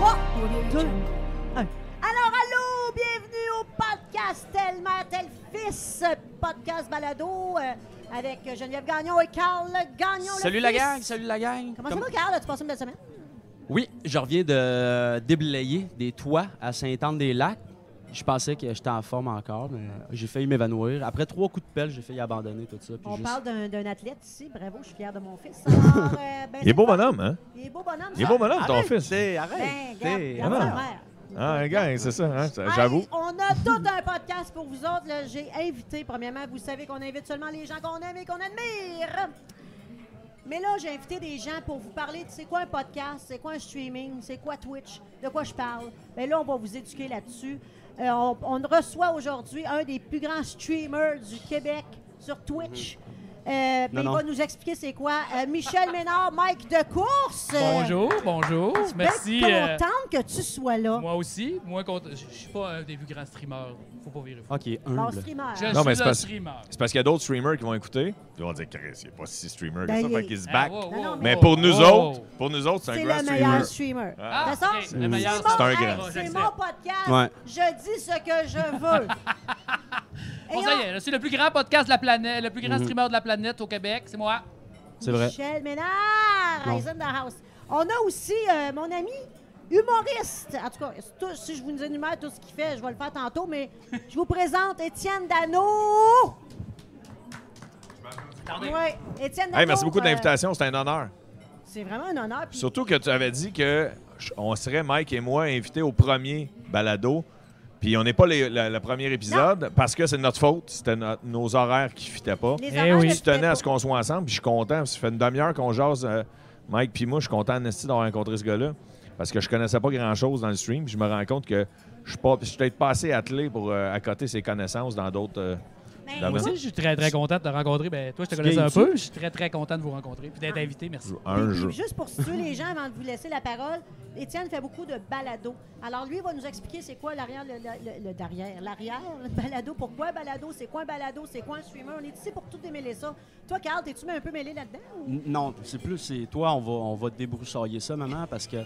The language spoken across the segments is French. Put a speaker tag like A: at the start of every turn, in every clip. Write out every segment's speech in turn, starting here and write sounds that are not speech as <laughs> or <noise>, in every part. A: 2, 1. Alors, allô, bienvenue au podcast Tel Mère, Tel Fils, podcast balado euh, avec Geneviève Gagnon et Carl Gagnon. le
B: Salut la
A: fils.
B: gang, salut la gang.
A: Comment
B: Comme-
A: ça va, Carl? As-tu passé une belle semaine?
B: Oui, je reviens de déblayer des toits à Sainte-Anne-des-Lacs. Je pensais que j'étais en forme encore, mais euh, j'ai failli m'évanouir. Après trois coups de pelle, j'ai failli abandonner tout ça. puis
A: On
B: juste-
A: parle d'un- d'un athlète ici. Bravo, je suis fière de mon
C: <laughs>
A: fils. Alors, euh, ben,
C: Il est beau
A: c'est-
C: bonhomme, hein?
A: Il est beau bonhomme.
C: Il est
A: ça.
C: beau bonhomme, Ah, ton
B: Arrête,
C: fils.
B: t'sais,
A: Ben,
B: arrête.
A: regarde,
B: t'sais.
A: regarde
C: Ah.
A: sa mère.
C: Ah, un gang, c'est ça, hein? Ça,
B: Euh,
A: Hey,
C: J'avoue.
A: on a tout un podcast pour vous autres. là. J'ai invité, premièrement, vous savez qu'on invite seulement les gens qu'on aime et qu'on admire. Mais là, j'ai invité des gens pour vous parler de c'est quoi un podcast, c'est quoi un streaming, c'est quoi Twitch, de quoi je parle. Mais là, on va vous éduquer là-dessus. Euh, on, on reçoit aujourd'hui un des plus grands streamers du Québec sur Twitch. Euh, puis
B: Mhm. Non,
A: il
B: non.
A: va nous expliquer c'est quoi. Euh,
B: <laughs>
A: Michel Ménard, Mike de course. Euh,
D: Bonjour, bonjour.
A: je suis bien
D: Merci. euh,
A: contente que tu sois là.
D: moi aussi. Moi, contre- je je suis pas un des plus grands streamers. Faut pas vérifier.
B: Ok,
A: Bon,
B: humble.
A: streamer.
D: Je
C: mais
D: suis
C: c'est
D: un
C: pas-
D: streamer.
C: C'est parce qu'il y a d'autres streamers qui vont écouter. Ils vont dire, Chris, il n'est pas si streamer
A: Ben,
C: que ça,
A: il
C: fait
A: est-
C: qu'il se
D: Ah,
C: back.
D: wow,
A: Non, non,
D: wow,
A: mais-
C: mais
D: wow,
C: pour nous
D: wow.
C: autres, pour nous autres, c'est un
A: C'est
C: grand
A: le
C: streamer.
A: meilleur streamer.
D: Ah,
A: De toute façon,
D: ok, le meilleur.
A: C'est
C: C'est un
A: mon-
C: grand.
A: hey, C'est
D: J'accepte.
A: mon podcast.
B: Ouais.
A: Je dis ce que je
D: <laughs>
A: veux. Et
D: Bon, ça y est, je suis le plus grand podcast de la planète, le plus
C: Mhm.
D: grand streamer de la planète au Québec. C'est moi.
B: C'est vrai.
A: Michel Ménard,
B: Non.
A: is in the house. On a aussi euh, mon ami humoriste. En tout cas, c'est tout- si je vous énumère tout ce qu'il fait, je vais le faire tantôt, mais je vous présente Étienne Dano.
D: Attendez.
A: Ouais, Étienne Dano.
C: Hey, merci beaucoup de
A: euh,
C: l'invitation, c'est un honneur.
A: C'est vraiment un honneur. puis-
C: Surtout que tu avais dit que ch- on serait, Mike et moi, invités au premier balado. Puis on n'est pas les- le, le premier épisode parce que c'est notre faute. C'était no- nos horaires qui ne fitaient pas.
A: Les
D: Eh
A: horaires
D: oui.
A: ne
C: Tu tenais à
A: fitaient
C: ce qu'on soit ensemble, puis je suis content. Ça fait une demi-heure qu'on jase, euh, Mike puis moi, je suis content, Anesti, d'avoir rencontré ce gars-là. Parce que je connaissais pas grand-chose dans le stream, puis je me rends compte que je suis pas- je suis peut-être pas assez attelé pour euh, accoter ses connaissances dans d'autres... euh,
A: pas. Ben,
C: La
D: Moi
C: bonne-
D: aussi, je suis très, très content de te rencontrer. Ben, toi, je te connaissais un
B: games-tu?
D: peu. Je suis très, très content de vous rencontrer puis d'être invité. Merci.
C: un
A: Puis,
C: jeu.
A: Juste pour situer les gens avant de vous laisser la parole, Étienne fait beaucoup de balados. Alors lui il va nous expliquer c'est quoi l'arrière, le, le- le- le derrière, l'arrière, le balado, pourquoi un balado, c'est quoi un balado, c'est quoi un streamer. On est ici pour tout démêler ça. Toi, Carl, t'es-tu un peu mêlé là-dedans? ou-
B: N- Non, c'est plus, c'est toi, on va, on va débroussailler ça, maman, parce que.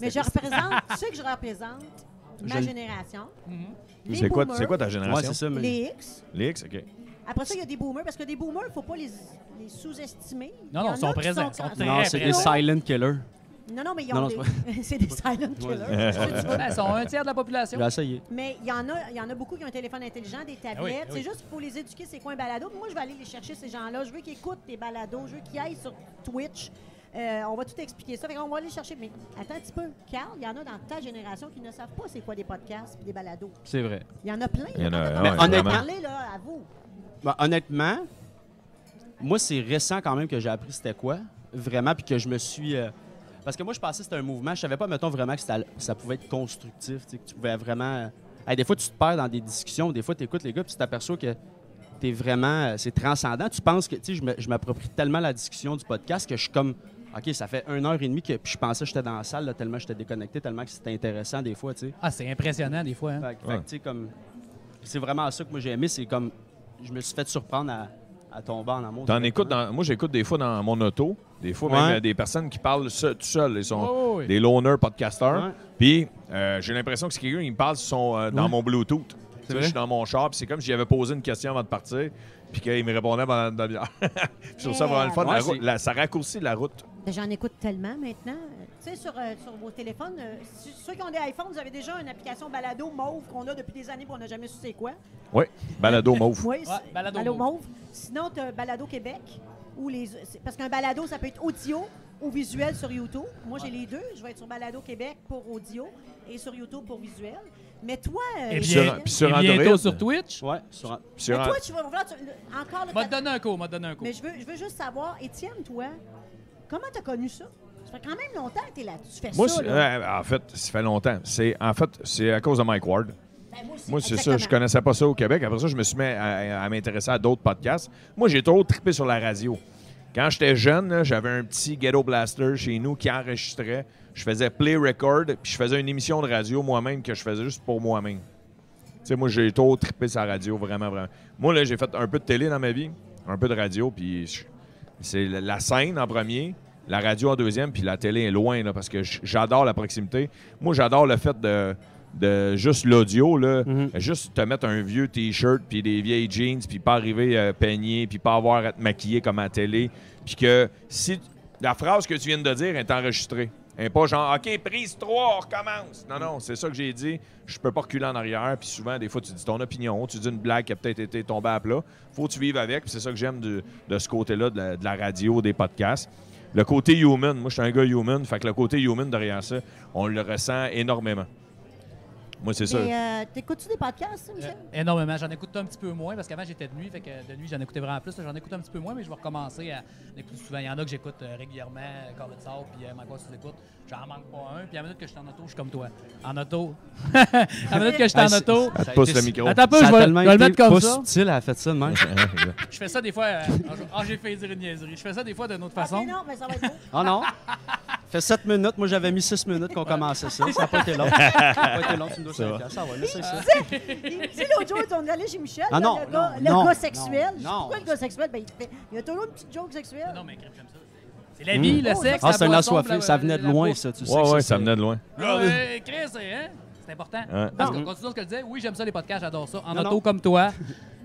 A: Mais je représente, tu sais que je représente ma
B: Je-
A: génération.
D: Mhm.
A: les
C: Mm-hmm. C'est quoi,
A: boomers,
C: c'est quoi ta
B: Ouais, c'est
C: génération?
B: ça, mais.
A: Les X.
C: les X, OK.
A: Après ça, il y a des boomers, parce que des boomers, il ne faut pas les, les sous-estimer. Il
D: Non,
A: y
D: non,
A: en
D: ils sont
A: a qui
D: présents, ils sont
A: quand-
D: très
B: Non, c'est des
D: présent.
B: silent killers.
A: Non, non, mais ils
B: Non,
A: ont <laughs>
B: non,
A: des... c'est des silent killers. c'est
B: Ouais.
A: ce que tu veux.
D: Ben, Ils sont un tiers de la population.
B: J'ai essayé.
A: Mais il y, en a, il y en a beaucoup qui ont un téléphone intelligent, des tablettes.
D: Ah oui, ah
A: C'est
D: oui.
A: juste qu'il faut les éduquer, c'est quoi un balado. Puis Moi, je vais aller les chercher, ces gens-là. Je veux qu'ils écoutent tes balados. Je veux qu'ils aillent sur Twitch. Euh, on va tout expliquer ça. on va aller chercher. Mais attends un petit peu, Carl, il y en a dans ta génération qui ne savent pas c'est quoi des podcasts et des balados.
B: C'est vrai.
A: Il y en a plein.
C: Il y en a,
A: là,
C: ouais,
A: quand on va
B: vraiment.
A: parler, là, à vous.
B: Ben, honnêtement, moi, c'est récent quand même que j'ai appris c'était quoi, vraiment, puis que je me suis. euh, parce que moi, je pensais que c'était un mouvement. Je savais pas, mettons, vraiment que c'était- ça pouvait être constructif, tu sais, que tu pouvais vraiment. euh, hey, des fois, tu te perds dans des discussions, des fois, tu écoutes les gars, puis tu t'aperçois que t'es vraiment. euh, C'est transcendant. Tu penses que. Tu sais, je me- je m'approprie tellement la discussion du podcast que je suis comme. OK, ça fait une heure et demie que puis je pensais que j'étais dans la salle, là, tellement j'étais déconnecté, tellement que c'était intéressant des fois, tu sais.
D: Ah, c'est impressionnant des fois. hein.
B: Fait que-
C: Ouais.
B: fait que, tu sais, comme. C'est vraiment ça que moi j'ai aimé. C'est comme. Je me suis fait surprendre à, à tomber en amour.
C: T'en
B: directement.
C: écoutes dans- moi, j'écoute des fois dans mon auto, des fois
B: Ouais.
C: même euh, des personnes qui parlent se- tout seul. Ils
A: Oh,
C: sont
D: Ouais, ouais, ouais.
C: des loners podcasters.
B: Ouais.
C: Puis euh, j'ai l'impression que c'est quelqu'un qui me parle sur son, euh, dans
B: Ouais.
C: mon Bluetooth. Tu sais,
B: vrai?
C: Je suis dans mon char, puis c'est comme si j'avais posé une question avant de partir, puis qu'il me répondait pendant une demi-heure. <laughs> je trouve ça vraiment le fun.
B: Ouais,
C: La
B: c'est-
C: route- la- ça raccourcit la route.
A: Mais Ben, J'en écoute tellement maintenant. Euh, Tu sais, sur, euh, sur vos téléphones, euh, si- ceux qui ont des iPhones, vous avez déjà une application balado mauve qu'on a depuis des années et on n'a jamais su c'est quoi.
C: Oui, balado mauve.
A: Oui, c'est-
D: Balado
A: Balado
D: Mauve.
A: Mauve. Sinon, tu as Balado Québec. Ou les, c'est- parce qu'un balado, ça peut être audio ou visuel sur YouTube. Moi, j'ai les deux. Je vais être sur Balado Québec pour audio et sur YouTube pour visuel. Mais toi, euh,
D: Eh
C: Puis
D: bien,
C: sur,
A: Étienne,
C: puis sur
D: Et bientôt
C: Android.
D: sur Twitch.
B: Ouais, sur un-
C: puis sur
A: mais
C: un-
A: toi, tu vas vouloir tu- le- encore le
D: M'a
A: ta-
D: donné un coup, m'a donné un coup.
A: Mais je veux, je veux juste savoir, Étienne, toi, comment t'as connu ça? Ça fait quand même longtemps que t'es là. Tu fais
C: moi,
A: ça.
C: c'est-
A: là.
C: ouais, en fait, ça fait longtemps. C'est, en fait, c'est à cause de Mike Ward.
A: Ben, moi, aussi,
C: Moi, c'est ça.
A: exactement.
C: Je connaissais pas ça au Québec. Après ça, je me suis mis à, à- à m'intéresser à d'autres podcasts. Moi, j'ai trop trippé sur la radio. Quand j'étais jeune, là, j'avais un petit ghetto blaster chez nous qui enregistrait. Je faisais play record, puis je faisais une émission de radio moi-même que je faisais juste pour moi-même. Tu sais, moi, j'ai trop trippé sur la radio, vraiment, vraiment. Moi, là, j'ai fait un peu de télé dans ma vie, un peu de radio, puis je- c'est la- la scène en premier, la radio en deuxième, puis la télé est loin, là, parce que j- j'adore la proximité. Moi, j'adore le fait de, de juste l'audio, là.
B: Mhm.
C: juste te mettre un vieux T-shirt, puis des vieilles jeans, puis pas arriver euh, peigné, puis pas avoir à te maquiller comme à la télé, puis que si la phrase que tu viens de dire est enregistrée. Et pas genre, OK, prise 3, on recommence. Non, non, c'est ça que j'ai dit. Je peux pas reculer en arrière. Puis souvent, des fois, tu dis ton opinion, tu dis une blague qui a peut-être été tombée à plat. Faut que tu vives avec. Puis c'est ça que j'aime du- de, ce côté-là, de la, de la radio, des podcasts. Le côté human, moi, je suis un gars human. Fait que le côté human derrière ça, on le ressent énormément. Moi, c'est ça.
A: Mais euh, t'écoutes-tu des podcasts, ça,
D: Euh,
A: Michel?
D: Énormément. J'en écoute un petit peu moins parce qu'avant j'étais de nuit. Fait que de nuit, j'en écoutais vraiment plus. Là, J'en écoute un petit peu moins, mais je vais recommencer à en écouter souvent. Il y en a que j'écoute euh, régulièrement, euh, Corps de Sable, puis euh, ma sous écoute. J'en manque pas un. Puis à la minute que je suis en auto, je suis comme toi. En auto. <laughs> à la minute que je suis en auto.
C: Elle te pousse le micro.
D: Attends un peu,
B: Ça
D: je
B: a
D: vais,
B: tellement
D: je vais le
B: été
D: mettre comme
B: pas
D: ça.
B: subtil, elle a fait ça de
D: <laughs>
B: même.
D: Je fais ça des fois. euh, ah, j'ai failli dire une niaiserie. Je fais ça des fois d'une autre
A: Ok,
D: façon.
A: ben non, Ah, mais ça va être beau.
B: Oh non! Fait 7 minutes. Moi, j'avais mis 6 minutes qu'on commençait ça. Ça n'a pas été long. Ça n'a pas été long. Tu me dois 5 piastres. Ah ouais, mais c'est ça.
A: Il me dit l'autre jour, on est allé chez Michel, là,
B: Ah non,
A: le, gars,
B: non,
A: le
B: non,
A: gars sexuel.
B: non,
A: Je sais
B: non.
A: Pourquoi le gars sexuel? Ben, il, fait- il y a toujours une petite joke sexuelle.
D: Non, mais crème, j'aime ça. C'est la vie, le
A: Oh,
D: sexe.
B: Ah,
D: la
B: c'est un
D: boisson,
B: assoiffé.
D: la- euh,
B: Ça venait de
D: la
B: loin,
D: bouffe.
B: ça. Tu sais
C: <laughs> Ouais,
B: que
C: ouais,
B: c'est-
C: ça venait de loin.
D: Ouais, Ah, Chris, hein? C'est important.
C: Ouais.
D: Parce qu'on
B: Mhm.
D: continue ce que je disais. Oui, j'aime ça, les podcasts, j'adore ça. En
B: Non,
D: auto
B: non.
D: comme
B: <laughs>
D: toi,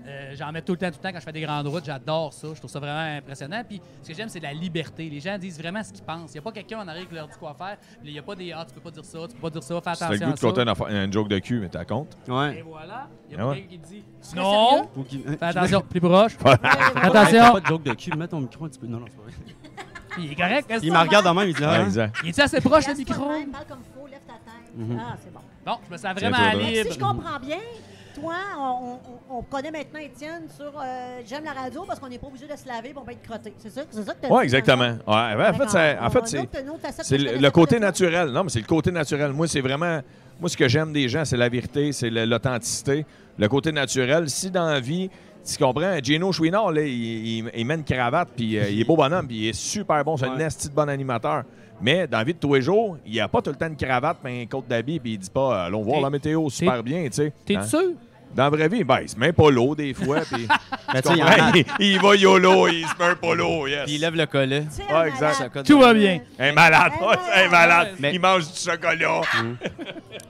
D: euh, j'en mets tout le temps, tout le temps quand je fais des grandes routes. J'adore ça. Je trouve ça vraiment impressionnant. Puis ce que j'aime, c'est la liberté. Les gens disent vraiment ce qu'ils pensent. Il n'y a pas quelqu'un en arrière qui leur dit quoi faire. Il n'y a pas des Ah, tu peux pas dire ça, tu peux pas dire ça, fais
C: Si t'as le
D: attention.
C: goût de compter
D: à ça.
C: une, affaire- une joke de cul, mais t'as compte.
D: Et
B: Ouais.
D: voilà.
C: Ah
D: Il n'y a pas
C: ouais.
D: quelqu'un qui dit
A: serais
D: Non,
A: sérieux?
B: Ou qui-
D: fais attention,
C: <laughs>
D: plus proche.
A: Ouais,
B: Hey, fais
D: Attention.
B: pas de joke de cul. Mets ton micro un petit peu. Non, non, c'est pas vrai.
D: Puis il est correct. qu'est-ce
B: Il
D: que
B: me
D: ça?
B: regarde en même. Il dit
C: Ouais,
B: ah, hein.
C: exact.
D: Il est assez proche le
A: Reste
D: micro?
A: toi-même, Parle comme il faut, lève ta tête.
B: Mhm.
A: Ah, c'est bon.
D: Non, je me sens vraiment
C: Tiens-toi, là.
A: Fait que
D: libre.
A: Si je comprends bien, toi, on, on- on connaît maintenant Étienne sur euh, J'aime la radio parce qu'on n'est pas obligé de se laver et on va être crotté. C'est ça, c'est ça que tu as
C: Ouais, exactement. Ouais, ben, en fait, c'est- en fait, c'est. C'est le, le côté naturel. Non, mais c'est le côté naturel. Moi, c'est vraiment. Moi, ce que j'aime des gens, c'est la vérité, c'est le- l'authenticité, le côté naturel. Si dans la vie, tu comprends, Gino Chouinard, là, il, il- il met une cravate, puis euh, il est beau bonhomme, puis il est super bon. C'est un
B: Ouais.
C: esti de bon animateur. Mais dans la vie de tous les jours, il n'y a pas tout le temps une cravate, mais un coat d'habit, puis il dit pas, euh, allons voir
D: T'es-
C: la météo super bien, tu sais.
D: T'es
C: Hein?
D: sûr?
C: Dans la vraie vie, ben, il se met un polo des fois,
D: <laughs>
C: puis.
B: Ben, tu
C: tu
B: sais, il y en
C: comprends?
B: a-
C: il, il va YOLO, il se met un polo, yes.
B: Puis il lève le collet.
C: Ouais, exact.
B: Ça cote.
D: Tout va bien.
C: Un malade,
A: Eh ouais.
C: un malade.
B: Mais- Mm.
C: Il mange du chocolat.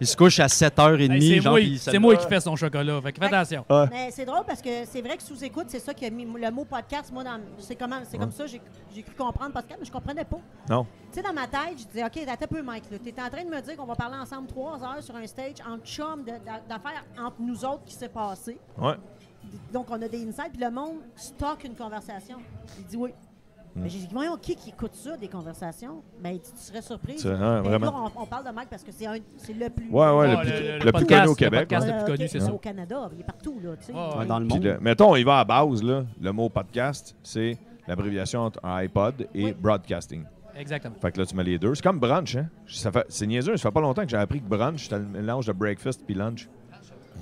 B: Il se couche à 7h30.
D: Hey, c'est
B: genre,
D: moi,
B: puis il se-
D: c'est moi qui fais son chocolat. Fait que fais attention.
C: Ah
A: Mais c'est drôle parce que c'est vrai que sous écoute, c'est ça qui a mis le mot podcast. Moi, dans- c'est comment, c'est comme ça, j'ai j'ai cru comprendre podcast, mais je comprenais pas.
C: Non.
A: Tu sais, dans ma tête, je disais, OK, attends un peu, Mike. Tu es en train de me dire qu'on va parler ensemble trois heures sur un stage entre chum d'affaires entre nous autres qui s'est passé.
C: Ouais.
A: Donc, on a des insights, puis le monde stocke une conversation. Il dit oui.
C: Mm.
A: Mais j'ai dit, voyons, qui, qui écoute ça, des conversations? Ben, il dit, tu serais surpris.
C: Tu-
A: Ben,
C: hein, vraiment.
A: là, on, on parle de Mike parce que c'est un- c'est le plus.
C: Ouais, ouais, le
D: Oh,
C: plus,
D: le- le-
C: le
D: le
C: plus
D: podcast,
C: connu au
D: le
C: Québec.
D: podcast.
C: ouais.
D: le plus
A: ok,
D: connu, c'est ça.
A: Au Canada, il est partout, là, tu sais.
D: Ouais,
B: Ouais, Ah, Dans le
C: Puis
B: monde.
C: le- mettons, il va à base, là. Le mot podcast, c'est l'abréviation entre iPod et
A: Oui.
C: broadcasting.
D: Exactement.
C: Fait que là, tu mets les deux. C'est comme brunch, hein? Ça fait- c'est niaiseux, ça fait pas longtemps que j'ai appris que brunch, c'était le mélange de breakfast puis lunch.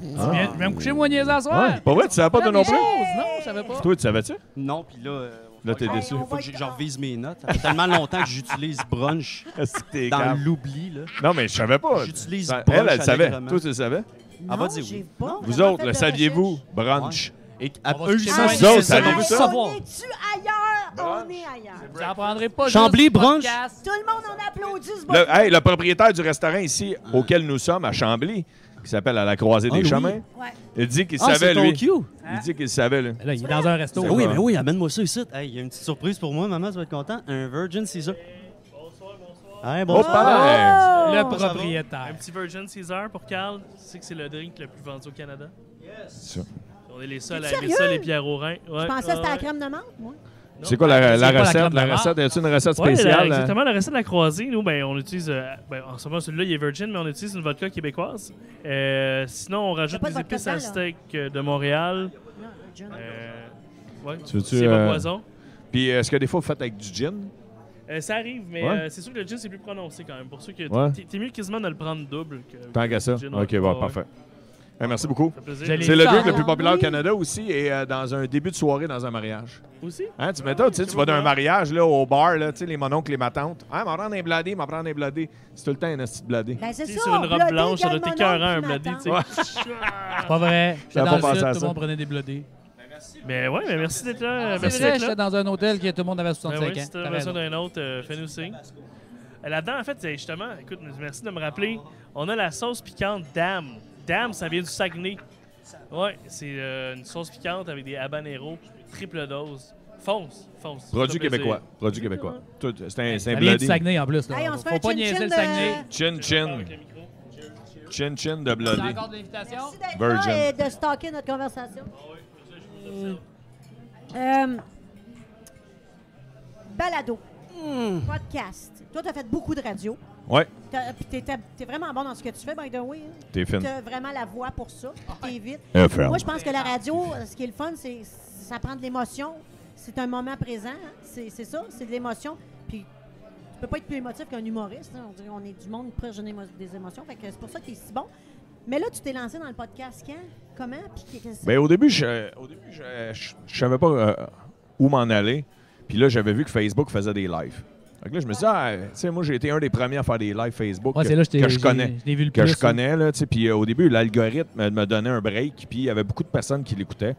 D: Je viens- je vais me coucher moi niaiser à soir.
C: Ah. Ouais, pas vrai, tu savais pas
D: Ah,
C: toi non
D: des
C: plus?
D: choses, Non, je savais pas.
C: Toi, tu savais-tu?
B: Non, puis là. euh,
C: Là, t'es
B: faut que-
C: déçu.
B: Faut que j'en revise mes notes. Ça fait tellement longtemps que j'utilise brunch
C: Est-ce que t'es
B: dans
C: calme?
B: l'oubli, là.
C: Non, mais je savais pas.
B: J'utilise
C: Ça-
B: brunch
C: Elle, elle savait.
B: allègrement.
C: Toi, tu le savais?
B: Ah,
A: Non,
B: vas-y, oui.
A: j'ai pas
C: Vous
A: vraiment
C: autres,
A: fait
C: le
A: de
C: saviez-vous?
A: recherche.
C: Brunch.
B: Et que- à
D: On va
B: eux,
D: se
B: ils
D: chez moi.
B: savent
C: Vous autres,
B: ils
C: savez-vous
B: savent
A: Ah,
C: ça?
B: savoir.
A: On est-tu ailleurs? On est ailleurs.
D: Vous en prendrez pas
B: Chambly,
D: juste du
B: brunch.
D: podcast.
A: Tout le monde en applaudit ce bon.
C: Le, hey, le propriétaire du restaurant ici, auquel nous sommes, à Chambly, qui s'appelle À la croisée
B: Ah,
C: des
B: Louis.
C: chemins,
A: Ouais.
C: il dit qu'il
B: Ah,
C: savait,
B: c'est ton
C: lui.
B: cue.
C: Il dit qu'il savait, lui.
D: Là, il est dans un resto.
B: Ben oui, mais oui, amène-moi ça ici. Hey, il y a une petite surprise pour moi, maman, tu vas être content. Un Virgin Caesar. Hey,
C: Oh,
B: bonsoir, Ah, bonsoir.
C: pareil.
A: Ah,
D: Le
B: ça va?
D: propriétaire.
E: Un petit Virgin Caesar pour Carl. Tu sais que c'est le drink le plus vendu au Canada. On est les seuls à
A: T'es
E: aimer
A: sérieux?
E: ça, les pierres au rein.
A: Je pensais que c'était la crème de menthe, moi.
C: C'est quoi la,
D: C'est
C: la
D: pas la
C: recette?
D: crème
C: La,
D: de
C: recette, y a-tu une recette
E: Ouais, la-
C: spéciale? hein?
E: exactement, la recette de la croisée, nous, ben, on utilise. euh, ben, en ce moment, celui-là, il est virgin, mais on utilise une vodka québécoise. Euh, sinon, on rajoute
A: pas de
E: des
A: vodka
E: épices à
A: dedans, là.
E: steak euh, de Montréal.
A: Non, le gin.
E: Euh, ouais,
C: Tu veux-tu,
E: c'est pas
C: euh,
E: poison.
C: Puis est-ce que des fois, vous faites avec du gin?
E: Euh, ça arrive, mais
C: Ouais.
E: euh, c'est sûr que le gin, c'est plus prononcé quand même. Pour ceux que.
C: Ouais.
E: T'es t'es mieux quasiment de le prendre double. Que,
C: Tant qu'à ça.
E: que du gin,
C: OK,
E: ouais.
C: bon,
E: Ouais,
C: parfait.
E: ouais.
C: Eh, merci beaucoup.
E: Ça fait plaisir.
D: Je l'ai-
C: C'est le
D: Ah,
C: drink le plus
A: alors,
C: populaire au
A: oui.
C: Canada aussi et euh, dans un début de soirée dans un mariage.
E: Aussi?
C: Hein, tu mets toi, tu sais, tu vas d'un mariage là, au bar, là, tu sais, les mononcles, les matantes. Ah, m'en prendre un bladé, m'en prendre un bladé. C'est tout le temps un esti de bladé.
A: Ben, c'est
E: Tu
A: ça.
E: sais, sur une robe
A: blodé,
E: blanche, ça doit
A: également,
E: être écœurant, un
A: non, qui
E: bladi,
A: m'attend.
E: tu sais.
D: Pas vrai. J'étais
C: J'avais
D: dans
C: pas
D: le
C: pensé
D: sud,
C: à
D: tout le
C: ça.
D: monde prenait des blodés.
E: Mais ouais, mais merci d'être là.
D: C'est
E: merci
D: vrai,
E: d'être là.
D: j'étais dans un hôtel que tout le monde avait
E: Ben
D: 65
E: oui,
D: ans.
E: si t'as
D: T'as
E: besoin
D: raison.
E: d'un autre, euh, fais-nous signe. Euh, Là-dedans, en fait, c'est justement, écoute, merci de me rappeler, on a la sauce piquante Dame. Dame, ça vient du Saguenay. Ouais, c'est euh, une sauce piquante avec des habaneros, triple dose. Fonce, fonce.
C: Produit
E: Ça fait plaisir.
C: québécois. Produit québécois. Tout- C'est un, c'est un
D: Ça vient
C: bloody.
D: du Saguenay en plus. Là.
A: Hey, on se fait
D: Faut
A: un
D: pas
A: chin-chin
D: niaiser le
A: de-
D: Saguenay.
C: Chin chin.
E: Avec le micro.
C: Chin chin de
D: T'as
C: bloody.
D: encore de l'invitation?
A: Merci d'être
C: Virgin.
A: là et de stocker notre conversation.
E: Ah
A: Euh, balado,
C: Hmm.
A: podcast. Toi, tu as fait beaucoup de radio.
C: Ouais,
A: T'as- Puis t'es- t'es vraiment bon dans ce que tu fais, by the way. hein.
C: t'es fine.
A: T'as vraiment la voix pour ça. puis T'es vite.
C: FM.
A: Moi, je pense que la radio, euh, ce qui est le fun, c'est ça prend de l'émotion. C'est un moment présent. hein. C'est c'est ça, c'est de l'émotion. Puis tu peux pas être plus émotif qu'un humoriste. hein. On dirait on est du monde proche d'une émo- des émotions. Fait que c'est pour ça que t'es si bon. Mais là, tu t'es lancé dans le podcast quand? Comment? Puis qu'est- qu'est-ce que
C: Ben, au début, je, au début, je, je- je savais pas euh, où m'en aller. Puis là, j'avais vu que Facebook faisait des lives. Donc là, je me suis dit, ah, tu sais, moi, j'ai été un des premiers à faire des lives Facebook
D: Ouais,
C: que,
D: c'est là que je t'ai-
C: que je
D: j'ai-
C: connais.
D: Je l'ai vu le
C: Que
D: plus.
C: je connais, là, tu sais. Puis euh, au début, l'algorithme euh, me donnait un break. Puis il y avait beaucoup de personnes qui l'écoutaient.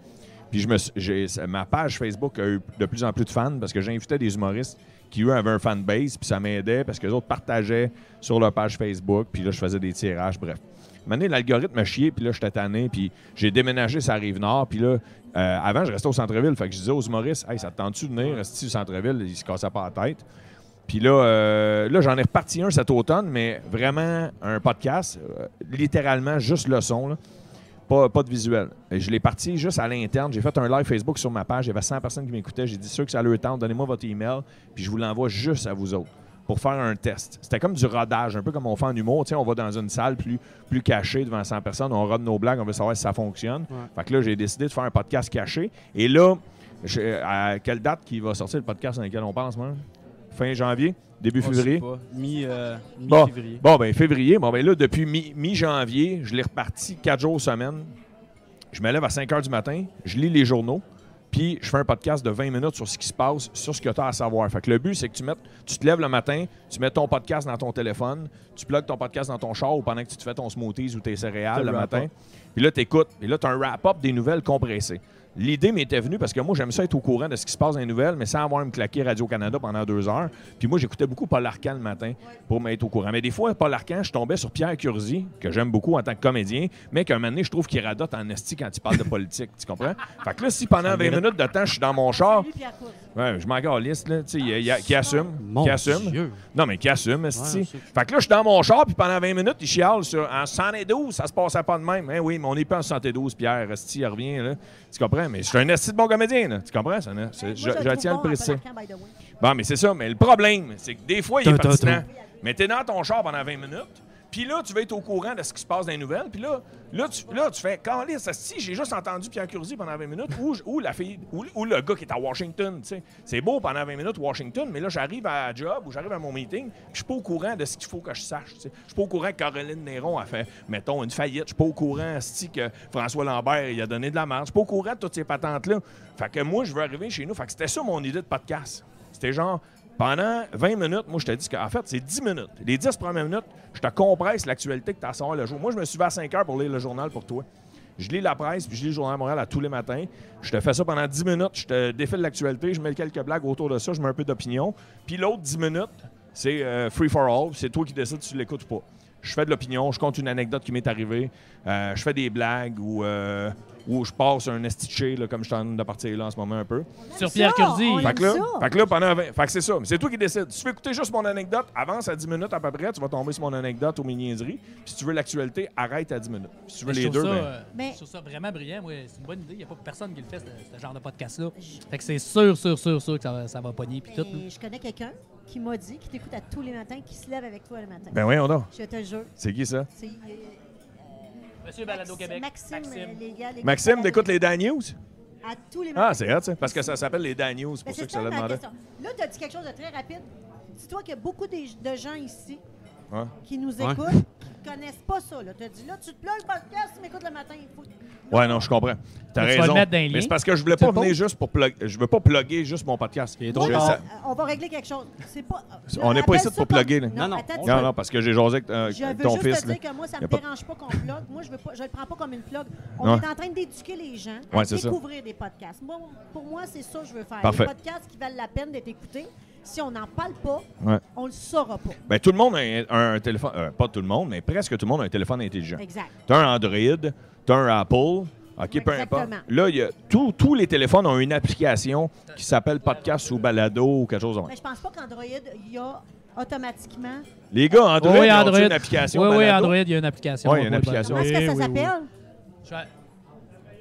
C: Puis je me suis- j'ai- ça- ma page Facebook a eu de plus en plus de fans parce que j'invitais des humoristes qui, eux, avaient un fanbase. Puis ça m'aidait parce que les autres partageaient sur leur page Facebook. Puis là, je faisais des tirages, bref. Maintenant, l'algorithme a chié, puis là, j'étais tanné, puis j'ai déménagé sur la Rive-Nord, puis là, euh, avant, je restais au centre-ville, fait que je disais aux humoristes, « Hey, ça te tente-tu de venir rester au centre-ville? » Ils se cassaient pas la tête. Puis là, euh, là j'en ai reparti un cet automne, mais vraiment un podcast, euh, littéralement juste le son, là. Pas, pas de visuel. Et Je l'ai parti juste à l'interne. J'ai fait un live Facebook sur ma page. Il y avait 100 personnes qui m'écoutaient. J'ai dit ceux que ça leur tente, donnez-moi votre email, puis je vous l'envoie juste à vous autres pour faire un test. C'était comme du rodage, un peu comme on fait en humour. Tu sais, on va dans une salle plus, plus cachée devant 100 personnes, on rode nos blagues, on veut savoir si ça fonctionne. Fait que là, j'ai décidé de faire un podcast caché. Et là, je- à quelle date qui va sortir le podcast dans lequel on pense, moi? Fin janvier, début
B: On sait
C: février?
B: pas. Mi, euh,
C: Bon,
B: mi-février.
C: Bon, ben février, bon, ben là, depuis mi- mi-janvier, je l'ai reparti quatre jours semaine. Je me lève à 5 heures du matin, je lis les journaux, puis je fais un podcast de 20 minutes sur ce qui se passe, sur ce que tu as à savoir. Fait que le but, c'est que tu, mettes, tu te lèves le matin, tu mets ton podcast dans ton téléphone, tu plugues ton podcast dans ton char ou pendant que tu te fais ton smoothies ou tes céréales
B: T'as
C: le
B: le wrap-up.
C: matin. Puis là, tu écoutes. Puis là, tu as un wrap-up des nouvelles compressées. L'idée m'était venue parce que moi, j'aime ça être au courant de ce qui se passe dans les nouvelles, mais sans avoir à me claquer Radio-Canada pendant deux heures. Puis moi, j'écoutais beaucoup Paul Arcan le matin pour m'être au courant. Mais des fois, Paul Arcan, je tombais sur Pierre Curzi, que j'aime beaucoup en tant que comédien, mais qu'un moment donné, je trouve qu'il radote en esti quand il parle de politique. tu comprends? Fait que là, si pendant 20 minutes de temps, je suis dans mon char,
A: Lui, Pierre Cousin.
C: ouais, ah! je m'en galisse, là. Tu sais, il y a- il y a- qui assume.
B: Ah, Mon
C: Qui assume.
B: Dieu.
C: Non, mais qui assume, esti.
B: Ouais, on sait.
C: Fait que là, je suis dans mon char, puis pendant 20 minutes, il chiale sur en 112, ça se passait pas de même. Hein, oui, mais on n'est pas en 112, Pierre, esti, il revient, là. Tu comprends? Mais je suis un esti de bon comédien, là. Tu comprends? Ça, là? C'est-
A: Ben, Moi,
C: je,
A: le
C: je
A: trouve
C: tiens à le
A: bon,
C: préciser.
A: Paul Arcand, by the way.
C: Bon, mais c'est ça. Mais le problème, c'est que des fois, il est
B: Tum, tum,
C: pertinent.
B: tum.
C: Mais t'es dans ton char pendant 20 minutes, puis là, tu vas être au courant de ce qui se passe dans les nouvelles, puis là, là, tu, là, tu fais « Calisse, si j'ai juste entendu Pierre Curzi pendant 20 minutes, ou, je- ou la fille, ou, ou le gars qui est à Washington, tu sais. C'est beau pendant 20 minutes, Washington, mais là, j'arrive à la job ou j'arrive à mon meeting, puis je suis pas au courant de ce qu'il faut que je sache, tu sais. Je suis pas au courant que Caroline Néron a fait, mettons, une faillite. Je suis pas au courant, si que François Lambert, il a donné de la merde. Je suis pas au courant de toutes ces patentes-là. Fait que moi, je veux arriver chez nous. Fait que c'était ça mon idée de podcast. C'était genre, pendant 20 minutes, moi, je te dis qu'en fait, c'est 10 minutes. Les 10 premières minutes, je te compresse l'actualité que tu as à savoir le jour. Moi, je me suis levé à 5 heures pour lire le journal pour toi. Je lis la presse, puis je lis le journal de Montréal à tous les matins. Je te fais ça pendant 10 minutes. Je te défile l'actualité, je mets quelques blagues autour de ça, je mets un peu d'opinion. Puis l'autre 10 minutes, c'est euh, free for all. C'est toi qui décides si tu l'écoutes ou pas. Je fais de l'opinion, je compte une anecdote qui m'est arrivée, euh, je fais des blagues ou, euh, ou je passe un estiché, là, comme je suis en train de partir là en ce moment un peu.
D: Sur Pierre
A: Ça,
D: Curzi.
A: on aime
C: Fait que là,
A: ça.
C: fait que là, pendant 20 fait que c'est ça. Mais c'est toi qui décides. Si tu veux écouter juste mon anecdote, avance à 10 minutes à peu près, tu vas tomber sur mon anecdote ou mes niaiseries. Puis si tu veux l'actualité, arrête à 10 minutes. Si tu veux
D: Mais
C: les
D: je
C: deux,
D: trouve ça,
C: ben,
D: euh,
A: Mais-
D: je trouve ça vraiment brillant. moi. c'est une bonne idée. Il n'y a pas personne qui le fait, ce, ce genre de podcast-là. Fait que c'est sûr, sûr, sûr, sûr que ça va, ça va pogner. Puis tout.
A: Mais je connais quelqu'un qui m'a dit, qui t'écoute à tous les matins, qui se lève avec toi le matin.
C: ben oui, on a.
A: Je te jure.
C: C'est qui ça?
A: C'est, euh,
D: Monsieur
A: Maxime, Maxime, euh, les gars, les
C: Maxime,
A: gars,
C: t'écoutes les Dan News?
A: À tous les matins.
C: Ah, c'est hot, ça. Parce que ça s'appelle les Dan News, c'est
A: Ben,
C: pour ça que
A: ça
C: ça l'a
A: ma
C: demandé.
A: question. Là, tu as dit quelque chose de très rapide. Dis-toi qu'il y a beaucoup des- de, gens ici
C: Ouais.
A: qui nous
B: Ouais.
A: écoutent, qui ne connaissent pas ça. Tu as dit, là, tu te plugues le podcast, tu m'écoutes le matin. Il faut-
C: Ouais, non, je comprends. T'as
D: Mais tu vas
C: raison.
D: le mettre dans les
C: Mais
D: liens.
C: c'est parce que je voulais
D: Tu
C: pas
D: le
C: venir
D: poses.
C: juste pour plug... Je veux pas plugger juste mon podcast.
B: Il est
A: Moi,
B: drôle.
A: on,
C: ça-
A: Euh, on va régler quelque chose. C'est pas, euh,
C: On n'est pas
A: appelle
C: ici
A: ça
C: pour plugger, là.
A: Non,
B: Non, non.
A: attends, tu
C: Non,
A: peux-
C: non, parce que j'ai jasé avec euh,
A: Je veux
C: ton
A: juste
C: fils.
A: te
C: là.
A: dire que moi, ça
C: Y
A: me
C: a pas-
A: dérange pas qu'on plug. Moi, je veux pas, je le prends pas comme une plug. On
C: Ouais.
A: est en train d'éduquer les gens à
C: Ouais, c'est ça.
A: découvrir des podcasts. Moi, pour moi, c'est ça que je veux faire.
C: Parfait.
A: Des podcasts qui valent la peine d'être écoutés. Si on n'en parle pas,
C: Ouais.
A: on le saura pas.
C: Ben, tout le monde a un, un téléphone. euh, pas tout le monde, mais presque tout le monde a un téléphone intelligent.
A: Exact.
C: T'as un Android, t'as un Apple. OK, peu importe.
A: Exactement.
C: Là, il y a tout- tous les téléphones ont une application qui s'appelle Podcast ou Balado ou quelque chose comme ça.
A: Mais je pense pas qu'Android, il y a automatiquement.
C: Les gars,
A: euh,
C: Android,
D: Oui,
C: ils ont-tu
D: Android.
C: une application
D: Oui, oui,
C: Balado?
D: Android, il y a une application.
C: Ouais, il y a une
D: Oui, oui,
C: application.
A: Comment est-ce que ça
D: oui, oui.
A: s'appelle?
D: Je-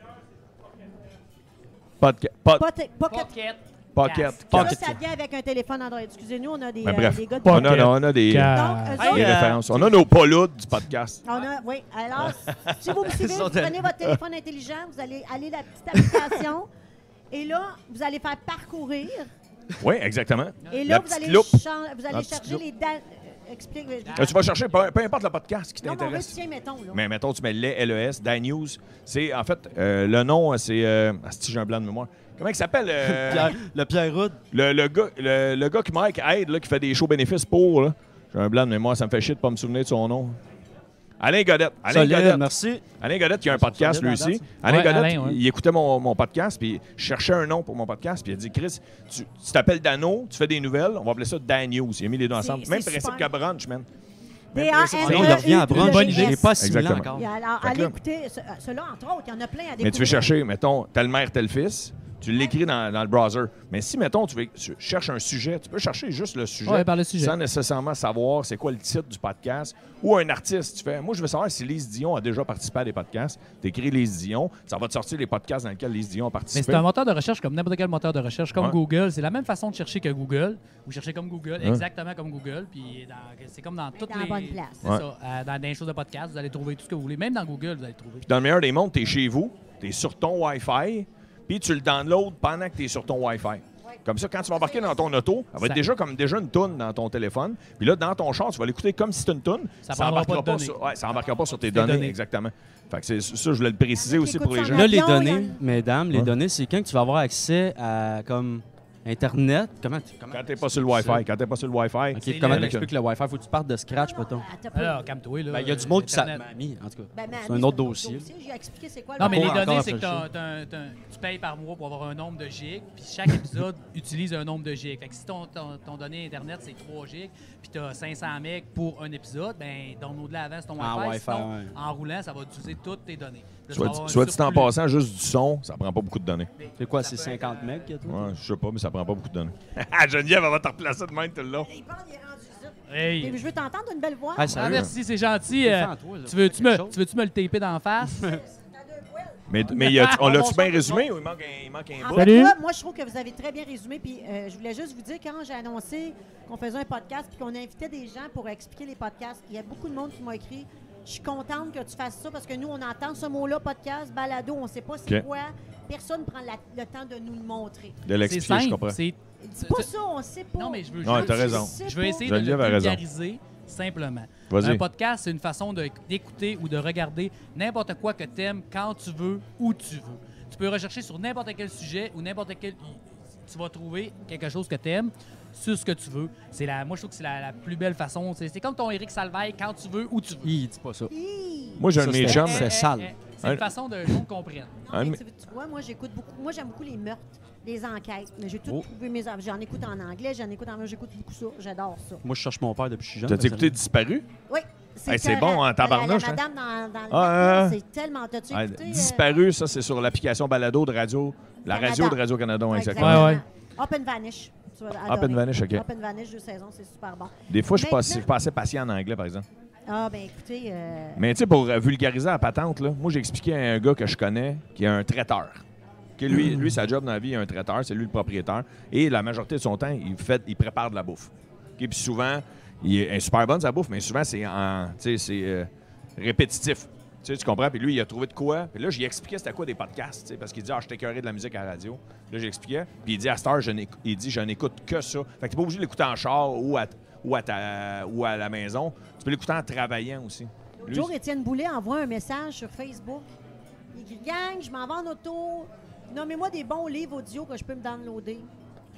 C: Podca- pod-
A: Pocket. Pocket.
C: Pocket.
A: Ça,
B: Pocket.
A: ça vient avec un téléphone Android. Excusez-nous, on a des,
C: Ben,
A: euh,
C: bref.
A: des gars de
C: On a,
D: Pocket.
C: on a des,
D: Car-
A: Donc, eux
E: Hey,
A: autres,
C: des
E: euh,
C: références. On a nos paloudes du podcast.
A: On a, oui, alors,
C: <laughs>
A: si vous me suivez, vous
B: Sont allés-
A: prenez votre téléphone intelligent, vous allez aller la petite application, et là, vous allez faire parcourir,
C: Oui, exactement.
A: et
C: La
A: là, vous
C: petite
A: allez,
C: loupe.
A: chan- vous allez
C: petite
A: chercher
C: loupe.
A: les dates. Explique. je-
C: Là, tu vas chercher peu, peu importe le podcast qui
A: non, mais on veut,
C: t'intéresse.
A: tiens, mettons, là.
C: Mais mettons, tu mets les LES, Dan News. C'est, en fait, euh, le nom, c'est. Euh, si j'ai un blanc de mémoire. Comment il s'appelle
D: <laughs>
C: euh,
B: Pierre- le Pierre Roud.
C: le, le gars, le, le gars que Mike aide, là, qui fait des shows bénéfices pour. là. J'ai un blanc de mémoire, ça me fait chier de pas me souvenir de son nom. Alain Godette. Alain
B: Solide,
C: Godette.
B: merci.
C: Alain Godette, il a un
B: Ils sont
C: podcast,
B: solides
C: lui
B: là-dedans,
C: aussi.
D: ça.
C: Alain
D: Ouais,
C: Godette,
D: Alain, ouais.
C: il écoutait mon, mon podcast, puis je cherchais un nom pour mon podcast, puis il a dit Chris, tu tu t'appelles Dano, tu fais des nouvelles, on va appeler ça Dan News. Il a mis les deux ensemble.
A: c'est
C: Même principe
A: super.
C: qu'à Brunch, man.
A: d a
C: principe.
A: n E,
B: On en revient à brunch.
D: Bonne idée.
B: J'ai pas assimilé
C: Exactement.
B: encore.
A: Alors,
C: Fait que
A: allez
C: là-
A: écouter ce- euh, ceux-là, entre autres, il y en a plein à découvrir.
C: Mais tu veux chercher, mettons, telle mère, tel fils, tu l'écris dans, dans le browser. Mais si, mettons, tu, veux, tu cherches un sujet, tu peux chercher juste le sujet,
D: Ouais, par le sujet.
C: sans nécessairement savoir c'est quoi le titre du podcast ou un artiste. Tu fais, moi, je veux savoir si Lise Dion a déjà participé à des podcasts. Tu écris Lise Dion, ça va te sortir les podcasts dans lesquels Lise Dion a
D: Mais
C: participé.
D: c'est un moteur de recherche comme n'importe quel moteur de recherche, comme
C: Ouais.
D: Google. C'est la même façon de chercher que Google. Vous cherchez comme Google, exactement comme Google. Puis dans- c'est comme dans toutes
A: dans la
D: les.
A: bonne place.
D: C'est
C: Ouais.
D: ça. Euh, dans dans les choses de podcast, vous allez trouver tout ce que vous voulez. Même dans Google, vous allez trouver.
C: Dans le meilleur des mondes, tu es chez vous, tu es sur ton Wi-Fi, puis tu le downloads pendant que tu es sur ton Wi-Fi. Comme ça, quand tu vas embarquer dans ton auto, elle va être
D: Ça-
C: déjà comme déjà une toune dans ton téléphone. Puis là, dans ton char, tu vas l'écouter comme si c'était une toune.
D: Ça prendra
C: embarquera
D: pas de données.
C: sur, ouais, ça embarquera pas sur tes
D: Tes
C: données,
D: données.
C: exactement. Fait que c'est ça, je voulais le
A: Il
C: préciser
A: y en a
C: aussi
A: qui
C: pour les
A: écoutent
C: gens.
A: ça
B: Là, les
A: Avion, il y en
B: données, mesdames, les
C: Hein?
B: données, c'est quand que tu vas avoir accès à comme Internet. Comment tu comment
C: Quand t'es pas sur le Wi-Fi, quand t'es pas sur le Wi-fi,
B: Ok,
D: C'est
B: comment
D: le-
B: t'expliques le Wi-Fi? Faut que tu partes de scratch, peut-on?
A: Ah, Attends,
D: Alors, calme-toi. là.
B: Ben, il y a du
D: Euh,
B: monde qui
D: Internet.
B: s'appelle Mamie, en tout cas.
A: ben, mais
B: C'est un
A: Annie,
B: autre dossier.
A: J'ai expliqué c'est quoi le
D: Non, mais
A: Wi-Fi.
D: les
B: Encore
D: données,
B: après
D: c'est que
B: le
D: t'as-
B: show.
D: t'as- t'as- tu payes par mois pour avoir un nombre de gigs, puis chaque épisode <laughs> utilise un nombre de gigs. Fait que si ton, ton, ton donné Internet, c'est 3 gigs, puis t'as 500 megs pour un épisode, ben download-le avant sur ton
B: Ah,
D: Wi-Fi.
B: Wi-Fi,
D: sinon,
B: ouais.
D: en roulant, ça va utiliser toutes tes données. Là, tu vas
C: soit,
D: avoir un
C: soit dit en
D: surplus.
C: passant, juste du son, ça prend pas beaucoup de données.
B: C'est quoi,
D: Ça
B: c'est
D: peut être,
B: 50
D: euh,
B: mecs que toi?
C: Ouais, je sais pas, mais ça prend pas beaucoup de données. Ah, <laughs> Geneviève, elle va te replacer de même tout le long.
A: Il parle, il est rendu ici.
D: Hey.
A: Et Je veux t'entendre une belle voix.
B: Ah,
D: Ah,
B: sérieux?
D: merci, c'est gentil. Euh,
B: Défends-toi, là.
D: tu veux-tu me,
B: Quelque chose.
D: tu veux -tu me le taper d'en face?
A: T'as deux poils.
C: Mais, mais y
D: <laughs>
C: a- on l'a-tu bien résumé ou il manque un, il manque un
A: En
C: bout?
A: fait,
D: Salut.
A: moi, moi, je trouve que vous avez très bien résumé. Puis euh, je voulais juste vous dire, quand j'ai annoncé qu'on faisait un podcast puis qu'on invitait des gens pour expliquer les podcasts, il y a beaucoup de monde qui m'a écrit Je suis contente que tu fasses ça parce que nous, on entend ce mot-là, podcast, balado, on ne sait pas c'est
C: Ok.
A: quoi. Personne ne prend la- le temps de nous le montrer.
C: De
D: C'est
C: l'expliquer, je
D: simple.
C: comprends.
D: c'est-
A: Dis pas ça, on ne sait pas.
D: Euh, Non, mais je veux
C: Ouais,
D: juste-
C: t'as raison.
A: Tu sais
D: Je vais
A: pas.
D: essayer
C: Geneviève
D: de
C: a
D: le
C: raison.
D: vulgariser simplement.
C: Vas-y.
D: Un podcast, c'est une façon de- d'écouter ou de regarder n'importe quoi que t'aimes, quand tu veux, où tu veux. Tu peux rechercher sur n'importe quel sujet ou n'importe quel... Tu vas trouver quelque chose que t'aimes sur ce que tu veux. C'est la, moi, je trouve que c'est la, la plus belle façon. C'est c'est comme ton Eric Salveille, quand tu veux, où tu veux. Eh,
B: Il dit pas ça.
A: Hi!
C: Moi, j'ai un
B: Ça,
C: de mes
B: c'était-
C: chums.
B: c'est sale.
D: C'est
C: Un-
D: une façon de qu'on comprenne.
C: un
A: Non,
C: de
A: mais tu, tu vois, moi, j'écoute beaucoup. Moi, j'aime beaucoup les meurtres, les enquêtes. Mais j'ai tout
B: Oh.
A: trouvé mes. J'en écoute en anglais, j'en écoute en. J'écoute beaucoup ça. J'adore ça.
B: Moi, je cherche mon père depuis que je suis jeune.
C: T'as-tu
B: parce que-
C: écouté Disparu?
A: Oui.
C: Hey, c'est
A: écœurant.
C: bon, hein, tabarnouche,
A: La, la
C: hein?
A: madame dans, dans le
C: Ah,
A: bateau,
C: hein?
A: c'est tellement. T'as-tu
C: Ah,
A: écouté? euh,
C: disparu, ça, c'est sur l'application balado de radio, la
A: Canada.
C: radio de Radio-Canada,
A: ouais,
C: exactement.
A: exactement.
D: Ouais, ouais.
A: Up and Vanish. Tu vas
C: Up
A: adorer.
C: and Vanish, OK.
A: Up and Vanish, deux saisons, c'est super bon.
C: Des fois, je suis pas,
A: Maintenant-
C: je suis pas assez patient en anglais, par exemple.
A: Ah, ben écoutez. euh,
C: Mais tu sais, pour euh, vulgariser la patente, là, moi, j'ai expliqué à un gars que je connais qui est un traiteur. Que lui, lui, sa job dans la vie, il est un traiteur, c'est lui le propriétaire. Et la majorité de son temps, il, fait, il prépare de la bouffe. Et Puis souvent, il est elle est super bonne sa bouffe, mais souvent, c'est en- tu sais, c'est, euh, répétitif. Tu sais, tu comprends? Puis lui, il a trouvé de quoi. Puis là, j'ai expliqué c'était quoi des podcasts, tu sais, parce qu'il dit, ah, je t'écœurais de la musique à la radio. Là, j'expliquais. Puis il dit, à cette heure, je n'éc- il dit, je n'écoute que ça. Fait que t'es pas obligé de l'écouter en char ou à, ou, à ta- ou à la maison. Tu peux l'écouter en travaillant aussi. Lui,
A: Jour Étienne Boulet envoie un message sur Facebook Gang, je m'en vais en auto. Nommez-moi des bons livres audio que je peux me downloader.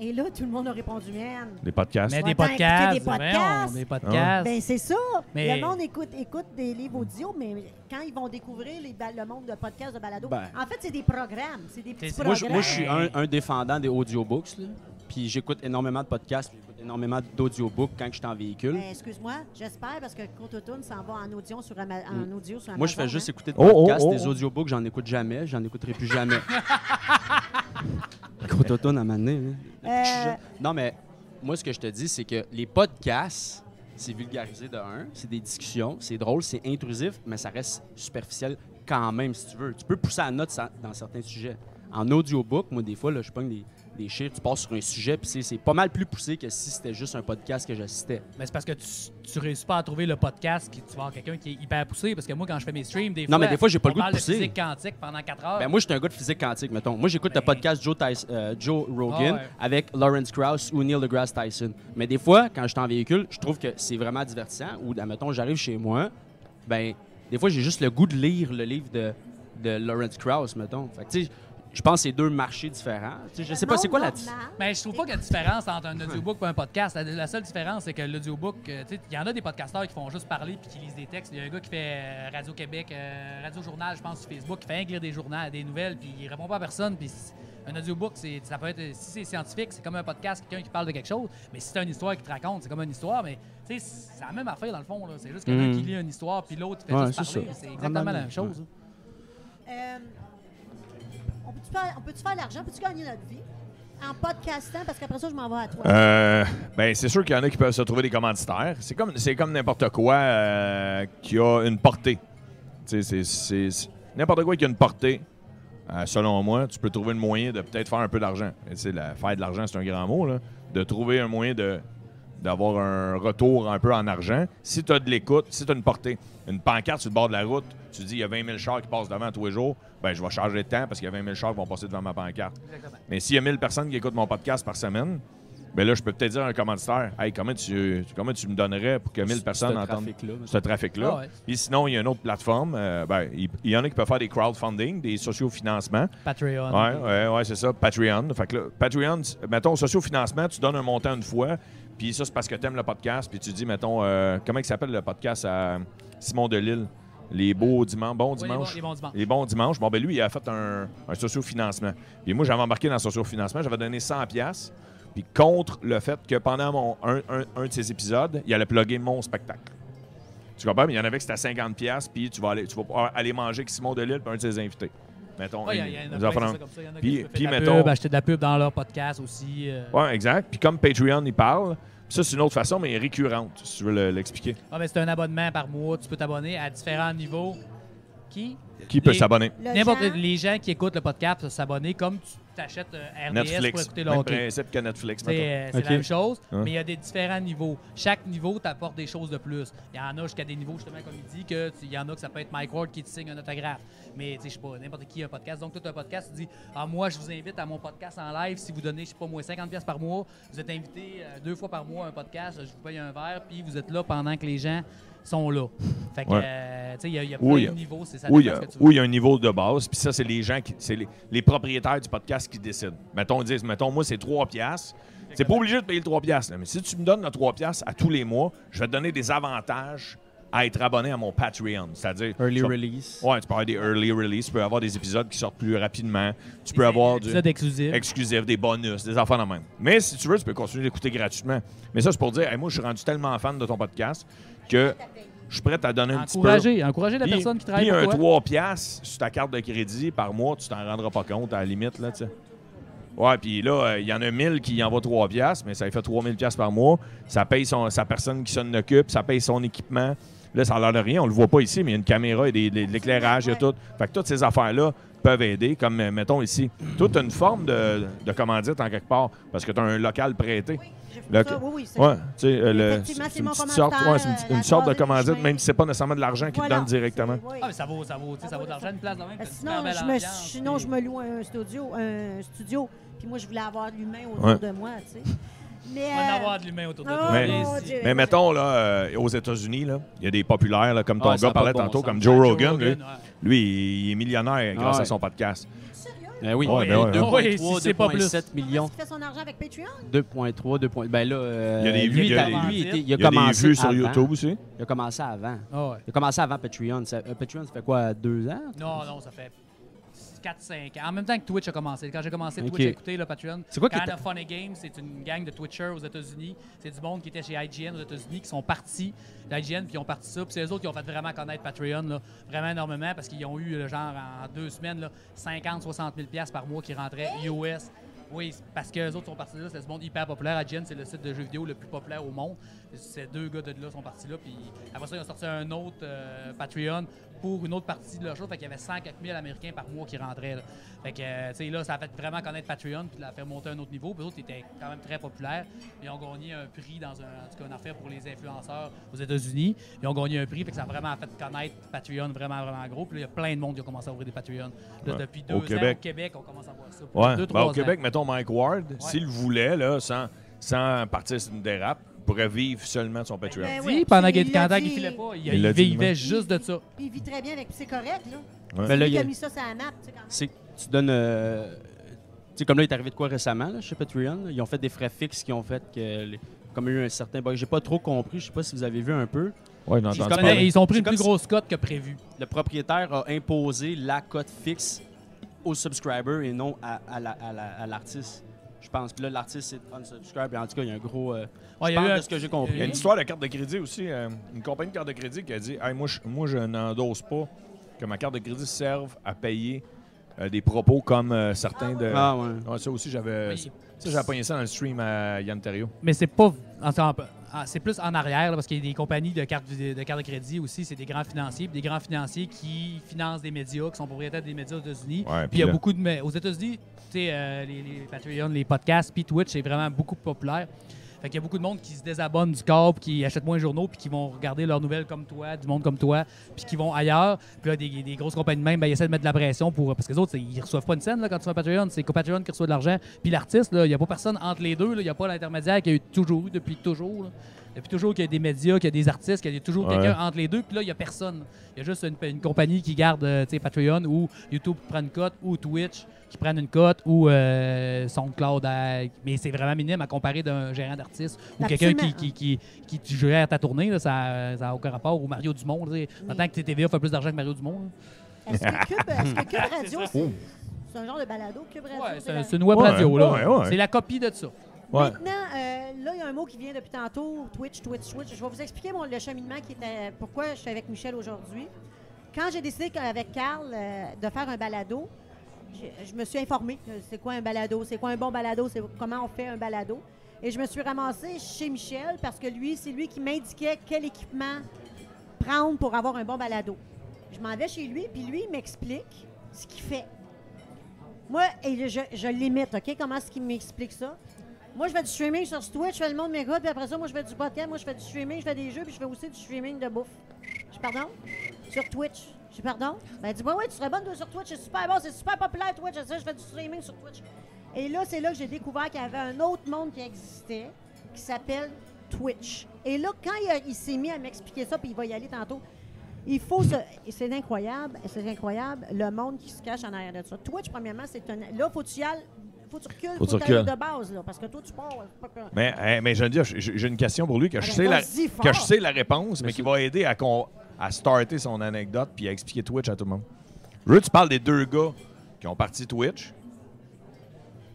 A: Et là, tout le monde a répondu, man.
C: Les podcasts.
D: Mais
A: des
D: des
A: attends, podcasts, écoutez
D: podcasts,
A: des podcasts.
D: des
C: Ah.
D: podcasts.
A: Ben, c'est ça.
D: Mais-
A: Le monde écoute, écoute des livres audio, mais quand ils vont découvrir les ba- le monde de podcasts de balado,
B: Ben.
A: en fait, c'est des programmes. C'est des petits
D: c'est-
A: programmes.
B: Moi, je, moi, je suis un, un défendant des audiobooks. là. Puis j'écoute énormément de podcasts, puis j'écoute énormément d'audiobooks quand je suis en véhicule.
A: Ben, excuse-moi, j'espère, parce que Côte-Automne s'en va en audio sur, Ama- en audio sur
B: Mm. Moi, je fais
A: Amazon,
B: juste
A: hein.
B: écouter des
C: Oh, oh,
B: podcasts,
C: oh,
B: des
C: oh.
B: audiobooks, j'en écoute jamais, j'en écouterai plus jamais. Gros automne à maner.
C: hein.
A: Euh,
B: Non, mais moi, ce que je te dis, c'est que les podcasts, c'est vulgarisé de un, c'est des discussions, c'est drôle, c'est intrusif, mais ça reste superficiel quand même, si tu veux. Tu peux pousser à la note sa- dans certains sujets. En audiobook, moi, des fois, là, je pogne des, des chiffres, tu passes sur un sujet, puis c'est- c'est pas mal plus poussé que si c'était juste un podcast que j'assistais.
D: Mais c'est parce que tu, tu réussis pas à trouver le podcast qui tu vas avoir quelqu'un qui est hyper poussé. Parce que moi, quand je fais mes streams, des
B: Non,
D: fois.
B: mais des fois, j'ai pas le
D: on
B: goût de
D: parle
B: pousser.
D: physique quantique pendant 4 heures.
B: Ben moi, j'étais un gars de physique quantique, mettons. Moi, j'écoute le
D: Ben-
B: podcast Joe, Tyson- euh, Joe Rogan
D: Ah ouais.
B: avec Lawrence Krauss ou Neil deGrasse Tyson. Mais des fois, quand je suis en véhicule, je trouve que c'est vraiment divertissant. Ou, mettons, j'arrive chez moi, ben des fois, j'ai juste le goût de lire le livre de, de Lawrence Krauss, mettons. Fait que, tu sais, je pense que c'est deux marchés différents. Tu sais, je sais pas,
A: Non,
B: c'est quoi la... di-
A: normal.
D: Mais Ben, je trouve pas qu'il y a de différence entre un audiobook et un podcast. La, la seule différence, c'est que l'audiobook, euh, tu sais, il y en a des podcasteurs qui font juste parler puis qui lisent des textes. Il y a un gars qui fait euh, Radio-Québec, euh, Radio-Journal, je pense, sur Facebook, qui fait rien que lire des journaux, des nouvelles, puis il répond pas à personne. Puis c- un audiobook, c'est- ça peut être, si c'est scientifique, c'est comme un podcast, quelqu'un qui parle de quelque chose. Mais si c'est une histoire qui te raconte, c'est comme une histoire. Mais tu sais, c'est la même affaire dans le fond. là. C'est juste quelqu'un
B: Mhm.
D: qui lit une histoire, puis l'autre fait
B: Ouais,
D: juste
B: c'est
D: parler.
B: ça.
D: C'est exactement la même chose.
A: Euh, on peut-tu faire, on peut-tu faire l'argent? Peux-tu gagner notre vie? En podcastant, parce qu'après ça, je m'en vais à toi.
C: Euh, ben, c'est sûr qu'il y en a qui peuvent se trouver des commanditaires. C'est comme, c'est comme n'importe quoi euh, qui a une portée. Tu sais, c'est- c'est- c'est- n'importe quoi qui a une portée. euh, selon moi, tu peux trouver le moyen de peut-être faire un peu d'argent. Et tu sais, la- faire de l'argent, c'est un grand mot. Là. De trouver un moyen de, d'avoir un retour un peu en argent. Si tu as de l'écoute, si tu as une portée, une pancarte sur le bord de la route, tu dis il y a 20 000 chars qui passent devant tous les jours, ben, je vais charger de temps parce qu'il y a 20 000 chars qui vont passer devant ma pancarte.
D: Exactement.
C: Mais s'il y a 1000 personnes qui écoutent mon podcast par semaine, ben là, je peux peut-être dire à un commanditaire Hey, comment tu, comment tu me donnerais pour que 1000 personnes
B: Ce
C: entendent
B: trafic-là, mettons.
C: ce trafic-là
D: Ah ouais.
C: Puis sinon, il y a une autre plateforme. euh, ben, il il y en a qui peuvent faire des crowdfunding, des sociofinancements.
D: Patreon.
C: Ouais, ouais, ouais, c'est ça, Patreon. Fait que là, Patreon, c- mettons, sociofinancement, tu donnes un montant une fois, puis ça, c'est parce que t'aimes le podcast, puis tu dis, mettons, euh, comment il s'appelle le podcast à Simon Delille Les beaux dimanches, bons
D: les
C: dimanches.
D: bons- les bons dimanches.
C: Les bons dimanches. Bon, ben lui, il a fait un, un sociofinancement. Et moi, j'avais embarqué dans le sociofinancement, j'avais donné 100$, piastres, puis contre le fait que pendant mon, un, un- un de ses épisodes, il allait plugger mon spectacle. Tu comprends? Mais il y en avait que c'était à 50$, piastres, puis tu vas aller, tu vas pouvoir aller manger avec Simon Delille, puis un de ses invités. Mettons,
D: Ouais, il y a-
C: une-
D: il y en a
C: nous
D: plein,
C: offrant-
D: c'est ça, comme ça. Il y en a qui
C: Puis-
D: se fait
C: puis,
D: de la
C: mettons-
D: pub, acheter de la pub dans leur podcast aussi. euh.
C: Oui, exact. Puis comme Patreon, il parle, ça, c'est une autre façon, mais récurrente, si tu veux le- l'expliquer.
D: Ah, mais c'est un abonnement par mois. Tu peux t'abonner à différents niveaux. Qui?
C: Qui peut
D: Les-
C: s'abonner?
A: Le
D: N'importe
A: Jean-
D: les gens qui écoutent le podcast peuvent s'abonner comme tu t'achètes euh, un RDS pour
C: Netflix.
D: écouter le
C: Même
D: hockey.
C: principe que Netflix.
D: C'est
C: mettons.
D: euh, c'est
B: Ok.
D: la même chose,
C: Hein?
D: mais il y a des différents niveaux. Chaque niveau t'apporte des choses de plus. Il y en a jusqu'à des niveaux, justement, comme il dit, que tu- il y en a que ça peut être Mike Ward qui te signe un autographe. Mais, tu sais, je sais pas, n'importe qui a un podcast. Donc, tout un podcast, tu dis, ah, moi, je vous invite à mon podcast en live. Si vous donnez, je sais pas, moi, 50$ piastres par mois, vous êtes invité euh, deux fois par mois à un podcast, je vous paye un verre, puis vous êtes là pendant que les gens sont là. Fait que,
C: Ouais.
D: euh, tu sais, il y a, il y a plein
C: Oui, il y
D: de
C: a-
D: niveaux, c'est ça.
C: Où il y
D: dépend
C: a-
D: ce que tu veux.
C: où il y a un niveau de base, puis ça, c'est les gens, qui, c'est les, les propriétaires du podcast qui décident. Mettons, ils disent, mettons, moi, c'est 3 piastres. C'est pas obligé de payer le 3 piastres, là, mais si tu me donnes le 3 piastres à tous les mois, je vais te donner des avantages à être abonné à mon Patreon. C'est-à-dire...
B: Early
C: tu vas-
B: release.
C: Ouais, tu peux avoir des early release, tu peux avoir des épisodes qui sortent plus rapidement, tu
D: Des
C: peux avoir du...
D: épisodes exclusifs.
C: exclusifs, des bonus, des affaires de même. Mais si tu veux, tu peux continuer d'écouter gratuitement. Mais ça, c'est pour dire, Hey, moi, je suis rendu tellement fan de ton podcast que je suis prêt à donner un petit peu.
D: Encourager, encourager la
C: Puis-
D: personne qui travaille
C: puis
D: pour
C: un
D: toi.
C: 3 piastres sur ta carte de crédit par mois, tu t'en rendras pas compte à la limite, là, tu sais. Ouais, puis là, euh, il y en a 1000 qui envoient 3 piastres, mais ça lui fait 3000 piastres par mois. Ça paye son, sa personne qui s'en occupe, ça paye son équipement. Là, ça a l'air de rien, on le voit pas ici, mais il y a une caméra, il y a des- des- de l'éclairage, il y a
A: Ouais.
C: tout. Fait que toutes ces affaires-là peuvent aider, comme, euh, mettons ici, toute une forme de, de commandite en quelque part, parce que tu as un local prêté.
A: Oui, j'ai fait
C: Le-
A: ça, oui, oui, c'est-
C: Ouais, tu sais, euh, le-
A: Effectivement, c'est
C: une
A: mon
C: petite sorte,
A: commanditaire,
C: ouais, c'est une, petite-
A: euh, la
C: une sorte de
A: croisée du
C: commandite,
A: chemin.
C: même si c'est pas nécessairement de l'argent qu'ils te
A: Voilà.
C: donnent directement.
A: C'est- oui.
D: Ah, mais ça vaut, ça vaut, tu sais, ça vaut de l'argent, une place dans même.
A: Ben,
D: t'as une
A: sinon,
D: super belle
A: je me,
D: ambiance,
A: sinon,
D: puis-
A: je me loue un studio, un studio, puis moi, je voulais avoir l'humain autour
C: Ouais.
A: de moi, tu sais. Mais,
D: On va en
A: euh,
D: avoir de l'humain autour de
A: oh
D: toi.
C: Mais-
A: mon
D: Allez-y.
A: Dieu.
C: Mais mettons, là, euh, aux États-Unis, là, il y a des populaires, là, comme ton
B: Ah, ça
C: gars
B: a
C: parlait
B: pas de bon
C: tantôt,
B: sens. hein.
C: comme Joe Rogan.
D: Rogan,
C: lui,
D: ouais.
C: lui, il est millionnaire grâce
B: ouais.
C: à son podcast.
B: Ben oui,
C: Ouais, ben ouais.
B: 2,3,
D: Ouais, si c'est pas plus.
B: 2,7 millions.
A: Parce qu'il fait son argent avec Patreon.
B: 2,3, 2. point- Ben là, euh,
C: Il y a des vues,
B: lui,
C: il y a
B: il
D: des-
B: lui, il était- il a
C: Il y a des
B: commencé
C: vues sur
B: avant.
C: YouTube aussi.
B: Il a commencé avant.
D: Ah ouais.
B: Il a commencé avant Patreon. Ça- euh, Patreon, ça fait quoi, deux ans?
D: Non, non, ça fait 4-5 ans. En même temps que Twitch a commencé. Quand j'ai commencé
B: Ok.
D: Twitch à écouter le Patreon,
B: C'est quoi qui
D: Kind
B: t'a-
D: of Funny Games, c'est une gang de Twitchers aux États-Unis. C'est du monde qui était chez IGN aux États-Unis, qui sont partis d'IGN, puis ils ont parti ça. Puis c'est eux autres qui ont fait vraiment connaître Patreon, là, vraiment énormément, parce qu'ils ont eu, là, genre, en deux semaines, là, 50, 60 000 piastres par mois qui rentraient US. Oui, c'est parce que les autres sont partis de là, c'est du monde hyper populaire. IGN, c'est le site de jeux vidéo le plus populaire au monde. Ces deux gars de là sont partis là, puis après ça, ils ont sorti un autre euh, Patreon pour une autre partie de leur chose. Fait qu'il y avait 100 quelques mille Américains par mois qui rentraient. Là. Fait que, euh, tu sais, là, ça a fait vraiment connaître Patreon, puis l'a fait monter à un autre niveau. Puis eux autres étaient quand même très populaires. Ils ont gagné un prix dans un, en tout cas, une affaire pour les influenceurs aux États-Unis. Ils ont gagné un prix, fait que ça a vraiment fait connaître Patreon vraiment, vraiment gros. Puis là, il y a plein de monde qui ont commencé à ouvrir des Patreon. Là,
C: Ouais.
D: depuis
C: Au
D: deux ans,
C: Québec.
D: au Québec, on commence à voir ça.
C: Ouais.
D: Deux,
C: Ben,
D: trois
C: au
D: ans.
C: Québec, mettons Mike Ward, s'il voulait, là, sans, sans partir sur une dérape, pourrait vivre seulement de son Patreon.
A: Ben
D: Oui,
A: ouais,
D: pendant
A: puis
D: qu'il
A: l'a
D: était il
A: dit-
D: filait pas. Il,
C: Il l'a
D: il
C: dit
D: vivait
C: lui-même.
D: juste de ça.
A: Puis il vit très bien avec. puis c'est correct, là.
B: Ben là, il
A: Il
B: y a-
A: a mis ça sur la map, tu sais, quand même.
B: c'est tu donnes. euh, tu sais, comme là, il est arrivé de quoi récemment là, chez Patreon? là? Ils ont fait des frais fixes qui ont fait que. les- comme il y a eu un certain bug. J'ai pas trop compris, je sais pas si vous avez vu un peu.
C: Oui,
B: entendu
C: j'ai entendu
B: comme-
D: Mais
C: parler.
B: parler.
D: ils ont pris
B: C'est
D: une
B: comme
D: plus
B: si-
D: grosse cote que prévu.
B: Le propriétaire a imposé la cote fixe au subscriber et non à, à la- à la- à l'artiste. Je pense que là, l'artiste est unsubscribe. Et en tout cas, il y a un gros. euh,
D: Ouais, il
B: je
D: y a eu
B: pense
D: un-
B: de ce que j'ai
D: il
C: Il y a
B: compris.
C: une histoire de carte de crédit aussi. euh, une compagnie de carte de crédit qui a dit Hey, moi, je, moi, je n'endosse pas que ma carte de crédit serve à payer euh, des propos comme euh, certains de.
B: Ah, ouais.
C: Ouais, ça aussi, j'avais.
D: Oui.
C: Ça, j'avais pogné ça dans le stream à Yann Terrio.
D: Mais c'est pas. en- en- en- C'est plus en arrière, là, parce qu'il y a des compagnies de cartes de, de cartes de crédit aussi, c'est des grands financiers, puis des grands financiers qui financent des médias, qui sont propriétaires des médias aux États-Unis.
C: Ouais,
D: puis il y
C: puis là-
D: a beaucoup de. mais Aux États-Unis, tu sais, euh, les, les Patreon, les podcasts, puis Twitch, c'est vraiment beaucoup populaire. Fait qu'il y a beaucoup de monde qui se désabonne du corps, puis qui achètent moins de journaux, puis qui vont regarder leurs nouvelles comme toi, du monde comme toi, puis qui vont ailleurs. Puis là, des, des grosses compagnies de même, ben, ils essaient de mettre de la pression pour. Parce que les autres, c'est- ils reçoivent pas une scène là, quand tu fais un Patreon. C'est que Patreon qui reçoit de l'argent. Puis l'artiste, là, il n'y a pas personne entre les deux. là. Il n'y a pas l'intermédiaire qu'il y a eu toujours eu depuis toujours. là. Depuis toujours qu'il y a des médias, qu'il y a des artistes, qu'il y a toujours
C: Ouais.
D: quelqu'un entre les deux. Puis là, il n'y a personne. Il y a juste une, une compagnie qui garde euh, tu sais, Patreon ou YouTube qui prend une cote ou Twitch qui prennent une cote ou euh, SoundCloud. euh, mais c'est vraiment minime à comparer d'un gérant d'artiste ou quelqu'un qui,
A: Absolument.
D: qui, qui, qui te gère ta tournée. là, ça n'a aucun rapport. Ou Mario Dumont. tu sais.
A: Oui.
D: Maintenant que TVA fait plus d'argent que Mario Dumont. là.
A: Est-ce que Cube, est-ce que
D: <laughs>
A: Cube Radio,
E: C'est ça,
A: c'est c'est un genre de balado, Cube Radio?
D: Ouais,
A: c'est
D: c'est
A: la-
D: c'est une web
C: Ouais,
D: radio, là.
C: ouais, ouais.
D: C'est la copie de ça.
C: Ouais.
A: Maintenant, euh, là, il y a un mot qui vient depuis tantôt, Twitch, Twitch, Twitch. Je vais vous expliquer mon, le cheminement qui était pourquoi je suis avec Michel aujourd'hui. Quand j'ai décidé qu'avec Carl euh, de faire un balado, je, je me suis informée de c'est quoi un balado, c'est quoi un bon balado, c'est comment on fait un balado. Et je me suis ramassée chez Michel parce que lui, c'est lui qui m'indiquait quel équipement prendre pour avoir un bon balado. Je m'en vais chez lui, puis lui, il m'explique ce qu'il fait. Moi, et le- je, je limite, OK? Comment est-ce qu'il m'explique ça? Moi, je fais du streaming sur Twitch, je fais le monde m'écoute, puis après ça, moi, je fais du podcast, moi, je fais du streaming, je fais des jeux, puis je fais aussi du streaming de bouffe. Je pardon? Sur Twitch. Je pardon? Ben, dis-moi, oui, tu serais bonne, toi, sur Twitch, c'est super bon, c'est super populaire, Twitch, je sais, je fais du streaming sur Twitch. Et là, c'est là que j'ai découvert qu'il y avait un autre monde qui existait, qui s'appelle Twitch. Et là, quand il, a- il s'est mis à m'expliquer ça, puis il va y aller tantôt, il faut se. et C'est incroyable, c'est incroyable le monde qui se cache en arrière de ça. Twitch, premièrement, c'est un. Là, faut que tu y ailles- Faut que tu recules, faut,
C: tu
A: que tu ailles
C: recules.
A: de base, là, parce que toi, tu pars. euh, pas que-
C: Mais, hey, mais je veux dire, j'ai j'ai une question pour lui que je,
A: Alors,
C: sais la,
A: vas-y fort.
C: que je sais la réponse, mais qui
B: Monsieur.
C: va aider à, con- à starter son anecdote puis à expliquer Twitch à tout le monde. Je veux que tu parles des deux gars qui ont parti Twitch,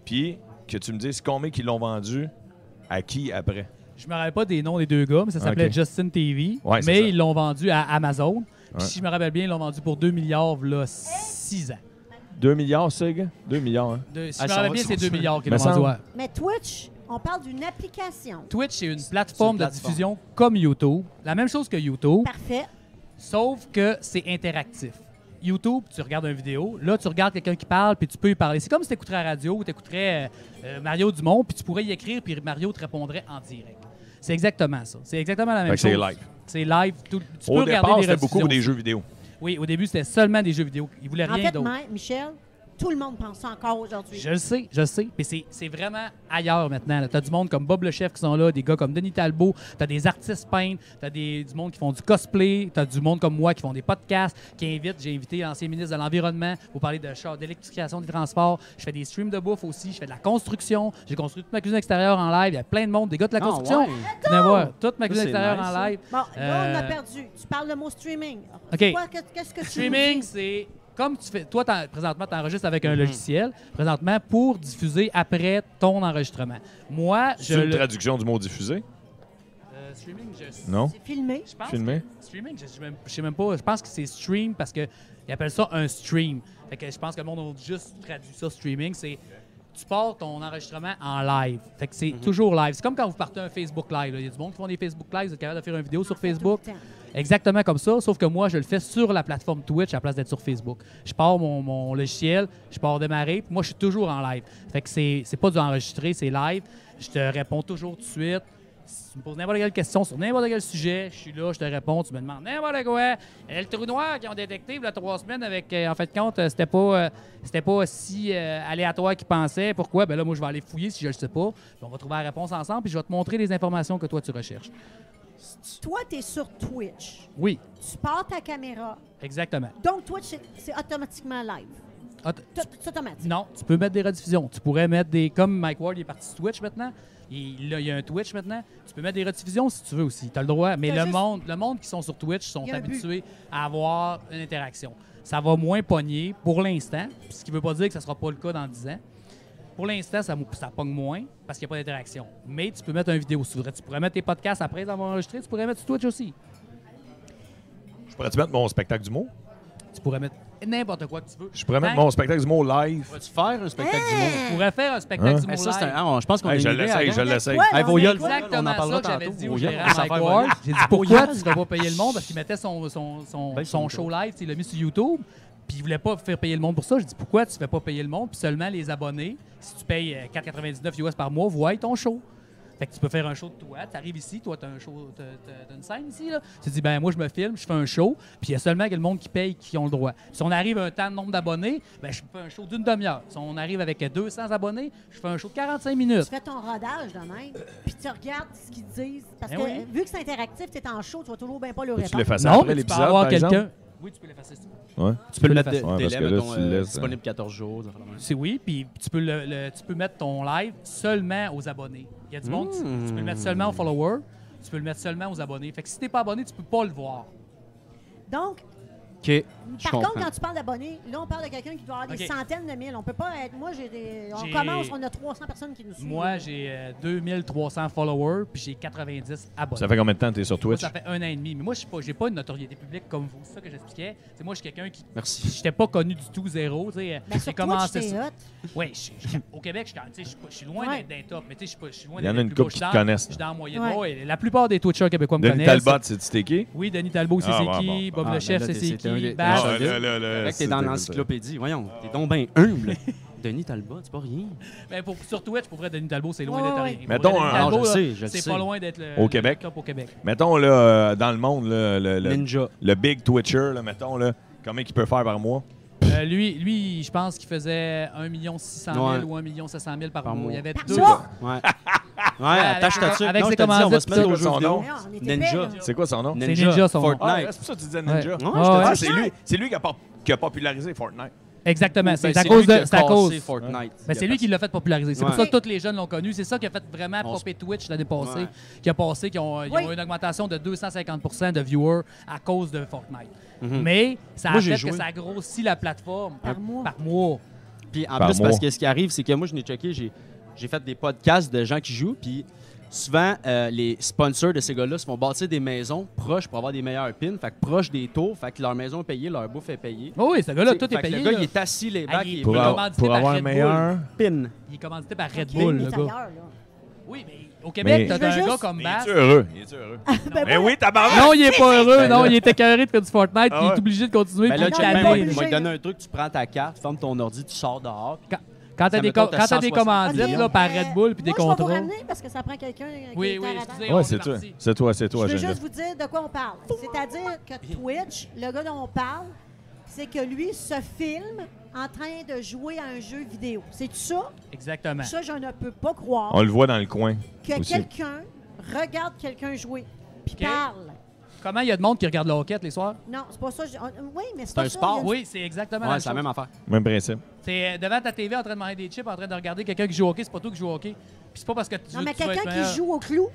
C: puis que tu me dises combien ils l'ont vendu, à qui après.
D: Je me rappelle pas des noms des deux gars, mais ça s'appelait
C: Ok.
D: Justin TV.
C: Ouais, c'est ça.
D: mais ils l'ont vendu à Amazon.
C: Ouais.
D: Puis si je me rappelle bien, ils l'ont vendu pour 2 milliards, là, 6 ans.
C: 2 milliards, c'est, gars? 2 milliards, hein?
D: De- si
B: Ah,
D: je me
B: ça
D: rappelle
B: va-
D: bien,
B: ça
D: c'est
B: va-
D: 2 milliards qu'ils
C: Me
D: l'ont vendu.
C: semble.
D: ouais.
A: Mais Twitch, on parle d'une application.
D: Twitch, c'est une plateforme de
B: plateforme.
D: diffusion comme YouTube. La même chose que YouTube,
A: Parfait.
D: sauf que c'est interactif. YouTube, tu regardes une vidéo, là, tu regardes quelqu'un qui parle, puis tu peux y parler. C'est comme si tu écouterais la radio ou tu écouterais Mario Dumont, puis tu pourrais y écrire, puis Mario te répondrait en direct. C'est exactement ça. C'est exactement la même
C: Fait que
D: chose.
C: Ben, c'est live.
D: C'est live. tout- tu peux
C: Au
D: regarder
C: départ,
D: des
C: c'était beaucoup
D: rediffusions.
C: des jeux vidéo.
D: Oui, au début, c'était seulement des jeux vidéo. Ils voulaient
A: En
D: rien
A: fait,
D: d'autre.
A: Ma- Michel, Tout le monde pense ça encore aujourd'hui.
D: Je le sais, je le sais. Puis c'est- c'est vraiment ailleurs maintenant. là. T'as du monde comme Bob le Chef qui sont là, des gars comme Denis Talbot, t'as des artistes peintres, t'as des- du monde qui font du cosplay, t'as du monde comme moi qui font des podcasts, qui invitent. J'ai invité l'ancien ministre de l'Environnement pour parler de char, d'électrification des transports. Je fais des streams de bouffe aussi, je fais de la construction. J'ai construit toute ma cuisine extérieure en live. Il y a plein de monde, des gars de la
B: Ah,
D: construction.
B: ouais.
D: Venez voir, toute ma cuisine
B: c'est
D: extérieure
B: nice,
D: en
B: ça.
D: live.
A: Bon, là, on a
D: Euh,
A: perdu. Tu parles le mot streaming.
D: OK.
A: C'est quoi? Que- Qu'est-ce que tu
D: Streaming,
A: dis?
D: c'est comme tu fais. Toi, t'en- présentement, tu enregistres avec
C: Mhm.
D: un logiciel, présentement, pour diffuser après ton enregistrement. Moi, je.
C: C'est une
D: le-
C: traduction du mot diffusé?
D: Euh, streaming, je.
C: Non?
A: C'est filmé.
D: Je pense
C: Filmé?
D: que- streaming, je, je, même- je sais même pas. Je pense que c'est stream parce qu'ils appellent ça un stream. Fait que je pense que le monde a juste traduit ça streaming. C'est. Tu pars ton enregistrement en live. Fait que
C: Mhm.
D: c'est toujours live. C'est comme quand vous partez un Facebook live. là. Il y a du monde qui font des Facebook live. Vous êtes capable de faire une vidéo sur
A: fait tout le
D: Facebook.
A: temps.
D: Exactement comme ça, sauf que moi, je le fais sur la plateforme Twitch à la place d'être sur Facebook. Je pars mon, mon logiciel, je pars démarrer, puis moi, je suis toujours en live. Fait que c'est c'est pas du enregistré, c'est live. Je te réponds toujours tout de suite. Si tu me poses n'importe quelle question sur n'importe quel sujet, je suis là, je te réponds, tu me demandes n'importe quoi. Euh, Le trou noir qu'ils ont détecté il y a trois semaines avec, euh, en fait, compte, euh, c'était pas, euh, c'était pas si euh, aléatoire qu'ils pensaient. Pourquoi? Ben là, moi, je vais aller fouiller si je le sais pas. Puis on va trouver la réponse ensemble, puis je vais te montrer les informations que toi, tu recherches.
A: Toi, tu es sur Twitch.
D: Oui,
A: Tu pars ta caméra.
D: exactement.
A: Donc, Twitch, c'est- c'est automatiquement live.
D: Att-
A: Tout- C'est automatique.
D: Non, tu peux mettre des rediffusions. Tu pourrais mettre des. Comme Mike Ward, il est parti sur Twitch maintenant. Il, là, il y a un Twitch maintenant. Tu peux mettre des rediffusions si tu veux aussi. Tu as le droit. Mais
A: T'as
D: le,
A: juste-
D: monde, le monde qui sont sur Twitch sont
A: Il y a un but.
D: habitués à avoir une interaction. Ça va moins pogner pour l'instant, ce qui ne veut pas dire que ça ne sera pas le cas dans 10 ans. Pour l'instant, ça, mou- ça pogne moins parce qu'il n'y a pas d'interaction. Mais tu peux mettre une vidéo si tu voudrais. Tu pourrais mettre tes podcasts après les avoir enregistrés. Tu pourrais mettre sur Twitch aussi.
C: Je pourrais-tu mettre mon spectacle du mot?
D: Tu pourrais mettre n'importe quoi que tu veux.
C: Je pourrais mettre
D: Tant
C: mon spectacle du mot live.
B: Vas-tu faire un spectacle du monde?
D: que Tu pourrais faire un spectacle
C: Hein?
D: du
B: Hey,
D: mot
B: ça, c'est
D: live.
B: un- ah, on- je pense qu'on
C: Hey,
B: a
C: je
B: une idée,
C: l'essaye,
B: Adam.
C: je l'essaye.
A: Ouais,
B: Hey,
A: non,
B: Voyol,
A: mais quoi?
B: Voyol, on en
D: Exactement
B: parlera
D: ça que j'avais
B: tantôt.
D: dit au
B: Voyol,
D: gérant
B: on s'en
D: Mike
B: va, Voyol.
D: Ward. J'ai dit pourquoi tu vas pas payer le monde parce qu'il mettait son, son, son,
B: Ben,
D: son
B: son
D: show live, il l'a mis sur YouTube. Puis il voulait pas faire payer le monde pour ça. J'ai dit pourquoi tu fais pas payer le monde puis seulement les abonnés, si tu payes euh, 4,99 US par mois, voient ton show. Fait que tu peux faire un show de toi, tu arrives ici, toi tu as un show, t'as- t'as- t'as une scène ici là. Tu te dis ben moi je me filme, je fais un show, puis il y a seulement que le monde qui paye qui ont le droit. Si on arrive à un temps de nombre d'abonnés, ben je fais un show d'une demi-heure. Si on arrive avec euh, 200 abonnés, je fais un show de 45 minutes.
A: Tu fais ton rodage de même, puis tu regardes ce qu'ils disent. Parce
D: Ben
A: que
D: oui.
A: vu que c'est interactif, tu es en show, tu vas toujours bien pas le
C: Peux-tu
A: répondre.
C: l'effacer
D: Non,
C: après
D: mais tu peux
C: l'épisode,
D: avoir
C: par exemple?
D: quelqu'un. Oui, tu peux l'effacer. si tu veux.
C: Ouais.
B: Tu peux le
D: de
B: mettre
D: toute façon.
B: de-
C: Ouais, parce
B: délai,
C: que là,
B: mettons,
C: tu le
B: euh,
C: laisses, hein.
B: disponible 14 jours. des affaires de même.
D: C'est oui, puis tu peux, le, le- tu peux mettre ton live seulement aux abonnés. Il y a du monde, tu,
C: Hmm.
D: tu peux le mettre seulement aux followers, tu peux le mettre seulement aux abonnés. Fait que si t'es pas abonné, tu peux pas le voir.
A: Donc,
B: OK, je
A: par
B: comprends.
A: contre, quand tu parles d'abonnés, là, on parle de quelqu'un qui doit avoir des
D: Ok.
A: centaines de mille. On peut pas être. Moi, j'ai des. On
D: J'ai-
A: commence, on a 300 personnes qui nous suivent.
D: Moi,
C: Hmm.
D: j'ai euh, 2300 followers, puis j'ai 90 abonnés.
C: Ça fait combien de temps que tu es sur
D: Moi,
C: Twitch?
D: ça fait un an et demi. Mais moi, je n'ai pas, j'ai pas une notoriété publique comme vous. C'est ça que j'expliquais. C'est moi, je suis quelqu'un qui.
C: Euh,
B: Merci.
D: J'étais pas connu du tout, zéro. tu sais.
A: Mais Ben, sur
D: J'ai
A: Twitch,
D: commencé.
A: t'es
D: sur-
A: hot.
D: Oui, je- je- au Québec, je suis quand- tu sais, je suis pas- je suis loin
A: Ouais.
D: d'être d'un top, mais tu sais, je suis pas- je suis loin
C: Il y en a
D: d'être le
C: une
D: plus
C: couple
D: gros.
C: qui
D: Je suis
C: te
D: dans-
C: connaissent,
D: Je suis dans la moyenne.
A: Ouais.
D: Ouais, la plupart des Twitchers québécois me
C: Denis
D: connaissent.
C: Talbot, c'est-tu qui?
D: Oui, Denis Talbot, c'est
C: Ah,
D: c'est
C: bon,
D: qui.
C: bon.
D: Bob
B: Ah,
D: le
B: ben
D: chef,
B: là,
D: c'est
B: t'es-
D: c'est
B: t'es un des-
D: qui.
B: Ah,
D: Bash.
B: ouais.
C: là,
B: Fait que t'es dans l'encyclopédie, voyons. T'es donc bien
C: <laughs>
B: humble. Denis Talbot, c'est pas rien.
D: Ben, pour, sur Twitch, pour vrai, Denis Talbot, c'est loin
A: Ouais,
D: d'être
A: ouais.
D: rien. Pour
C: Mettons
D: vrai,
C: un-
D: Denis
B: Alors, Ah, je
D: Talbot,
B: le
D: là,
B: sais, je le
D: C'est
B: sais.
D: pas loin d'être le,
C: Au
D: le
C: Québec.
D: top au Québec.
C: Mettons, là, euh, dans le monde, là, le, le-
B: Ninja.
C: le big Twitcher, là, mettons, là, combien il peut faire par mois?
D: Euh, lui, lui, je pense qu'il faisait 1 600 000
B: Ouais.
D: ou 1 700 000 par,
B: Par
D: mois.
B: mois.
D: Il y avait
A: Par
D: deux.
A: mois?
B: Ouais. Ouais, attache ta tuque.
D: avec
B: Non,
D: ses
B: je te dis, on va
D: commandites,
B: se mettre
D: tout
B: au
C: ça.
B: jeu vidéo.
A: Non, on était
B: Ninja.
A: pires, là.
C: C'est quoi son nom?
D: C'est Ninja, son nom.
C: Ah,
B: Fortnite.
C: c'est pour ça que tu disais Ninja.
D: Ouais.
B: Non,
D: Ah,
B: je te
D: ouais.
C: Ah,
B: dis,
C: c'est lui, c'est lui qui a, pop- qui a popularisé Fortnite.
D: Exactement.
B: Ben,
D: C'est à
B: c'est
D: cause
B: lui qui
D: de.
B: a
D: C'est à cause.
B: cassé Fortnite.
D: Ben, c'est lui qui l'a fait populariser. C'est pour
B: Ouais.
D: ça que tous les jeunes l'ont connu. C'est ça qui a fait vraiment
B: On s-
D: popper Twitch l'année passée,
B: Ouais.
D: qui a passé, qui ont, ils ont
A: Oui.
D: eu une augmentation de 250 de viewers à cause de Fortnite. Mais ça a
B: Moi, j'ai
D: fait
B: joué.
D: que ça grossit la plateforme
A: Par mois.
D: mois.
B: Puis en
C: Par
B: plus,
C: mois.
B: parce que ce qui arrive, c'est que moi, je n'ai checké, j'ai, j'ai fait des podcasts de gens qui jouent, puis souvent, euh, les sponsors de ces gars-là se font bâtir des maisons proches pour avoir des meilleurs pins, fait que proches des tours, fait que leur maison est payée, leur bouffe est payée.
D: Oh oui, ce gars-là,
B: Tu sais,
D: tout est
B: fait que
D: payé.
B: Le gars,
D: là.
B: il est assis les
D: Ah,
B: bacs,
D: il est
B: il est
D: Pour
B: pris
D: avoir-
B: leur
D: pour avoir un meilleur,
B: pin.
D: Il est commandité par Red
A: Ok,
D: Bull,
A: il
D: le
A: est
D: gars.
A: ailleurs, là.
D: Oui, mais au Québec,
C: Mais-
D: t'as
A: Je veux
D: un gars
A: juste-
C: Il
D: comme
C: est
D: Bass.
C: heureux? Il est heureux?
A: Ben
C: Mais
A: voilà.
C: oui, tabarnak!
D: Non, il est pas heureux. Non, il est écœuré de faire du Fortnite.
C: Ah
D: puis Il
C: ouais.
D: est obligé de continuer
B: Ben là,
D: toute
A: check bien,
B: check, ben,
A: moi,
B: moi,
D: l'année.
B: je vais
A: obligé,
B: te donner un truc, tu prends ta carte, ferme ton ordi, tu sors dehors. puis-
D: Quand t'as
B: Ça
D: des,
B: me coûte
D: com- quand t'as des
B: 160
D: commandites
A: Ok,
B: millions.
D: là, par
A: euh,
D: Red Bull puis des
A: moi, Je vais
D: contrats.
A: vous ramener parce que ça prend quelqu'un qui
D: Oui,
A: est
D: oui,
A: en avant.
D: excusez, on
C: Ouais,
D: est
C: c'est toi.
D: parti.
C: C'est toi, c'est toi,
A: Je veux
C: Geneviève.
A: juste vous dire de quoi on parle. C'est-à-dire que Twitch, le gars dont on parle, c'est que lui se filme en train de jouer à un jeu vidéo. C'est ça?
D: Exactement.
A: Ça, je ne peux pas croire
C: On le voit dans le coin.
A: que
C: aussi.
A: quelqu'un regarde quelqu'un jouer puis
D: OK.
A: parle.
D: Comment il y a de monde qui regarde la hockey les soirs?
A: Non, c'est pas ça. je- on- Ah oui, mais c'est
B: C'est
A: pas
B: un
A: ça,
B: sport,
A: il y a une-
D: Oui, c'est exactement la
B: Ouais,
D: même
B: c'est la
D: chose.
B: même affaire.
C: Même principe.
D: T'es euh, devant ta TV en train de manger des chips, en train de regarder quelqu'un qui joue au hockey, c'est pas toi qui joue au hockey. Puis c'est pas parce que tu
A: Non, mais
D: tu vas être
A: quelqu'un
D: meilleur.
A: qui joue au clou.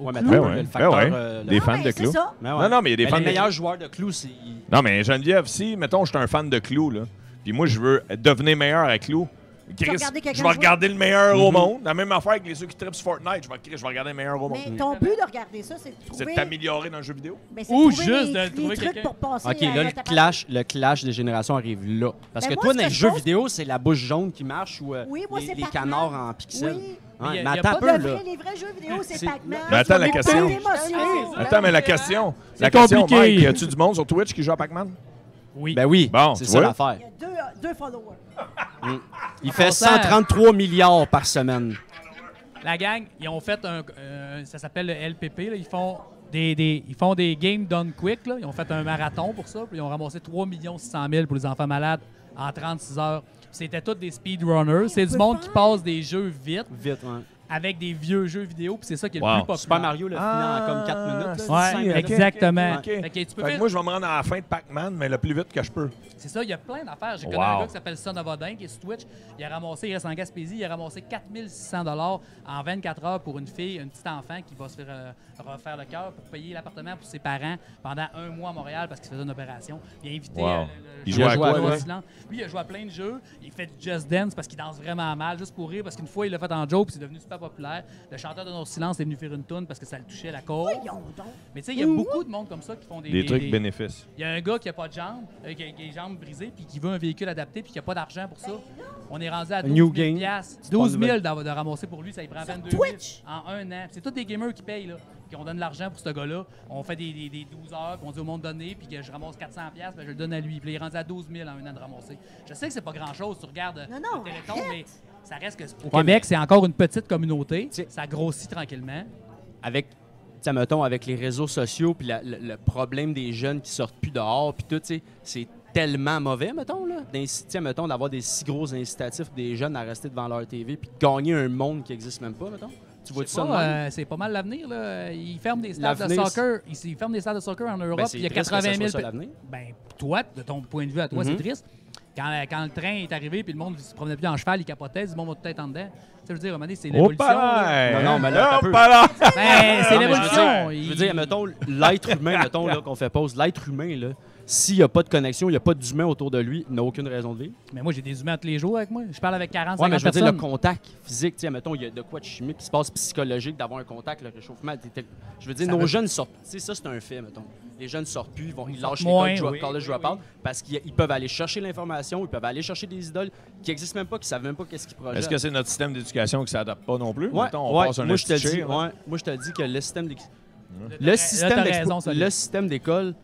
B: Ouais, mais attends,
C: clou? Ben ouais,
B: le
C: ben
B: facteur.
C: ouais.
B: euh, le-
C: Des
A: Ah,
C: fans
A: ben,
C: de
A: c'est
C: clous.
A: ça.
B: Ben ouais.
C: Non, non, mais il y a des
B: Ben,
C: fans
B: Les
C: de-
B: meilleurs joueurs de clous, c'est. ils-
C: Non, mais Geneviève, si, mettons, je suis un fan de Clou, là, puis moi, je veux devenir meilleur à Clou. Chris,
A: regarder quelqu'un
C: je vais
A: jouer.
C: regarder le meilleur au
D: Mm-hmm.
B: Mhm.
C: monde. La même affaire que les ceux qui trippent sur Fortnite. Je vais, Chris, je vais regarder le meilleur au monde.
A: Mais ton but de regarder ça, c'est de
C: C'est de
A: trouver,
C: t'améliorer dans le jeu vidéo.
A: ben, c'est
D: Ou
A: trouver
D: juste
A: les,
D: de trouver
A: les trucs
D: quelqu'un.
A: pour passer
B: OK,
A: à
B: là,
A: la
B: le
A: tapage.
B: clash, le clash des générations arrive là. Parce
A: Ben
B: que
A: moi,
B: toi,
A: ce
B: dans
A: que
B: les
A: je
B: jeux
A: pense-
B: vidéo, c'est la bouche jaune qui marche ou euh,
A: Oui, moi,
B: les,
A: c'est
B: les
A: Pac-Man.
B: canards en pixels.
A: Oui.
B: Ouais,
D: Mais y a-
B: mais
D: y a
B: attends un
D: pas
A: Le
B: peu,
A: vrai-
B: là.
A: les vrais jeux vidéo, c'est
B: C'est-
A: Pac-Man.
C: Mais attends, la
A: Tu vas
C: question.
A: monter l'émotion.
D: Ah,
C: Attends, mais la question, la
D: C'est
C: question,
D: compliqué.
C: Mike, y a-tu du monde sur Twitch qui joue à Pac-Man?
D: Oui.
B: Ben oui,
C: Bon,
B: c'est
C: tu
B: ça
C: vois.
B: l'affaire.
A: Il y a deux, deux followers.
B: Il fait
D: passant à-
B: 133 milliards par semaine.
D: La gang, ils ont fait un. euh, ça s'appelle le LPP. là. Ils, font des, des- ils font des games done quick. là. Ils ont fait un marathon pour ça. Puis ils ont ramassé 3 600 000 pour les enfants malades en 36 heures. Puis C'était tous des speedrunners. C'est
A: on
D: du
A: peut
D: monde
A: faire.
D: qui passe des jeux vite
B: Vite, ouais.
D: avec des vieux jeux vidéo. Puis c'est ça qui est
C: Wow.
D: le plus populaire.
B: Super Mario le finit
C: Ah,
B: en comme 4 minutes. là,
D: Ouais,
B: cinq
D: ok,
B: minutes.
D: exactement.
C: OK.
D: Fait que tu peux
C: Fait que
D: faire-
C: moi, je vais me rendre à la fin de Pac-Man, mais le plus vite que je peux.
D: C'est ça, il y a plein d'affaires. J'ai
C: Wow.
D: connu un gars qui s'appelle Son of a Dink, qui est sur Twitch. Il a ramassé, il reste en Gaspésie, il a ramassé 4600 en 24 heures pour une fille, une petite enfant qui va se faire euh, refaire le cœur pour payer l'appartement pour ses parents pendant un mois à Montréal parce qu'il faisait une opération. Il a invité.
C: Wow.
D: euh,
C: Il
B: joue à
D: champion
B: quoi,
D: du monde
C: lui?
D: silence. Lui, il a joué à plein de jeux. Il fait du Just Dance parce qu'il danse vraiment mal, juste pour rire, parce qu'une fois, il l'a fait en Joe, puis c'est devenu super populaire. Le chanteur de Nos Silence est venu faire une tune parce que ça le touchait la corde.
A: Voyons donc.
D: Mais tu sais, il y a beaucoup de monde comme ça qui font des,
C: Des trucs
D: des-
C: bénéfices.
D: il y a un gars qui a pas de jambes, euh, qui, a, qui a les jambes brisées, puis qui veut un véhicule adapté, puis qui a pas d'argent pour ça. On est rendu à 12
B: New
D: 000
B: game.
D: piastres.
B: C'est pas
D: 12 000
B: nouvelle.
D: d'avoir- de ramasser pour lui, ça lui prend 22 000
A: Twitch?
D: en un an. Puis C'est tous des gamers qui payent, là. Puis on donne l'argent pour ce gars-là. On fait des, des- des 12 heures, puis on dit au monde donné, puis que je ramasse 400 piastres, ben je le donne à lui. Puis là, il est rendu à 12 000 en un an de ramasser. Je sais que c'est pas grand-chose, tu regardes
A: Non, non,
D: le Téléthon,
A: arrête.
D: mais ça reste que... Au
B: Ouais,
D: Québec, c'est encore une petite communauté.
B: T'sais-
D: Ça grossit tranquillement.
B: Avec, tu sais, mettons, avec les réseaux sociaux, puis la- le, le problème des jeunes qui sortent plus dehors, puis tout, tu sais, c'est tellement mauvais, mettons, là, d'inci- tu sais, mettons, d'avoir des si gros incitatifs des jeunes à rester devant leur TV, puis de gagner un monde qui n'existe même pas, mettons. Tu vois-tu
D: Je sais
B: ça de
D: pas,
B: même?
D: euh, c'est pas mal l'avenir. là. Ils ferment des stades de
B: L'avenir,
D: soccer. Ils, ils ferment des stades de soccer en Europe.
B: Ben,
D: puis
B: c'est
D: il y a
B: triste que ça
D: 80 000.
B: soit ça,
D: pe-
B: l'avenir. Mhm.
D: ben, toi, de ton point de vue à toi, c'est triste. Quand, euh, quand le train est arrivé puis le monde se promenait plus en cheval, il capotait, du monde va peut-être en dedans. Ça veut dire, à un moment donné, c'est l'évolution. là.
C: là.
B: Non, non, mais là, t'as peu.
C: là.
D: Ben,
B: Oh,
D: c'est
B: Non, mais Je veux dire,
D: l'évolution.
B: je veux
D: Il-
B: dire, mettons, l'être humain, mettons,
D: <laughs>
B: là, qu'on fait pause, l'être humain, là, s'il n'y a pas de connexion, il n'y a pas d'humain autour de lui, il n'a aucune raison de vivre.
D: Mais moi, j'ai des humains tous les jours avec moi. Je parle avec 40
B: Ouais, mais
D: 50
B: je veux dire, le
D: personnes.
B: contact physique, tu sais, mettons, il y a de quoi de chimie qui se passe psychologique d'avoir un contact, le réchauffement. t'es- t'es- Je veux dire,
D: Ça
B: nos
D: veut-
B: jeunes sortent. Tu sais, ça, c'est un fait, mettons. Les jeunes sortent plus, ils, vont, ils lâchent
D: moins,
B: l'école, drop-
D: oui,
B: college
D: oui,
B: dropout,
D: oui.
B: parce qu'ils ils peuvent aller chercher l'information, ils peuvent aller chercher des idoles qui n'existent même pas, qui savent même pas qu'est-ce qu'ils projettent.
C: Est-ce que c'est notre système d'éducation qui s'adapte pas non plus?
B: Ouais,
C: Mettons, on
B: ouais,
C: passe un
B: moi, je te
C: esti de
B: dis,
C: chien, là.
B: ouais, moi, je te dis que le système d'ex-
D: Là, t'as-
B: le
D: là,
B: système,
D: t'as
B: d'expo-
D: raison, Sonia.
B: le système d'école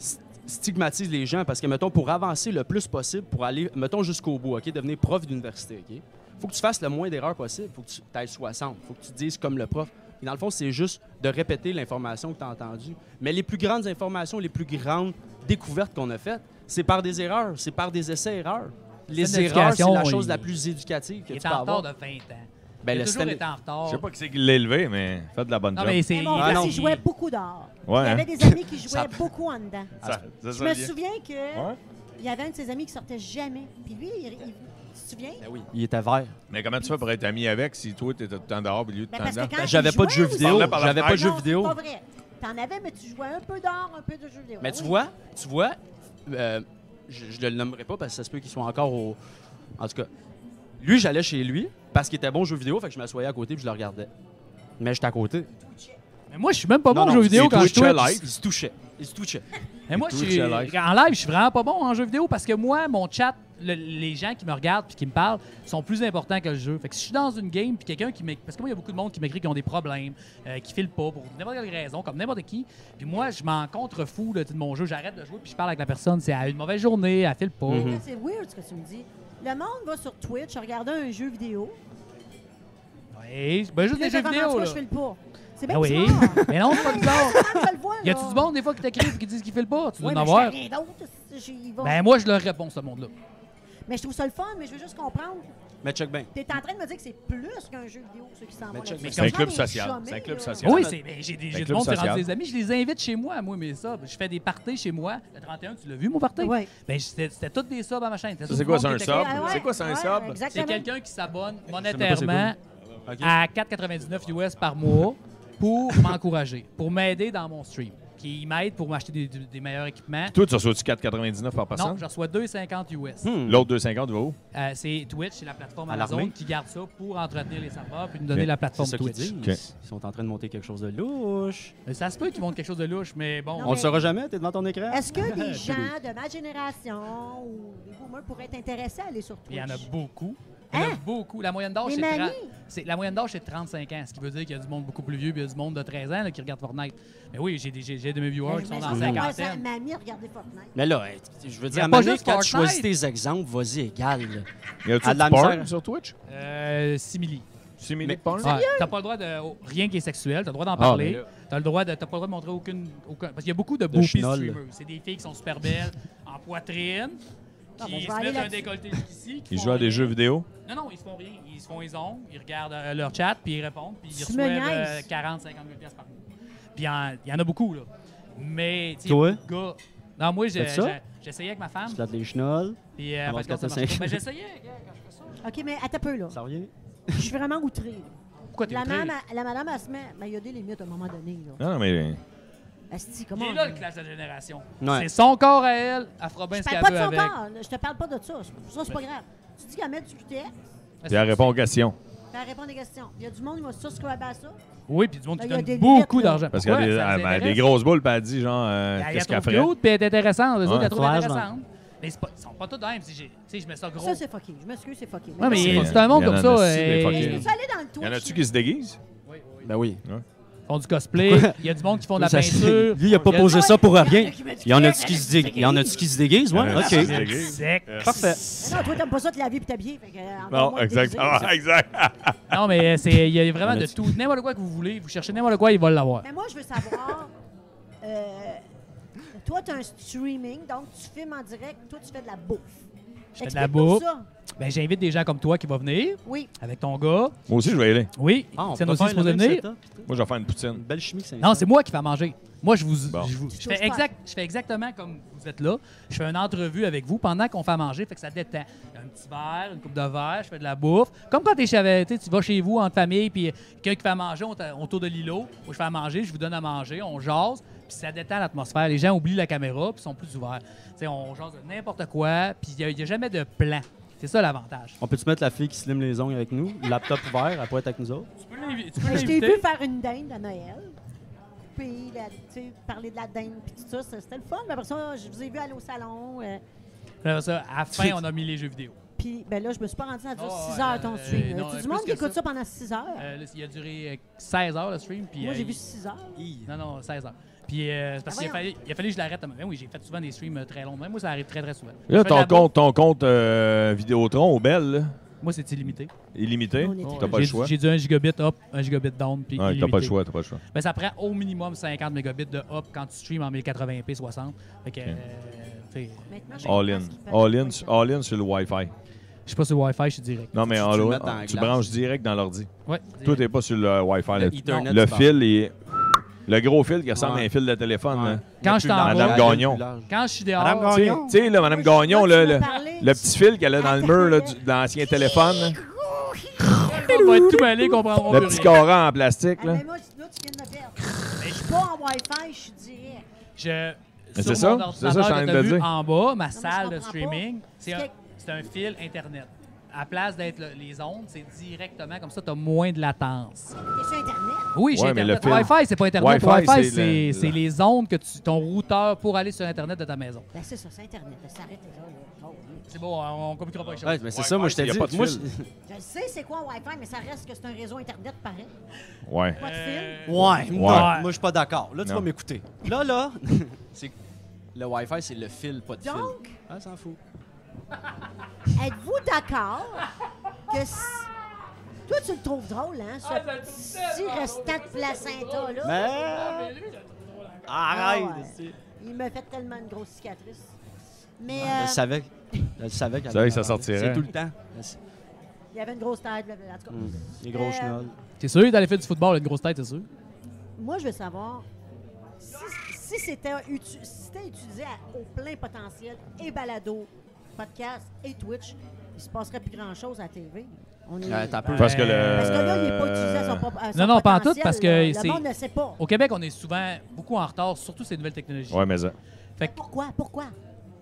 B: st- stigmatise les gens parce que, mettons, pour avancer le plus possible, pour aller, mettons, jusqu'au bout, OK, devenir prof d'université, OK, faut que tu fasses le moins d'erreurs possible, faut que tu ailles 60, faut que tu dises comme le prof. Et dans le fond, c'est juste de répéter l'information que tu as entendue. Mais les plus grandes informations, les plus grandes découvertes qu'on a faites, c'est par des erreurs, c'est par des essais-erreurs. Les
D: système
B: erreurs, c'est la
D: d'éducation,
B: chose
D: il-
B: la plus éducative que
D: Il
B: tu
D: est
B: peux
D: en retard
B: avoir.
D: de 20 ans.
B: Ben,
D: il a
B: le
D: toujours
B: système-
D: été en retard.
C: Je sais pas qui c'est qui l'a élevé, mais faites de la bonne
D: Ah, Non,
C: job.
D: mais c'est.
A: Mais mon
D: il-
A: fils,
B: non,
A: il
D: il-
A: jouait beaucoup dehors.
C: Ouais,
A: il y avait
C: hein.
A: des amis qui jouaient
B: Ça-
A: beaucoup en dedans.
C: Ça- ça
A: Je
C: sonne
A: me
C: bien.
A: souviens que
C: Ouais.
A: il y avait un de ses amis qui sortait jamais. Puis lui, il, il- tu te souviens?
B: Ben oui, il était vert.
C: Mais comment tu fais pour être ami avec si toi, t'étais tout le temps dehors au milieu de
A: Ben,
C: temps
A: parce que
C: dedans?
A: quand
B: J'avais
A: il
B: pas de
A: jouait
B: jeux
A: aussi-
B: vidéo,
C: Parlait par la
B: j'avais pas de
C: fenêtre.
B: jeux
A: Non,
B: vidéo.
A: C'est pas vrai. T'en avais, mais tu jouais un peu d'or, un peu de jeux vidéo.
B: Mais
A: Ah
B: tu
A: oui.
B: vois, tu vois, euh, je, je le nommerai pas parce que ça se peut qu'il soit encore au. En tout cas, lui, j'allais chez lui parce qu'il était bon au jeu vidéo, fait que je m'assoyais à côté puis je le regardais. Mais j'étais à côté.
D: Mais moi, je suis même pas bon
B: Non, non,
D: en jeux vidéo
B: il
D: quand je
B: touchait
D: Twitch.
B: live. Il se touchait. Il se touchait.
D: Mais moi, je
C: tout,
D: suis,
C: c'est
D: en
C: live.
D: live, je suis vraiment pas bon en jeu vidéo parce que moi, mon chat, le- les gens qui me regardent puis qui me parlent sont plus importants que le jeu. Fait que si je suis dans une game puis quelqu'un qui m'écrit, parce que moi, il y a beaucoup de monde qui m'écrit qui ont des problèmes, euh, qui filent pas pour n'importe quelle raison, comme n'importe qui. Puis moi, je m'en contrefous là, de mon jeu, j'arrête de jouer puis je parle avec la personne. C'est à une mauvaise journée, elle file pas.
A: Là, C'est weird ce que tu me dis. Le monde va sur Twitch regarder un jeu vidéo.
D: Ouais, ben juste
A: Puis là,
D: des jeux
A: t'as comme,
D: vidéo.
A: en tout cas,
D: Là.
A: je fais le pas. C'est bien
D: Ben oui.
A: bizarre. <laughs>
D: <laughs> Mais non, c'est pas bizarre.
A: Quand je le vois,
D: Y a-tu
A: là.
D: du monde des fois qui t'écrit et qui disent qu'il file pas? Tu dois
A: Ouais,
D: en
A: mais je fais
D: avoir.
A: rien d'autre, aussi. J'ai- ils vont-
D: Ben moi, je leur réponds, ce monde-là.
A: Mais je trouve ça le fun, mais je veux juste comprendre.
B: Mais check bien.
A: Tu es en train de me dire que c'est plus qu'un jeu vidéo, ceux qui s'en
B: Mais
A: vont.
B: check-
A: là-dessus.
B: mais c'est un
A: Genre
C: club
A: des
C: social,
A: chômés,
C: c'est un club
A: là.
C: social.
B: ben,
D: Oui, c'est- mais j'ai des,
C: Fait
D: j'ai
C: que
D: du
C: là,
D: monde,
C: le
D: c'est rendu
C: social.
D: des amis. Je les invite chez moi, moi, mes subs. Je fais des parties chez moi. Le 31, tu l'as vu, mon party?
A: Ouais.
D: Ben, c'était c'était toutes des subs à ma chaîne. C'était tout
C: C'est
D: du
C: quoi,
D: monde
C: c'est
D: qui
C: un
D: était
C: sub?
D: comme-
A: Ah
C: C'est quoi, c'est un sub?
A: exactement.
D: C'est quelqu'un qui s'abonne
B: pas c'est
D: monétairement
B: OK.
D: à 4,99 US par mois pour <laughs> m'encourager, pour m'aider dans mon stream. Qui m'aide pour m'acheter des, des- des meilleurs équipements.
C: Toi, tu reçois-tu 4,99 par
D: Non,
C: personne?
D: je reçois 2,50 US.
B: Hmm.
C: L'autre 2,50, tu vas où?
D: Euh, c'est Twitch, c'est la plateforme
B: À
D: Amazon
B: l'armée?
D: qui garde ça pour entretenir les serveurs puis nous donner
C: Ok.
D: la
B: C'est
D: plateforme
B: ça qu'ils
D: Twitch.
B: disent.
C: Ok.
B: Ils sont en train de monter quelque chose de louche.
D: Euh, Ça se peut qu'ils montrent quelque chose de louche, mais bon.
A: Non,
B: On
A: mais-
B: le saura jamais, t'es devant ton écran.
D: <laughs>
A: Est-ce <laughs> que des gens de ma génération ou des boomers pourraient être intéressés à aller sur Twitch?
D: Il y en a beaucoup. Il y en a
A: Hein?
D: beaucoup. La moyenne d'âge,
A: Mais
D: c'est
A: Manu?
D: 30 c'est- La moyenne d'âge, c'est 35 ans, ce qui veut dire qu'il y a du monde beaucoup plus vieux, puis il y a du monde de 13 ans là, qui regarde Fortnite. Mais oui, j'ai des- j'ai j'ai de mes
A: Ben,
D: viewers qui sont dans
A: j'imagine
D: la
A: qu'on va faire ça.
D: cinquantaine.
A: Mamie, regardez Fortnite.
B: Mais là, hey, je veux
D: Y
B: dire,
D: a
B: à un
D: pas
B: moment donné,
D: juste
B: quand tu
D: Fortnite.
B: choisis tes exemples, vas-y égal. là.
C: Y a-tu
B: À
C: du
B: la
C: porn
B: misère.
C: sur Twitch?
D: Euh, simili.
C: Simili
B: Mais-
C: de porn?
D: Ouais. T'as pas le droit de oh, rien qui est sexuel, t'as le droit d'en
C: ben
D: parler.
C: là.
D: T'as le droit de t'as pas le droit de montrer aucune, aucun- parce qu'il y a beaucoup de beaux
B: schnoll.
D: streamers. C'est des filles qui sont super belles en poitrine,
A: Ah, ben,
D: qui
A: je
D: se
A: vais aller
D: mettent un
A: là-dessus.
D: décolleté jusqu'ici. qui
C: Ils
D: font
C: jouent à des
D: rien.
C: jeux vidéo?
D: Non, non, ils se font rien. Ils se font les ongles, ils regardent euh, leur chat, puis ils répondent, puis ils
A: Tu me
D: reçoivent euh,
A: niaises.
D: 40, 50 000 piastres par mois. Puis il y en- il y, en a beaucoup, là. Mais, tu sais,
B: Toi?
D: beaucoup de gars. Non, moi, j'ai-
B: Fais ça?
D: j'ai- j'essayais avec ma femme,
B: Tu te lattes les chenolles,
D: puis euh,
B: Ah, bon,
D: parce que
B: c'est
D: ça marchait pas.
B: cinq.
D: Mais j'essayais, gars, quand je fais ça.
A: OK, mais attends un peu, là.
B: ça revient.
A: Je suis vraiment outrée. là.
D: Pourquoi t'es
A: La,
D: outré?
A: mam- elle- la madame, elle se met... Ben, il y a des limites à un moment donné, là.
C: Non, non, mais.
A: Asti,
D: Il
A: comment...
D: est là, le clash de la génération.
B: Ouais.
D: C'est son corps à elle, elle fera bien
A: Je
D: ce qu'elle
A: parle pas de
D: veut
A: son
D: avec.
A: corps. là. Je te parle pas de ça. Ça, c'est pas grave. Tu dis qu'elle met du QTF,
C: Tu réponds aux questions.
A: elle répond des questions. Il y a du monde qui va subscriber à ça.
D: Oui, puis du monde
A: Ben,
D: qui
A: il y a
D: donne
A: des limites,
D: beaucoup
A: là.
D: d'argent.
C: Parce qu'elle a des,
D: Pourquoi? Ça
C: elle-
D: les
C: elle a des
D: intéresse. Ben,
C: grosses boules, puis elle dit, genre, euh,
D: Elle
C: qu'est-ce
D: la
C: qu'elle
D: trouve
C: ferait?
D: cute, puis elle est intéressante. Les
C: Ouais.
D: autres, elle trouve
B: Flash,
D: intéressante. Mais c'est pas- ils sont pas tous de même. Si j'ai- tu sais, je mets ça gros.
A: Ça, c'est fucké. Je m'excuse, c'est fucké.
D: Ouais, mais
C: C'est-
D: c'est un monde
C: y en
D: comme
C: a
D: ça.
C: aussi, des
D: euh,
C: fuckers.
A: Mais je
C: Ok.
A: peux-tu aller dans le Twitch?
C: Y en a-tu qui se déguisent?
B: Ben oui.
D: Ils font du cosplay. Il y a du monde qui font de la peinture.
B: Lui, il a pas
D: Il y a-
B: posé ça pour
A: Ah ouais,
B: rien.
A: il y en a qui mettent du
B: Il y en
A: cuir,
B: a-tu qui
A: il
B: se
A: y en a
B: dé-
A: qui
B: il y en a-tu qui se déguisent?
C: Il
B: Ouais,
C: y en a qui se
B: OK.
C: déguisent.
D: Sec.
B: Parfait.
A: Mais Non, toi, t'aimes pas ça te laver puis t'habiller. fait que, euh, encore
C: Non,
A: moins te
C: exact.
A: déguiser.
C: Ah, exact. <laughs>
D: Non, mais c'est- il y a vraiment
B: On a
D: de
B: dit-
D: tout. N'importe quoi que vous voulez, vous cherchez n'importe quoi, ils vont l'avoir.
A: Mais moi, je veux savoir. euh, toi, tu as un streaming, donc tu filmes en direct. Toi, tu fais de la bouffe.
D: Je fais de la
A: Explique-nous
D: bouffe.
A: ça.
D: Ben, J'invite des gens comme toi qui vont venir,
A: Oui.
D: avec ton gars.
C: Moi aussi, je vais y aller.
D: Oui,
B: Ah, on
D: c'est
B: peut
D: aussi
B: faire le
D: supposé
B: même
D: venir.
B: setup.
C: Moi, je vais faire une poutine.
B: Une belle chimie, c'est
D: Non, c'est moi qui vais manger. Moi, je vous.
C: Bon.
D: Je, vous-
A: Tu
D: je fais
A: t'oses
D: exact, je fais exactement comme vous êtes là. Je fais une entrevue avec vous pendant qu'on fait à manger, fait que ça détend. Il y a Un petit verre, une coupe de verre, je fais de la bouffe. Comme quand t'es chez, tu sais, tu vas chez vous en famille, puis quelqu'un qui fait à manger, on, t'a- on tourne de l'îlot, où je fais à manger, je vous donne à manger, on jase, puis ça détend l'atmosphère. Les gens oublient la caméra, puis sont plus ouverts. Tu sais, on jase de n'importe quoi, puis il n'y a, jamais de plan. C'est ça l'avantage.
B: On peut-tu mettre la fille qui slime les ongles avec nous? Laptop ouvert, elle pourrait être avec nous autres?
D: Tu peux l'invi- tu peux
A: Mais je t'ai vu
D: l'inviter.
A: faire une dinde à Noël. Puis, la- tu sais, parler de la dinde puis tout ça, ça, c'était le fun. Mais après ça, je vous ai vu aller au salon. euh,
D: Après ça, à la fin,
B: fais-
D: on a mis les jeux vidéo.
A: puis, ben là, je me suis pas rendu à dure
D: Oh,
A: 6 heures ton
D: euh,
A: stream.
D: non,
A: tu
D: euh,
A: du monde
D: plus
A: qui
D: que
A: écoute
D: ça.
A: ça pendant 6 heures.
D: Euh, là, il a duré euh, 16 heures le stream. Puis,
A: Moi,
D: euh,
A: j'ai vu
D: il-
A: 6 heures.
D: Non, non, 16 heures. Puis, euh, c'est parce
A: Ah,
D: qu'il a
A: voyons.
D: fallu, il a fallu que je l'arrête. à un moment. Oui, j'ai fait souvent des streams euh, très longs. Moi, ça arrive très, très souvent. Je
C: Là,
D: fais de
C: ton
D: la
C: compte, ton compte euh, Vidéotron au Bell, là,
D: bouffe. Moi, c'est illimité.
C: illimité.
A: On est
C: T'as
A: très-
C: pas
D: J'ai-
C: le choix.
D: J'ai dû un gigabit up, un gigabit down. Puis
C: Ouais, t'as
D: illimité.
C: pas le choix, t'as pas le choix.
D: Mais ça prend au minimum 50 mégabits de up quand tu streams en 1080p 60. Fait que. euh, tu sais,
A: Maintenant, je
C: All in.
A: pense qu'il peut
C: All
A: aller
C: in,
A: sur-
C: all in sur le Wi-Fi.
D: je suis pas sur Wi-Fi, je suis direct.
C: Non, mais
B: Tu-
C: en
B: tu le
C: haut,
B: mets dans la
C: tu
B: glace.
C: branches direct dans l'ordi.
D: Ouais.
C: Toi, t'es pas sur le Wi-Fi. là.
B: Ethernet,
C: Le
B: tu parles.
C: fil, il est- le gros fil qui ressemble à
B: Ouais.
C: un fil de téléphone. là.
D: Quand je t'en
C: Madame Gagnon.
D: Quand je suis
B: Madame
D: dehors,
B: Gagnon.
C: Tu sais- tu sais, là, Madame Gagnon, là,
A: Là, tu
C: le,
A: m'as parlé.
C: le petit fil qu'elle a dans le mur là, du- de l'ancien téléphone, là.
D: on va être tout mêlé, comprendra
C: le
D: plus
C: petit
D: rien.
C: coran en plastique.
A: <laughs> Ah,
C: Là.
A: mais moi, là, tu viens de me perdre. Je suis pas en Wi-Fi, je suis direct.
D: Je,
C: Mais
D: sur
C: c'est ça,
D: mon
C: c'est ça, je suis en train
D: ordinateur que
C: de
D: t'as vu
C: dire.
D: en bas, ma
A: je
D: salle de
A: comprends
D: streaming,
A: pas.
D: c'est
A: C'est
D: un,
A: que-
D: c'est un fil Internet. À place d'être le- les ondes, c'est directement comme ça, tu as moins de latence.
A: T'es sur Internet.
D: Oui, j'ai
C: Ouais, mais
D: Internet.
C: le fil-
D: Wi-Fi, c'est pas Internet.
C: Wi-Fi,
D: Wi-Fi,
C: c'est
D: c'est
C: le-
D: c'est les ondes que tu, ton routeur pour aller sur Internet de ta maison.
A: Ben, c'est ça, c'est Internet. Ça s'arrête là. là. Oh, oui.
D: C'est bon, on, on compliquera pas les choses.
B: Ouais, mais c'est ça, moi, je t'ai
C: il y a
B: dit.
C: pas de
B: Moi,
C: fil.
B: je-
A: Je sais c'est quoi un Wi-Fi, mais ça reste que c'est un réseau Internet pareil.
C: Ouais.
A: Pas de
D: Euh,
A: fil.
B: Ouais, non,
C: Ouais.
B: moi, je suis pas d'accord. Là, tu
C: Non.
B: vas m'écouter. Là, là, <laughs> c'est... Le Wi-Fi, c'est le fil, pas de fil.
A: Donc?
B: Ah, s'en fout.
A: Êtes-vous d'accord que. si- Toi, tu le trouves drôle, hein, ce petit restant de placenta, là.
B: Mais... Arrête!
A: ouais.
B: c'est-
A: Ah Il me fait tellement une grosse cicatrice. Mais
B: Elle
A: euh,
B: le savait. Elle le savait qu'elle
C: C'est vrai que
B: allait
C: ça sortirait.
B: C'est tout le temps.
A: il y avait une grosse tête. blablabla. En tout cas,
B: Mm. Les grosses
A: Euh,
B: notes.
D: T'es sûr, d'aller faire du football, une grosse tête, c'est sûr.
A: moi, je veux savoir si, si c'était utu- si c'était utilisé à- au plein potentiel et balado, podcast et Twitch, il se passerait plus grand-chose à la TV. On est-
B: Euh, t'as Euh, peu.
C: Parce que le.
A: Parce que là, il n'est pas utilisé à son, pop- à son
D: Non, non, pas en tout,
A: potentiel,
D: parce que
A: là.
D: c'est-
A: Le monde ne sait pas.
D: Au Québec, on est souvent beaucoup en retard, surtout ces nouvelles technologies.
C: Ouais, mais ça.
D: Fait que,
A: Pourquoi? Pourquoi?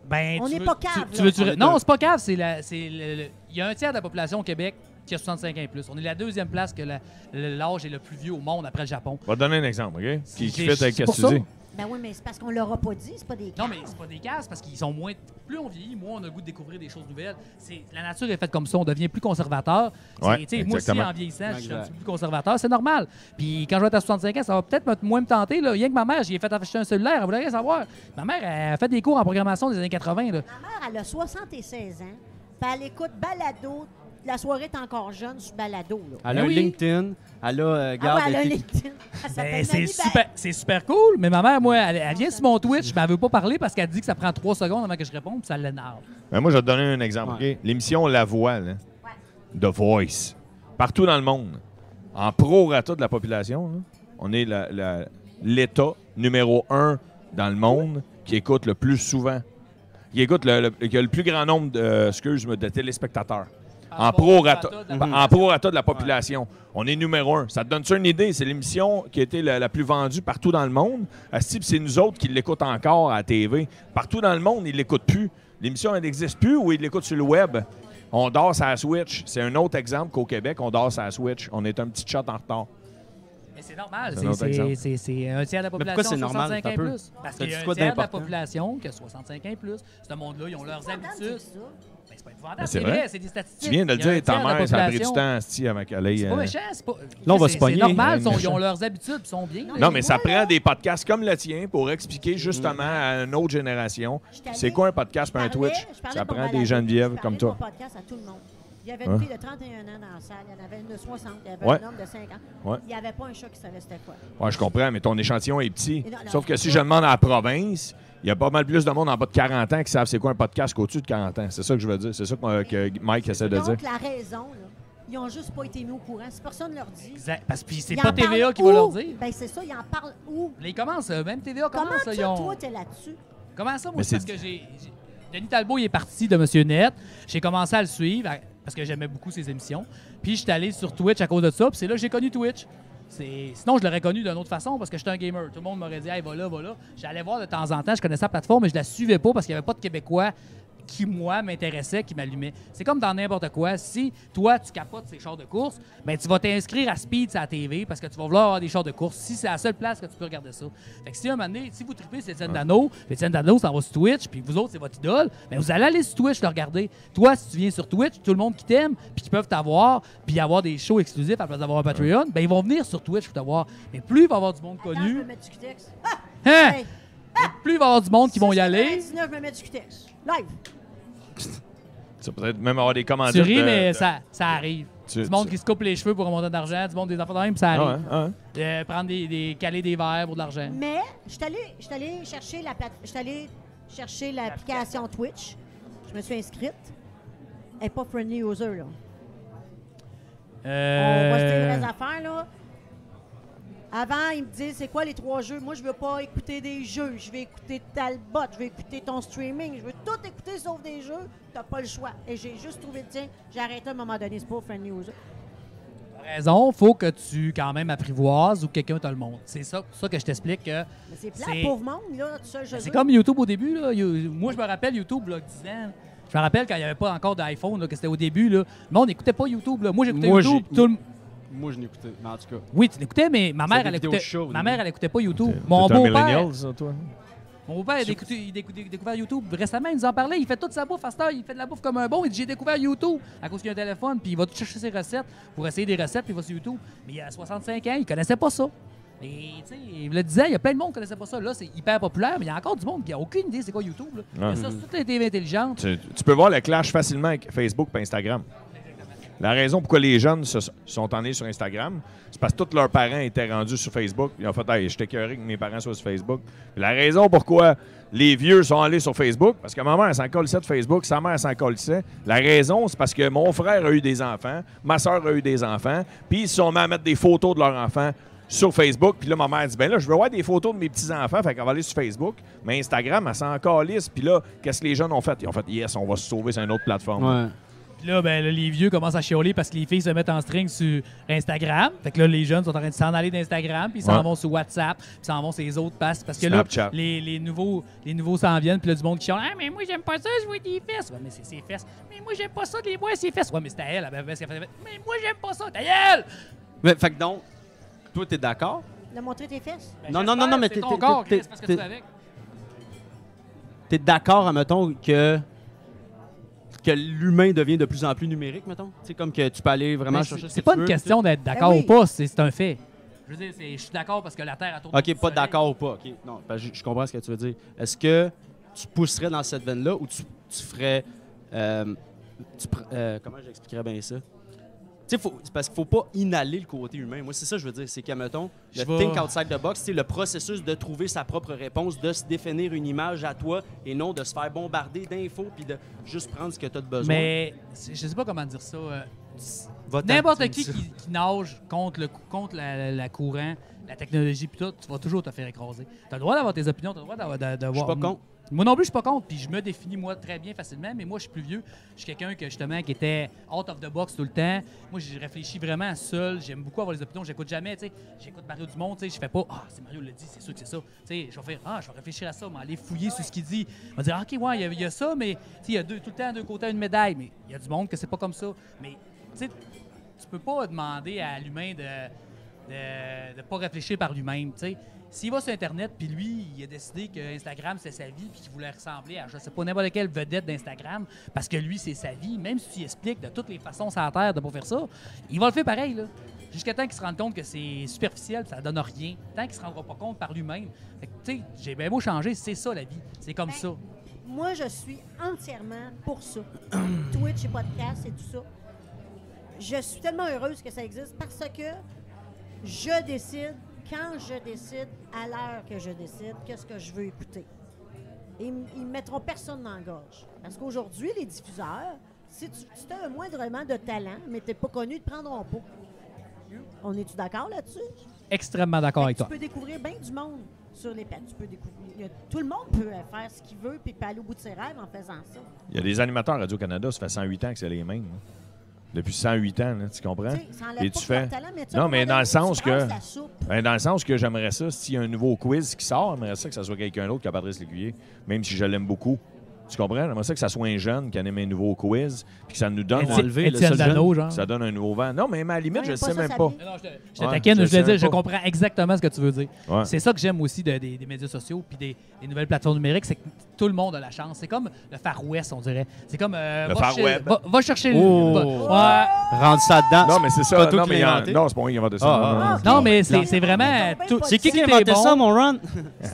D: ben,
A: On
D: tu
A: est
D: veux-
A: pas
D: tu-
A: cave,
D: tu
A: là.
D: veux- tu
A: On
D: veux-
A: est
D: non, c'est pas cave. C'est la, c'est le- le- il y a un tiers de la population au Québec qui a 65 ans et plus. On est la deuxième place que la- le- l'âge est le plus vieux au monde après le Japon.
C: Va te donner un exemple, OK? Qui, qui
D: J'ai-
C: fait avec
D: c'est
C: ce
D: pour
C: que
D: ça.
C: tu dis.
A: Ben oui, mais c'est parce qu'on ne l'aura pas dit, c'est pas des
D: Non,
A: cas.
D: mais c'est pas des cases parce qu'ils sont moins. Plus on vieillit, moins on a le goût de découvrir des choses nouvelles. C'est- La nature est faite comme ça. On devient plus conservateur. C'est-
C: Ouais,
D: tu sais, moi aussi,
C: exactement.
D: en vieillissant, je suis un
B: Exact.
D: petit peu plus conservateur. C'est normal. Puis quand je vais être à 65 ans, ça va peut-être me- moins me tenter. Là. Rien que ma mère, j'ai fait acheter un cellulaire. Elle voulait rien savoir. Ma mère, elle a fait des cours en programmation des années 80. Là.
A: Ma mère, elle a 76 ans, puis elle écoute balado. La soirée est encore jeune sur balado.
C: Ah,
A: Là.
B: Elle a
D: Ben
B: un
D: oui.
B: LinkedIn. Elle a. euh,
A: Ah
B: garde,
A: ouais, elle a un
B: elle était-
A: LinkedIn. Elle s'appelle
D: Ben,
A: Mamie
D: c'est
A: Belle.
D: super, c'est super cool, mais ma mère, moi, elle, elle vient sur mon Twitch, mais elle veut pas parler parce qu'elle dit que ça prend trois secondes avant que je réponde, puis ça l'énerve.
C: Mais moi, je vais te donner un exemple,
B: Ouais.
C: OK? L'émission La Voix, là, The Voice, partout dans le monde, en prorata de la population, là, on est la- la- l'État numéro un dans le monde qui écoute le plus souvent, qui écoute le, le- qui a le plus grand nombre de, euh, excuse-moi, de téléspectateurs.
D: Par
C: En
D: rapport au
C: prorata
D: prorata de la
C: par- en prorata de la population. On est numéro un. Ça te donne-tu une idée? C'est l'émission qui a été la, la plus vendue partout dans le monde. Asti, puis c'est nous autres qui l'écoutent encore à la TV. Partout dans le monde, ils ne l'écoutent plus. L'émission, elle n'existe plus ou ils l'écoutent sur le web. On dort sa Switch. C'est un autre exemple qu'au Québec, on dort sa Switch. On est un petit chat en retard.
D: Mais c'est normal,
C: C'est un autre
D: c'est-
C: exemple.
D: c'est- c'est c'est un tiers de la
B: pourquoi
D: population.
B: c'est normal,
D: 65 ans et
B: t'as peu?
D: plus. Parce
B: T'as
D: qu'il y
B: dit
D: a un
B: quoi
D: tiers de la
B: d'important?
D: population qui a 65 ans et plus. Ce monde-là, ils ont leurs
A: Madame,
D: habitudes.
A: c'est ça.
D: Ben, c'est pas épouvantable,
C: Mais c'est
D: c'est
C: vrai.
D: vrai, c'est des statistiques.
C: Tu viens de le
D: Il y a un
C: dire, ta
D: tiers de la
C: mère, ça a pris du
D: population-
C: temps, Asti, avant qu'elle aille.
D: C'est pas
C: euh,
D: méchant, c'est pas.
B: Là, on va
D: c'est-
B: se pogner.
D: C'est normal, ils sont- ils
C: Méchant.
D: ont leurs habitudes, puis ils sont
A: Ah,
D: bien.
C: Non, mais ça
A: Moi, là- Mm.
C: prend des podcasts comme le tien pour expliquer justement à une autre génération
A: Je suis allée-
C: c'est quoi un podcast
A: je
C: et un
A: parlais-
C: Twitch.
A: je parlais
C: Ça
A: de mon
C: prend des
A: balado,
C: Geneviève
A: je parlais
C: comme
A: de
C: toi.
A: mon podcast à tout le monde. Il y avait une
C: Hein?
A: fille de 31 ans dans la salle, il y en avait une de 60, il y avait
C: Ouais.
A: un homme de 50.
C: Ouais.
A: Il n'y avait pas un chat qui savait c'était quoi.
C: Ouais, je comprends, mais ton échantillon est petit.
A: Et non, non,
C: Sauf que
A: c'est
C: si
A: ça.
C: je demande à la province, il y a pas mal plus de monde en bas de 40 ans qui savent c'est quoi un podcast qu'au-dessus de 40 ans. C'est ça que je veux dire. C'est ça que, euh, que Mike essaie de dire.
A: Donc, la raison, là, ils n'ont juste pas été mis au courant. Si personne ne leur dit,
D: Exact. Parce que c'est
A: ils
D: pas
A: en
D: TVA
A: parlent
D: qui va
A: où?
D: leur dire.
A: Ben, c'est ça, ils en parlent où?
D: Là, ils commencent, euh, même TVA
A: Comment,
D: commence.
A: ça,
D: là, ils ont-
A: toi, t'es là-dessus?
D: Comment ça, moi,
C: Mais
D: c'est parce
C: c'est-
D: que j'ai. j'ai- Denis Talbot, il est parti de Monsieur Net. J'ai commencé à le suivre à- parce que j'aimais beaucoup ses émissions. Puis j'étais allé sur Twitch à cause de ça. Puis c'est là que j'ai connu Twitch. C'est- Sinon, je l'aurais connu d'une autre façon parce que j'étais un gamer. Tout le monde m'aurait dit, hey, va là, va là. J'allais voir de temps en temps, je connaissais la plateforme, mais je la suivais pas parce qu'il n'y avait pas de Québécois qui, moi, m'intéressait, qui m'allumait. C'est comme dans n'importe quoi. Si toi, tu capotes ces chars de course, ben, tu vas t'inscrire à Speed à la TV parce que tu vas vouloir avoir des chars de course si c'est la seule place que tu peux regarder ça. Fait que si un moment donné, si vous tripez sur Étienne Dano, puis Étienne Dano s'en va sur Twitch, puis vous autres, c'est votre idole, ben, vous allez aller sur Twitch le regarder. Toi, si tu viens sur Twitch, tout le monde qui t'aime, puis qui peuvent t'avoir, puis avoir des shows exclusifs après d'avoir un Patreon, ben, ils vont venir sur Twitch pour t'avoir. Mais plus il va y avoir du monde
A: Attends, je
D: connu,
A: me mets du cutex. Ah!
D: hein,
A: Hey!
D: plus il va y avoir du monde qui vont y aller.
A: 19, je me mets du cutex. Live!
C: Ça peut être même avoir des commandes.
D: Tu ris, mais ça, ça arrive.
C: Tu-
D: du monde
C: tu-
D: qui se coupe les cheveux pour un montant d'argent, du monde des enfants de même, ça
C: Ah,
D: arrive.
C: hein, ah, hein.
D: Euh, prendre des, des caler des verres pour de l'argent.
A: Mais je suis allée- je suis allée chercher la plate- je suis allée chercher l'application Twitch. Je me suis inscrite. Elle n'est pas friendly user, là. On
D: Euh,
A: va se dire les vraies affaires, là. Avant, ils me disaient, c'est quoi les trois jeux? Moi, je veux pas écouter des jeux. Je vais écouter Talbot, je vais écouter ton streaming. Je veux tout écouter sauf des jeux. T'as pas le choix. Et j'ai juste trouvé, tiens, j'ai arrêté à un moment donné. C'est pas friendly user.
D: T'as raison, faut que tu quand même apprivoises ou que quelqu'un te le montre. C'est ça, ça que je t'explique que
A: Mais c'est plat
D: C'est-
A: pour le monde, là, tout seul, je
D: c'est
A: veux.
D: comme YouTube au début. Là. You- Moi, je me rappelle YouTube, là, 10 ans. Je me rappelle quand il n'y avait pas encore d'iPhone, là, que c'était au début. Là. Mais on n'écoutait pas YouTube. Là. Moi, j'écoutais
B: Moi,
D: YouTube.
B: j'ai-
D: tout le-
B: Moi, je n'écoutais. Mais en tout cas.
D: Oui, tu l'écoutais, mais ma mère,
B: des
D: elle
B: vidéos
D: écoutait...
B: chaudes,
D: ma
B: oui.
D: mère, elle écoutait pas YouTube.
C: T'es-
D: Mon
C: t'es un
D: beau-père,
C: millennial, ça, toi?
D: Mon beau-père, il, a découvert- il a décou- il a découvert YouTube récemment, il nous en parlait, il fait toute sa bouffe à cette heure, il fait de la bouffe comme un bon, il dit j'ai découvert YouTube à cause qu'il y a un téléphone, puis il va tout chercher ses recettes pour essayer des recettes, puis il va sur YouTube. Mais il a 65 ans, il connaissait pas ça. Et tu sais, il le disait, il y a plein de monde qui connaissait pas ça. Là, c'est hyper populaire, mais il y a encore du monde qui a aucune idée c'est quoi YouTube. Là.
C: Ouais.
D: Il y a ça sur toutes les TV intelligentes.
C: Tu, tu peux voir le clash facilement avec Facebook et Instagram. La raison pourquoi les jeunes se sont allés sur Instagram, c'est parce que tous leurs parents étaient rendus sur Facebook. Ils ont fait Hey, j'étais curieux que mes parents soient sur Facebook. La raison pourquoi les vieux sont allés sur Facebook, parce que ma mère elle s'en colissait de Facebook, sa mère elle s'en colissait. La raison, c'est parce que mon frère a eu des enfants, ma soeur a eu des enfants, puis ils se sont mis à mettre des photos de leurs enfants sur Facebook. Puis là, ma mère dit ben là, je veux voir des photos de mes petits-enfants. Fait qu'elle va aller sur Facebook. Mais Instagram, elle s'en calisse. Puis là, qu'est-ce que les jeunes ont fait Ils ont fait Yes, on va se sauver sur une autre plateforme.
B: Ouais.
D: Puis là, ben, là, les vieux commencent à chialer parce que les filles se mettent en string sur Instagram. Fait que là, les jeunes sont en train de s'en aller d'Instagram, puis ils s'en
C: Ouais.
D: vont sur WhatsApp, puis ils s'en vont sur les autres passes. Parce que
C: Snapchat.
D: là, les, les nouveaux les nouveaux s'en viennent, puis là, du monde qui chiale Ah, mais moi, j'aime pas ça, je vois des fesses. Ouais, mais c'est ses fesses. Mais moi, j'aime pas ça, de les voir, ses fesses. Ouais, mais c'est à elle. elle avait- elle avait- Mais moi, j'aime pas ça, Ben, ta gueule!
B: Mais, fait que donc, toi, t'es d'accord?
A: De montrer tes fesses.
D: Ben,
B: Non, non, non,
D: j'espère,
B: non, mais
D: c'est
B: t'es-
D: ton
B: t'es-
D: corps,
B: t'es-
D: Chris, parce que tu
B: t'es-
D: es avec.
B: T'es d'accord, admettons, que que l'humain devient de plus en plus numérique, mettons? C'est comme que tu peux aller vraiment
D: Mais
B: chercher ce
D: Ben, C'est
B: que
D: pas
B: tu
D: une
B: veux.
D: question d'être d'accord
A: Ben oui.
D: ou pas, c'est c'est un fait. Je veux dire, c'est- je suis d'accord parce que la Terre a tourné. autour
B: OK,
D: du
B: pas
D: soleil.
B: d'accord ou pas. OK, non, parce que je je comprends ce que tu veux dire. Est-ce que tu pousserais dans cette veine-là ou tu, tu ferais... euh, tu pr- euh, comment j'expliquerais bien ça? Tu sais, faut- c'est parce qu'il faut pas inhaler le côté humain. Moi, c'est ça que je veux dire. C'est qu'à, mettons, le
D: Je vais-
B: think outside the box, c'est le processus de trouver sa propre réponse, de se définir une image à toi et non de se faire bombarder d'infos puis de juste prendre ce que tu as de besoin.
D: Mais c'est- je sais pas comment dire ça. euh, c'est-
B: Va-t'en,
D: N'importe
B: tu me
D: qui,
B: dis ça.
D: qui qui nage contre le cou- contre la, la- la courant, la technologie puis tout, tu vas toujours te faire écraser. T'as le droit d'avoir tes opinions, t'as le droit d'avoir de, de
B: Je suis
D: voir-
B: pas contre.
D: Moi non plus, je suis pas contre, puis je me définis moi très bien facilement, mais moi je suis plus vieux. Je suis quelqu'un que justement qui était out of the box tout le temps. Moi je réfléchis vraiment seul, j'aime beaucoup avoir les opinions, j'écoute jamais, tu sais. J'écoute Mario Dumont, tu sais, je fais pas ah, c'est Mario le dit, c'est sûr que c'est ça. Tu sais, je vais faire ah, je vais réfléchir à ça, mais aller fouiller sur ce qu'il dit. Je vais dire ah, OK, ouais, il y a- il y, a ça, mais tu sais, il y a deux tout le temps deux côtés à une médaille, mais il y a du monde que c'est pas comme ça. Mais tu sais, tu peux pas demander à l'humain de de ne pas réfléchir par lui-même. tu sais. S'il va sur Internet, puis lui, il a décidé que Instagram, c'est sa vie, puis qu'il voulait ressembler à, je sais pas, n'importe quelle vedette d'Instagram, parce que lui, c'est sa vie, même si tu lui expliques de toutes les façons sur la Terre de pas faire ça, il va le faire pareil, là. Jusqu'à temps qu'il se rende compte que c'est superficiel, ça donne rien. Tant qu'il se rendra pas compte par lui-même. Fait que, tu sais, j'ai bien beau changer, c'est ça la vie. C'est comme
A: Ben,
D: ça.
A: Moi, je suis entièrement pour ça. <clears throat> Twitch et podcast et tout ça. Je suis tellement heureuse que ça existe parce que je décide, quand je décide, à l'heure que je décide, qu'est-ce que je veux écouter. Et m- ils ne mettront personne dans la gorge. Parce qu'aujourd'hui, les diffuseurs, si tu, si as moindrement de talent, mais tu n'es pas connu, ils ne te prendront pas. On est-tu d'accord là-dessus?
D: Extrêmement d'accord avec
A: ben, tu
D: toi.
A: peux découvrir bien du monde sur les pattes. Tu peux découvrir. il y a- Tout le monde peut euh, faire ce qu'il veut puis peut aller au bout de ses rêves en faisant ça.
C: Il y a des animateurs à Radio-Canada, ça fait 108 ans que c'est les mêmes. là. Depuis 108 ans, là, tu comprends?
A: Tu sais, ça enlève
C: Et
A: pas
C: tu
A: tout leur
C: fais-
A: talent, mais tu sais, à un
C: non,
A: moment
C: mais dans
A: donné,
C: le sens
A: tu brasses
C: que.
A: la soupe.
C: Ben, dans le sens que j'aimerais ça, s'il y a un nouveau quiz qui sort, j'aimerais ça que ça soit quelqu'un d'autre qu'à Patrice Lécuyer, même si je l'aime beaucoup. Tu comprends? J'aimerais ça que ça soit un jeune qui anime un nouveau quiz, puis que ça nous donne,
B: Éthique.
C: un,
B: enlever le
D: Étienne
B: seul
D: Dano, genre.
C: que ça donne un nouveau vent. Non, mais à la limite,
A: Ouais,
C: je ne
A: pas
C: sais
A: ça,
C: même
A: ça
C: pas.
A: vient.
D: Mais non, je te, je te
C: Ouais,
D: taquine,
C: je
D: je, voulais
C: sais
D: dire, je
C: pas.
D: comprends exactement ce que tu veux dire.
C: Ouais.
D: C'est ça que j'aime aussi de- des, des médias sociaux puis des, des nouvelles plateformes numériques, c'est que tout le monde a la chance. C'est comme le Far West, on dirait. C'est comme. euh,
C: Le
D: va
C: Far
D: chercher-
C: Web.
D: Va, va chercher le-
B: Oh.
D: va- ouais.
B: Rentre ça dedans.
C: Non, mais c'est ça.
B: pas toi
C: non,
B: qui
C: mais
B: l'as
C: il y a-
B: inventé.
C: Non, c'est pas moi qui ai inventé ça.
B: Ah,
C: non,
B: ah,
C: non, non.
A: ah.
D: Non, mais c'est
A: Non.
D: c'est vraiment.
A: Ben, ben,
D: tout-
A: pas
B: C'est qui
D: si
B: qui a
D: t'es
B: inventé
D: bon,
B: ça, mon run?
D: si t'es-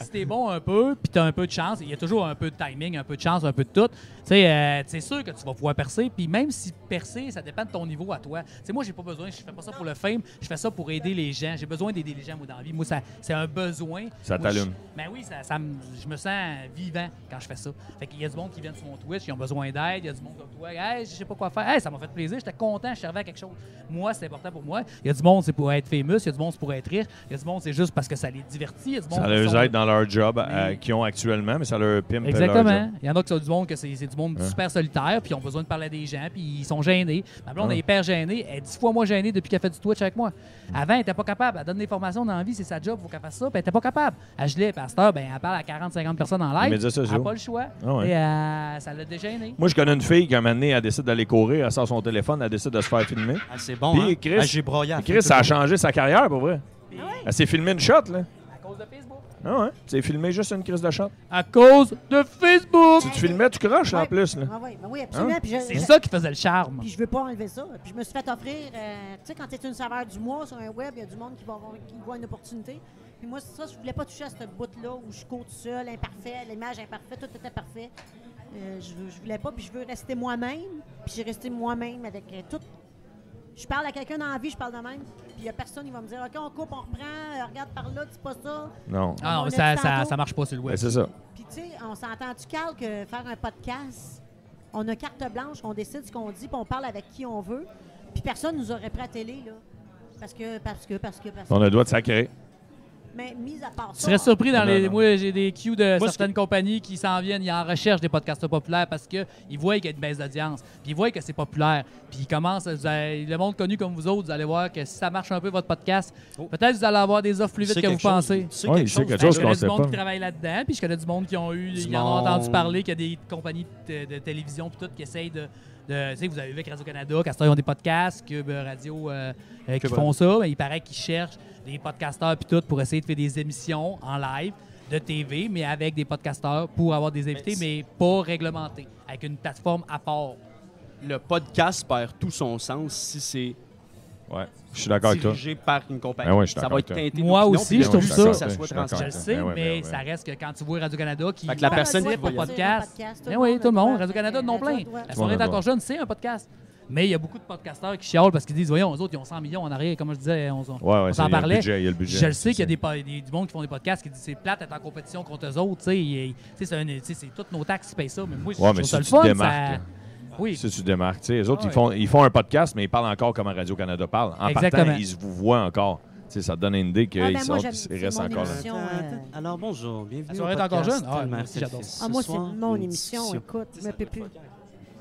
D: si t'es bon un peu, puis t'as un peu de chance, il y a toujours un peu de timing, un peu de chance, un peu de tout. Tu sais, euh, c'est sûr que tu vas pouvoir percer. Puis même si percer, ça dépend de ton niveau à toi. Tu sais, moi, j'ai pas besoin, je fais pas ça pour le fame, je fais ça pour aider les gens. J'ai besoin d'aider les gens, moi, dans la vie. Moi, ça, c'est un besoin.
C: Ça
D: Moi, je-
C: t'allume.
D: Ben oui, ça, ça me- je me sens vivant quand je fais ça. Fait qu'il y a du monde qui vient sur mon Twitch, ils ont besoin d'aide, il y a du monde comme toi, hey, je sais pas quoi faire, hey, ça m'a fait plaisir, j'étais content, je servais à quelque chose. Moi, c'est important pour moi. Il y a du monde, c'est pour être famous, il y a du monde, c'est pour être rire, il y a du monde, c'est juste parce que ça les divertit, il y a du monde
C: Ça
D: qui
C: leur
D: sont-
C: aide dans leur job euh,
D: Mais-
C: qu'ils ont actuellement, mais ça leur pimpe leur job.
D: Exactement. Il y en a qui sont du monde que c'est c'est du monde
C: Hein?
D: super solitaire, puis ils ont besoin de parler à des gens, puis ils sont gênés. Ma blonde
C: Ouais.
D: est hyper gênée. Elle est dix fois moins gênée depuis qu'elle fait du Twitch avec moi. Avant, elle n'était pas capable. Elle donne des formations dans la vie, c'est sa job, faut qu'elle fasse ça, puis elle n'était pas capable. Elle gelait, puis à cette heure, ben, elle parle à 40-50 personnes en
C: Les
D: live.
C: médias sociaux.
D: Elle n'a pas le choix.
C: Ah ouais.
D: Et euh, ça l'a dégéné.
C: Moi, je connais une fille qui, un moment donné, elle décide d'aller courir, elle sort son téléphone, elle décide de se faire filmer.
B: Ah, c'est bon,
C: Puis
B: hein?
C: Chris-
B: Ah, j'ai broyé à la
C: Chris,
B: fin,
C: ça a
B: tout
C: changé sa carrière, pour vrai.
D: Ah
C: Elle s'est filmée une shot, là.
D: À cause de Facebook.
C: Non, hein? Tu t'es filmé juste une crise de shot.
D: À cause de Facebook.
C: Tu te filmais, tu croches, là, en
A: Ouais.
C: plus, là.
A: Ah oui, ben oui, absolument.
C: Hein?
A: Puis je,
D: C'est
A: je-
D: ça qui faisait le charme.
A: puis je veux pas enlever ça. Puis je me suis fait offrir, euh, tu sais, quand tu es une saveur du mois sur un web, il y a du monde qui, va avoir- qui voit une opportunité. Puis moi, c'est ça, je voulais pas toucher à ce bout-là où je cours tout seul, imparfait, l'image imparfaite, tout était parfait. Euh, je, veux- je voulais pas, puis je veux rester moi-même. Puis j'ai resté moi-même avec euh, tout. Je parle à quelqu'un dans la vie, je parle de même. Puis il y a personne qui va me dire OK, on coupe, on reprend, euh, regarde par là, dis pas ça.
C: Non.
D: Ah
A: On
D: non,
A: a
D: ça,
A: dit
D: ça,
A: tantôt.
D: ça marche pas sur le
C: Ben,
D: web.
C: c'est ça.
A: Puis tu sais, on s'entend-tu, Carl, que faire un podcast, on a carte blanche, on décide ce qu'on dit, puis on parle avec qui on veut. Puis personne nous aurait pris à télé, là. Parce que, parce que, parce que, parce que.
C: On a le droit de sacrer.
A: Mais mis à part
D: Tu
A: ça.
D: serais surpris dans
C: Non,
D: les.
C: non.
D: Moi, j'ai des cues de
B: Moi, ce
D: certaines compagnies qui s'en viennent, ils en recherchent des podcasteurs populaires parce qu'ils voient qu'il y a une baisse d'audience, puis ils voient que c'est populaire, puis ils commencent. vous allez- le monde connu comme vous autres, vous allez voir que si ça marche un peu votre podcast,
B: Oh.
D: peut-être que vous allez avoir des offres plus
B: Tu
D: vite
B: sais
D: que vous
B: quelque chose-
D: pensez.
B: tu sais
C: Ouais,
B: quelque
C: il sait
B: chose
C: quelque
D: Ben,
C: chose
D: je
C: qu'on
D: connais
C: sait
D: du monde
C: pas.
D: qui travaille là-dedans, puis je connais du monde qui ont eu,
B: Du
D: qui en ont entendu
B: monde.
D: parler, qu'il y a des compagnies de, de télévision puis tout qui essayent de. de- tu sais, vous avez vu avec Radio-Canada, Castor, ils ont des podcasts, Cube Radio, euh, euh, qui
B: Cube
D: font ça, mais il paraît qu'ils cherchent des podcasteurs puis tout pour essayer de faire des émissions en live de TV, mais avec des podcasteurs pour avoir des invités, mais, pas réglementés, avec une plateforme à part.
B: Le podcast perd tout son sens si c'est
C: Ouais. Je suis d'accord avec toi.
B: dirigé par une compagnie.
C: Ben ouais, je suis
B: ça
C: d'accord
B: va être
C: avec toi.
B: teinté
D: Moi
B: d'opinion,
D: aussi,
B: puis
D: je trouve
B: juste
D: ça-
B: que
C: je
B: ça
C: suis
B: soit
C: d'accord.
B: transparent.
D: Je le sais,
C: Ben ouais,
D: mais
C: ben ouais.
D: ça reste que quand tu vois Radio-Canada qui.
B: Fait que la
A: Tout le monde
B: personne
A: doit
B: qui
A: dire
B: va-
A: un
D: podcast.
A: Tout
D: Ben
A: le
D: oui,
A: monde
D: tout le
A: doit
D: monde.
A: dire
D: Radio-Canada,
A: un
D: non plein.
A: podcast.
D: La
A: Ouais.
D: soirée est
C: d'accord.
D: encore jeune, c'est un podcast. Mais il y a beaucoup de podcasteurs qui chiolent parce qu'ils disent, voyons, eux autres, ils ont 100 millions en arrière, comme je disais, on, on-
C: Ouais,
D: on
C: ouais, c'est- il y a
D: s'en
C: le
D: parlait.
C: budget, il y a le budget.
D: Je le sais qu'il y a
C: C'est-
D: des, pa- des- du monde qui font des podcasts qui disent c'est plate d'être en compétition contre eux autres. tu sais, et- tu sais, C'est un- tu sais, c'est toutes nos taxes qui payent ça. Mais moi, je
C: Ouais,
D: trouve
C: mais
D: ça
C: si
D: le
C: tu
D: fun.
C: te
D: ça-
C: démarques, là.
D: Oui,
C: Si tu démarques, tu sais, les autres,
D: Ah ouais.
C: ils, font, ils font un podcast, mais ils parlent encore comme Radio-Canada parle. En
D: Exactement.
C: partant, ils se vous voient encore. Tu sais, ça te donne une idée qu'ils
A: Ah, ben moi,
C: sortent,
A: j'aime-
C: ils
A: c'est
C: restent
A: mon
C: encore là.
A: émission. euh,
B: Alors bonjour,
D: La
B: bienvenue
D: soirée
B: au
D: est encore
B: podcast
D: jeune? Ah,
B: Tellement
D: moi aussi,
B: Félix.
D: j'adore.
A: Ah,
B: Ce
A: moi, c'est
B: soir,
A: mon
B: une
A: émission,
B: discussion.
A: écoute, je me peux plus.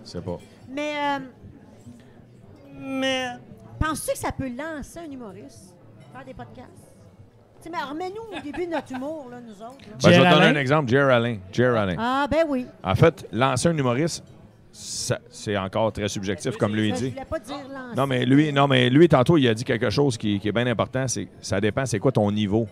C: Je sais pas. Ben,
A: Mais euh,
B: Mais
A: penses-tu que ça peut lancer un humoriste? Faire des podcasts? Tu sais, mais remets-nous au début de notre humour, là, nous autres. là.
C: Ben, je vais te
D: Jerry
C: donner un
D: Alain.
C: exemple. Jerry Alain. Jerry Alain.
A: Ah, ben oui.
C: En fait, lancer un humoriste, ça- c'est encore très subjectif, comme lui
A: Ben, je
C: dit.
A: voulais pas dire lancer.
C: Non, mais lui, non, mais lui, tantôt, il a dit quelque chose qui, qui est bien important. C'est, ça dépend, c'est quoi ton niveau.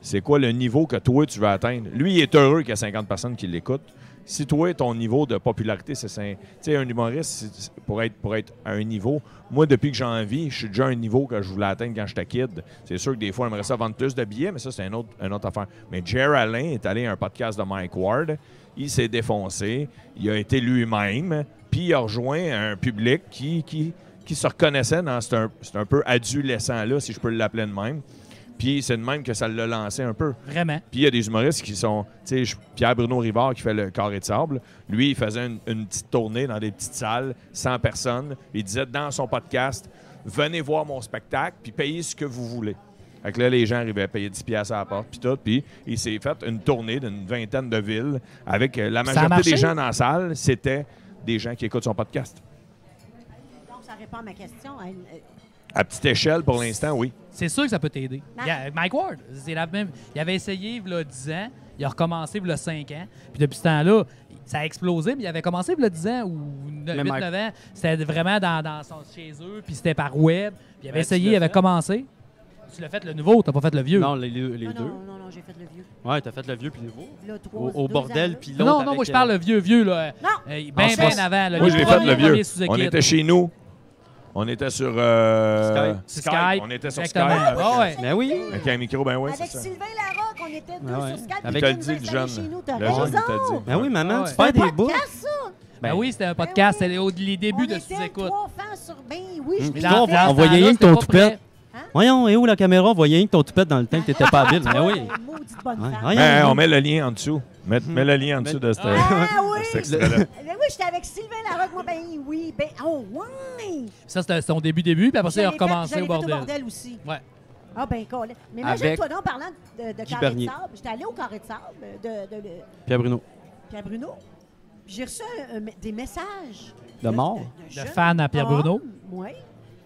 C: C'est quoi le niveau que toi, tu veux atteindre. Lui, il est heureux qu'il y a 50 personnes qui l'écoutent. Si toi, ton niveau de popularité, c'est... cin- Tu sais, un humoriste, c'est- c'est- pour, être, pour être à un niveau... Moi, depuis que j'ai envie, je suis déjà à un niveau que je voulais atteindre quand j'étais kid. C'est sûr que des fois, j'aimerais ça vendre plus de billets, mais ça, c'est une autre, une autre affaire. Mais Jerry Alain est allé à un podcast de Mike Ward. Il s'est défoncé. Il a été lui-même. Puis, il a rejoint un public qui... qui qui se reconnaissait dans c'est un, c'est un peu adolescent-là, si je peux l'appeler de même. Puis c'est de même que ça l'a lancé un peu.
D: vraiment.
C: Puis il y a des humoristes qui sont, tu sais, je- Pierre-Bruno Rivard qui fait le carré de sable. Lui, il faisait une, une petite tournée dans des petites salles, 100 personnes. Il disait dans son podcast, venez voir mon spectacle, puis payez ce que vous voulez. Fait que là, les gens arrivaient à payer 10 piastres à la porte, puis tout. Puis il s'est fait une tournée d'une vingtaine de villes avec euh, la
D: Ça a
C: majorité des
D: marché?
C: gens dans la salle, c'était des gens qui écoutent son podcast.
A: Donc, ça répond à ma question. Hey, euh,
C: À petite échelle, pour l'instant, oui.
D: C'est sûr que ça peut t'aider.
A: Ma-
D: Il y a- Mike Ward, c'est la même. Il avait essayé il 10 ans, il a recommencé il 5 ans, puis depuis ce temps-là, ça a explosé, mais il avait commencé il 10 ans ou
B: Mais
D: 8-9
B: Mike-
D: ans. C'était vraiment dans, dans son, chez eux, puis c'était par web, puis il avait
B: Ben, tu
D: essayé, il
B: l'as
D: avait
B: fait?
D: commencé. Tu l'as fait le nouveau, t'as pas fait le vieux.
B: non, les, les- les
A: non,
B: deux.
A: non, non, non, j'ai fait le vieux.
B: Ouais, t'as fait le vieux puis le nouveau.
A: Là, trois,
B: Au, au
A: deux
B: bordel
A: ans,
B: puis
D: non,
B: l'autre.
D: non,
B: avec,
D: moi je parle
B: euh,
D: le vieux, vieux, là.
A: Non!
D: Euh,
B: Ah,
D: ben,
B: c'est
D: ben
B: pas-
D: avant. Là,
C: Moi, je l'ai fait
D: premier,
C: le vieux.
D: premier sous-équipe.
C: On était chez nous. On était sur euh,
B: Skype.
D: Sur Skype,
C: On était sur
D: exactement.
C: Skype.
D: Ah ouais.
B: Ben oui.
C: Avec un micro, ben oui, c'est
A: Avec
C: ça.
A: Sylvain Larocque, on était deux
B: Ah ouais.
A: sur Skype.
B: Avec-
A: puis
C: Il te le dit,
A: nous a installés
C: le jeune.
A: Chez nous, t'as
C: Le jeune, il te le
A: raison!
C: dit.
B: Ben oui, maman,
D: Ouais.
B: tu perds des bouts.
A: Podcast, ça!
D: Ben oui, c'était un
A: Ben
D: podcast,
A: oui.
D: c'est les, les débuts
A: on
D: de
A: était
D: sous-écoute.
A: trois fans sur... Ben oui, je
B: Hum.
A: l'ai
B: Là, on
A: fait.
B: voit- on voyait
D: rien
B: rien que ton toupette. Voyons, et où la caméra? On voyait rien que ton toupette dans le temps que t'étais pas habile. Ben oui.
A: Ah, Maudite bonne
B: Ouais,
A: femme.
B: ouais.
C: Ben, hein, on met le lien en dessous. Mets,
B: Hmm.
C: mets le lien en dessous de
B: <laughs>
C: cette. euh,
A: Ah oui!
C: cet extrait-là.
A: Ben oui, j'étais avec Sylvain Larocque, moi, ben oui, ben oh ouais!
D: Ça, c'était son début, début, puis après ça, il a
A: J'allais fait-
D: recommencé
A: j'allais
D: au
A: fait
D: bordel.
A: aussi.
D: Ouais.
A: Ah ben cool. Mais
B: Avec-
A: imagine-toi donc, parlant de, de carré
B: Bernier.
A: de sable, j'étais allée au carré de sable de, de, de-
B: Pierre Bruno.
A: Pierre Bruno. puis J'ai reçu un- un- des messages.
B: De mort?
D: Le fan à Pierre Bruno.
A: Ah, Oui.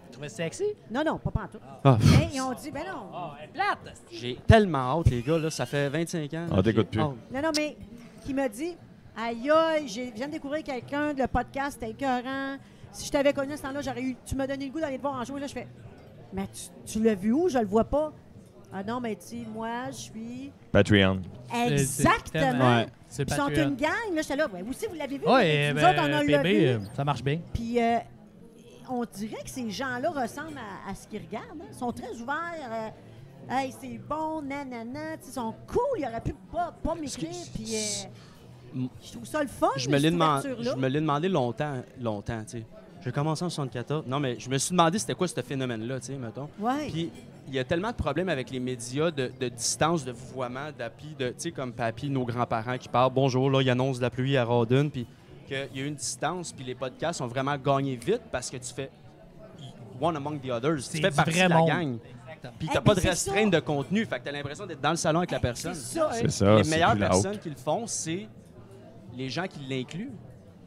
D: Tu trouvais sexy?
A: Non, non, pas pantoute.
B: Ah, pff,
A: Mais ils ont dit, ben non.
D: Ah, elle est plate!
B: J'ai tellement hâte, les gars, là, ça fait 25 ans.
C: On
B: là,
C: t'écoute
B: j'ai
C: plus.
B: hâte.
A: Non, non, mais qui m'a dit Aïe, aïe, j'ai- je viens de découvrir quelqu'un, le podcast, c'était écœurant. Si je t'avais connu à ce temps-là, j'aurais eu. Tu m'as donné le goût d'aller te voir en show. Là, je fais Mais tu, tu l'as vu où Je le vois pas. Ah non, mais tu sais, moi, je suis.
C: Patreon.
A: Exactement.
B: Ouais.
D: C'est
A: Ils
D: pas
A: sont une gang. Là, j'étais là. Ouais, vous aussi, vous l'avez vu.
D: Ouais,
A: mais nous
D: ben,
A: autres, on a
D: PB,
A: le
D: euh, ça marche bien.
A: Puis euh, on dirait que ces gens-là ressemblent à, à ce qu'ils regardent. hein. Ils sont très ouverts. euh, Hey, c'est bon, nanana. Tu sais, Ils sont cool. Ils auraient pu pas, pas m'écrire. Puis. euh, Je trouve ça le fun.
B: je me l'ai
A: Ah, cette
B: demandé,
A: ouverture-là.
B: je me l'ai demandé longtemps, longtemps, tu sais. J'ai commencé en 74. Non, mais je me suis demandé c'était quoi ce phénomène-là, tu sais, mettons.
A: Ouais.
B: Puis il y a tellement de problèmes avec les médias de, de distance, de vouvoiement, d'appui, de, tu sais, comme papy, nos grands-parents qui parlent, bonjour, là, ils annoncent de la pluie à Rawdon, puis qu'il y a une distance, puis les podcasts ont vraiment gagné vite parce que tu fais one among the others.
D: C'est
B: Tu fais
D: du
B: partie
D: vrai
B: de la
D: monde.
B: gang. Puis
A: Eh,
B: t'as
A: puis
B: pas de
A: c'est
B: restreinte
A: ça.
B: de contenu. Fait que t'as l'impression d'être dans le salon avec la personne.
A: ça, hein.
C: C'est ça,
B: les
C: c'est
B: meilleures
C: plus la haute.
B: personnes qui le font, c'est les gens qui l'incluent.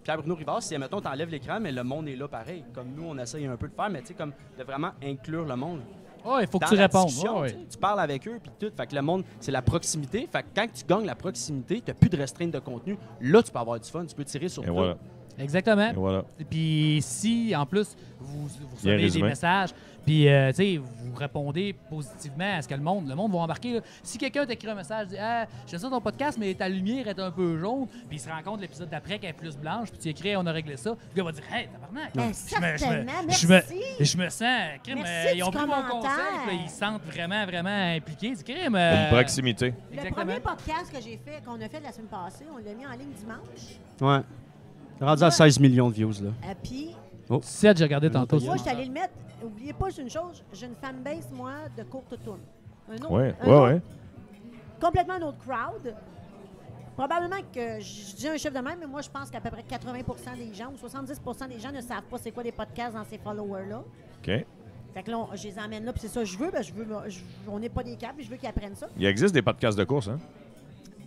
B: Pierre-Bruno Rivard, si, mettons, t'enlèves l'écran, mais le monde est là pareil. Comme nous, on essaye un peu de faire, mais tu sais, comme de vraiment inclure le monde.
D: Oh, il faut que
B: Dans
D: tu
B: la
D: répondes.
B: discussion,
D: Ouais, ouais.
B: tu sais, Tu parles avec eux, puis tout. Fait que le monde, c'est la proximité. Fait que quand tu gagnes la proximité, t'as plus de restreintes de contenu. Là, tu peux avoir du fun, tu peux tirer sur
C: Et
B: tout.
C: voilà.
D: Exactement.
C: Et voilà.
D: Et Puis si, en plus, vous, vous
C: Bien
D: recevez des
C: résumé.
D: messages, puis euh, tu sais, vous répondez positivement à ce que le monde, le monde va embarquer. là. Si quelqu'un t'écrit un message, dit ah, j'aime ça ton podcast, mais ta lumière est un peu jaune », puis il se rend compte l'épisode d'après qu'elle est plus blanche, puis tu écris « on a réglé ça », le gars va dire « hey, tabarnak!
A: Ben,
D: Je me- je me-
A: certainement,
D: je me-
A: merci.
D: Je me sens, crime,
A: Merci
D: euh, ils ont
A: du
D: pris mon
A: commentaire.
D: conseil, puis là, ils se sentent vraiment, vraiment impliqués. C'est
C: Une
D: crime. euh,
C: proximité.
A: Le
D: Exactement.
A: premier podcast que j'ai fait, qu'on a fait la semaine passée, on l'a mis en ligne dimanche.
B: Ouais. Rendu à 16 millions de views, là.
A: Et puis,
D: Seth, j'ai regardé tantôt.
A: moi,
D: c'est-
A: je suis allée le mettre. Oubliez pas, j'ai une chose, j'ai une fanbase, moi, de courte tourne. Un autre,
C: Ouais,
A: un
C: ouais,
A: autre-
C: ouais.
A: Complètement un autre crowd. Probablement que je dis un chef de même, mais moi, je pense qu'à peu près 80 des gens ou 70 des gens ne savent pas c'est quoi les podcasts dans ces followers-là.
C: OK.
A: Fait que là, on- je les emmène là, puis c'est ça que je veux. Ben, je veux je- on n'est pas des câbles, je veux qu'ils apprennent ça.
C: Il existe des podcasts de course, hein?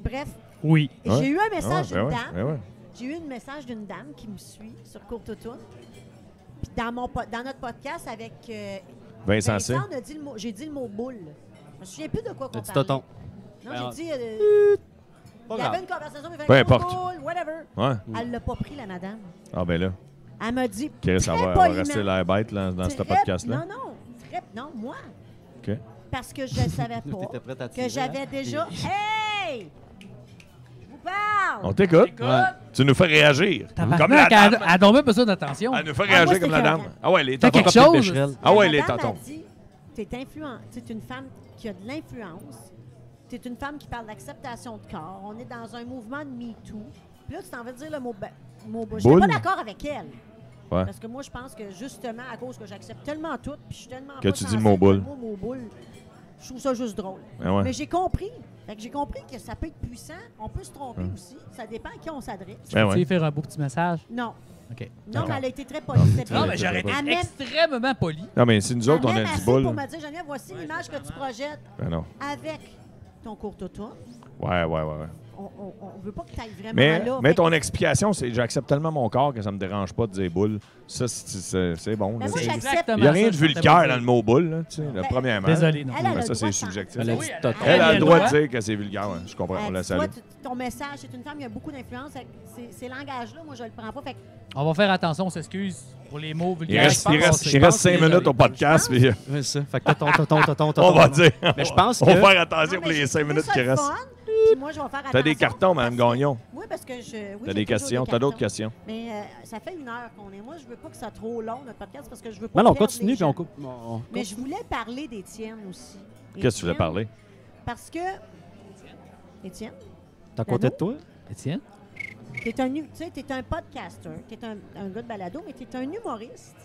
A: Bref,
D: Oui.
C: Ouais.
A: j'ai eu un message
C: Ah, ben
A: d'une
C: ouais,
A: dame.
C: ben ouais.
A: J'ai eu un message d'une dame qui me suit sur Courte Autour. Puis dans, mon po- dans notre podcast avec euh,
C: Vincent C.
A: Vincent, on a dit le mot- j'ai dit le mot boule. Je me souviens plus de quoi qu'on
B: T'as dit
A: parlait.
B: tonton.
A: Non, j'ai dit... euh,
B: Ben, Pas
A: il y avait
B: grave.
A: une conversation, mais
C: Peu
A: Vincent,
C: importe.
A: boule, whatever.
C: Ouais.
A: Elle l'a pas pris, la madame.
C: Ah, ben là.
A: Elle m'a dit
C: Chris,
A: très
C: elle va, elle va
A: poliment,
C: rester l'air bête là, dans ce
A: très-
C: podcast-là.
A: Non, non, très- non, moi.
C: OK.
A: Parce que je ne savais
B: <laughs> T'étais prête à
A: pas
B: tirer,
A: que j'avais
B: hein? <laughs>
A: déjà... Hey! Je vous parle!
C: On t'écoute.
B: Ouais.
C: Tu nous fais réagir. Comme la
D: Tabarnak, elle
C: dame.
D: a- elle a tombé besoin d'attention.
C: Elle nous fait
A: Ah, moi,
C: réagir
A: c'est
C: comme la
A: écœurant.
C: dame. Ah ouais, les
D: Fais
C: tontons.
D: quelque
B: Patrick
D: chose.
B: Becherel.
C: Ah ouais, les
A: madame
C: tontons.
A: m'a dit, t'es influente. T'es une femme qui a de l'influence. T'es une femme qui parle d'acceptation de corps. On est dans un mouvement de MeToo. Puis là, tu t'en vas dire le mot... ba- mot je suis
C: Boule.
A: pas d'accord avec elle.
C: Ouais.
A: Parce que moi, je pense que justement, à cause que j'accepte tellement tout, puis je suis tellement
C: Que
A: pas
C: tu dis
A: sensible
C: mot boule.
A: au mot- mot boule, je trouve ça juste drôle.
C: Ah ouais.
A: Mais j'ai compris. Fait que j'ai compris que ça peut être puissant. On peut se tromper
C: Hum.
A: aussi. Ça dépend à qui on s'adresse.
C: Ben
D: Tu
C: ouais.
D: sais, faire un beau petit message.
A: Non.
D: OK.
A: Non,
C: D'accord.
A: mais elle a été très polie. C'était
C: Non,
A: bien.
C: mais j'aurais été
A: Elle m'aime-
D: extrêmement poli.
C: Non, mais si nous autres, on
A: elle
C: a
A: m'aime
C: du
A: assez
C: boule.
A: pour me dire, Geneviève, voici l'image que tu projettes
C: Ben non.
A: avec ton cours auto.
C: Ouais, ouais, ouais. ouais.
A: On ne veut pas que tu ailles vraiment
C: Mais,
A: là.
C: mais
A: Fait que-
C: ton explication, c'est j'accepte tellement mon corps que ça me dérange pas de dire boule. Ça, c'est- c'est c'est bon.
A: Mais
C: là,
A: Ben moi,
C: tu sais.
A: j'accepte.
C: Il n'y a rien de vulgaire dans le mot boule, là, tu sais, là,
A: Ben,
C: premièrement.
D: Désolé, non.
A: Elle, elle a
C: Mais
A: le
C: ça,
A: droit
C: c'est
A: de faire-
C: subjectif.
B: Elle a
D: Oui,
B: dit
D: elle a-
B: tonton.
C: Elle a le droit de
D: droit.
C: dire que c'est vulgaire. ouais, Je comprends, on
A: Elle
C: la
A: dit, toi,
C: salue.
A: Ben, tu- ton message, c'est une femme, il y a beaucoup d'influence. Fait que Ces, ces langages-là, moi, je le prends pas. Fait que
D: On va faire attention, on s'excuse pour les mots
C: Il
D: vulgaires.
C: reste,
D: Je
C: il
D: pense
C: reste,
D: que
C: il
D: je
C: reste
D: pense
C: cinq
D: que-
C: minutes au podcast, puis euh,
B: Ouais, c'est ça. Fait que tonton, tonton, tonton, tonton.
C: on va
B: tonton.
C: dire.
B: Mais je pense
C: On va
B: que.
C: faire attention
A: Non,
C: Ah, pour
A: mais
C: les
A: j'ai
C: cinq
A: trouvé
C: minutes
A: ça
C: qui
A: le
C: restent.
A: fun, puis moi, je vais faire
C: T'as des
A: attention
C: cartons, Mme
A: parce que-
C: Gagnon.
A: Oui, parce que je. oui,
C: T'as
A: j'ai
C: des
A: toujours
C: questions. T'as
A: cartons.
C: d'autres questions.
A: Mais euh, ça fait une heure qu'on est. Moi, je veux pas que ça soit trop long, notre podcast, parce que je veux pas.
B: Non, non,
A: perdre les
B: continue, puis
A: gens.
B: on coupe. on-
A: Mais je voulais parler des tiennes aussi.
C: Qu'est-ce que tu voulais
A: Étienne,
C: parler?
A: Parce que. Étienne?
B: T'as compté de toi?
D: Étienne?
A: T'es un, hu- tu sais, t'es un podcaster, t'es un, un gars de balado, mais t'es un humoriste.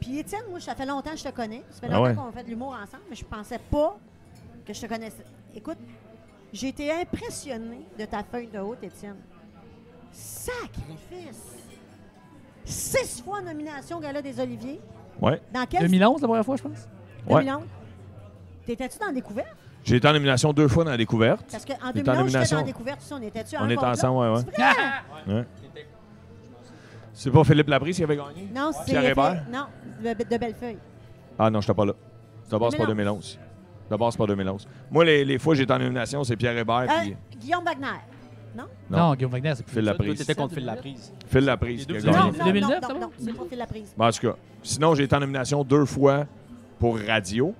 A: Puis Étienne, moi, ça fait longtemps que je te connais. Ça fait
C: Ah
A: longtemps
C: ouais.
A: qu'on fait de l'humour ensemble, mais je pensais pas que je te connaissais. Écoute, j'ai été impressionnée de ta feuille de route, Étienne. Sacrifice! Six fois nomination au Gala des Oliviers.
C: Ouais.
A: Dans quel...
D: 2011, la première fois, je pense.
C: Ouais.
A: 2011? T'étais-tu dans Découverte?
C: J'ai été en nomination deux fois dans la découverte.
A: Parce qu'en
C: J'étais en
A: 2011, j'étais
C: nomination.
A: dans Découverte, aussi, on était-tu
C: On était
A: encore là?
C: ensemble, ouais, ouais.
A: C'est vrai?
C: Ouais. C'est pas Philippe Labrie qui avait gagné?
A: Non, c'est...
C: Pierre Hébert?
A: Non, de, de Bellefeuille.
C: Ah non, j'étais pas là. D'abord, c'est pas 2011. D'abord, c'est pas 2011. Moi, les, les fois que j'étais en nomination, c'est Pierre Hébert
A: Euh,
C: puis
A: Guillaume Wagner. Non?
C: Non.
D: Non, Guillaume Wagner, c'est plus.
C: Phil
B: Toi,
C: Laprise.
B: T'étais contre Phil Laprise.
C: Phil Laprise qui a
B: Les deux,
C: gagné.
B: vous
A: Non,
B: avez-
A: non,
D: 2009,
A: non, non,
D: ça va?
A: non, c'est pas Phil Laprise.
C: Bon, en tout cas, sinon, j'ai été en nomination deux fois pour radio.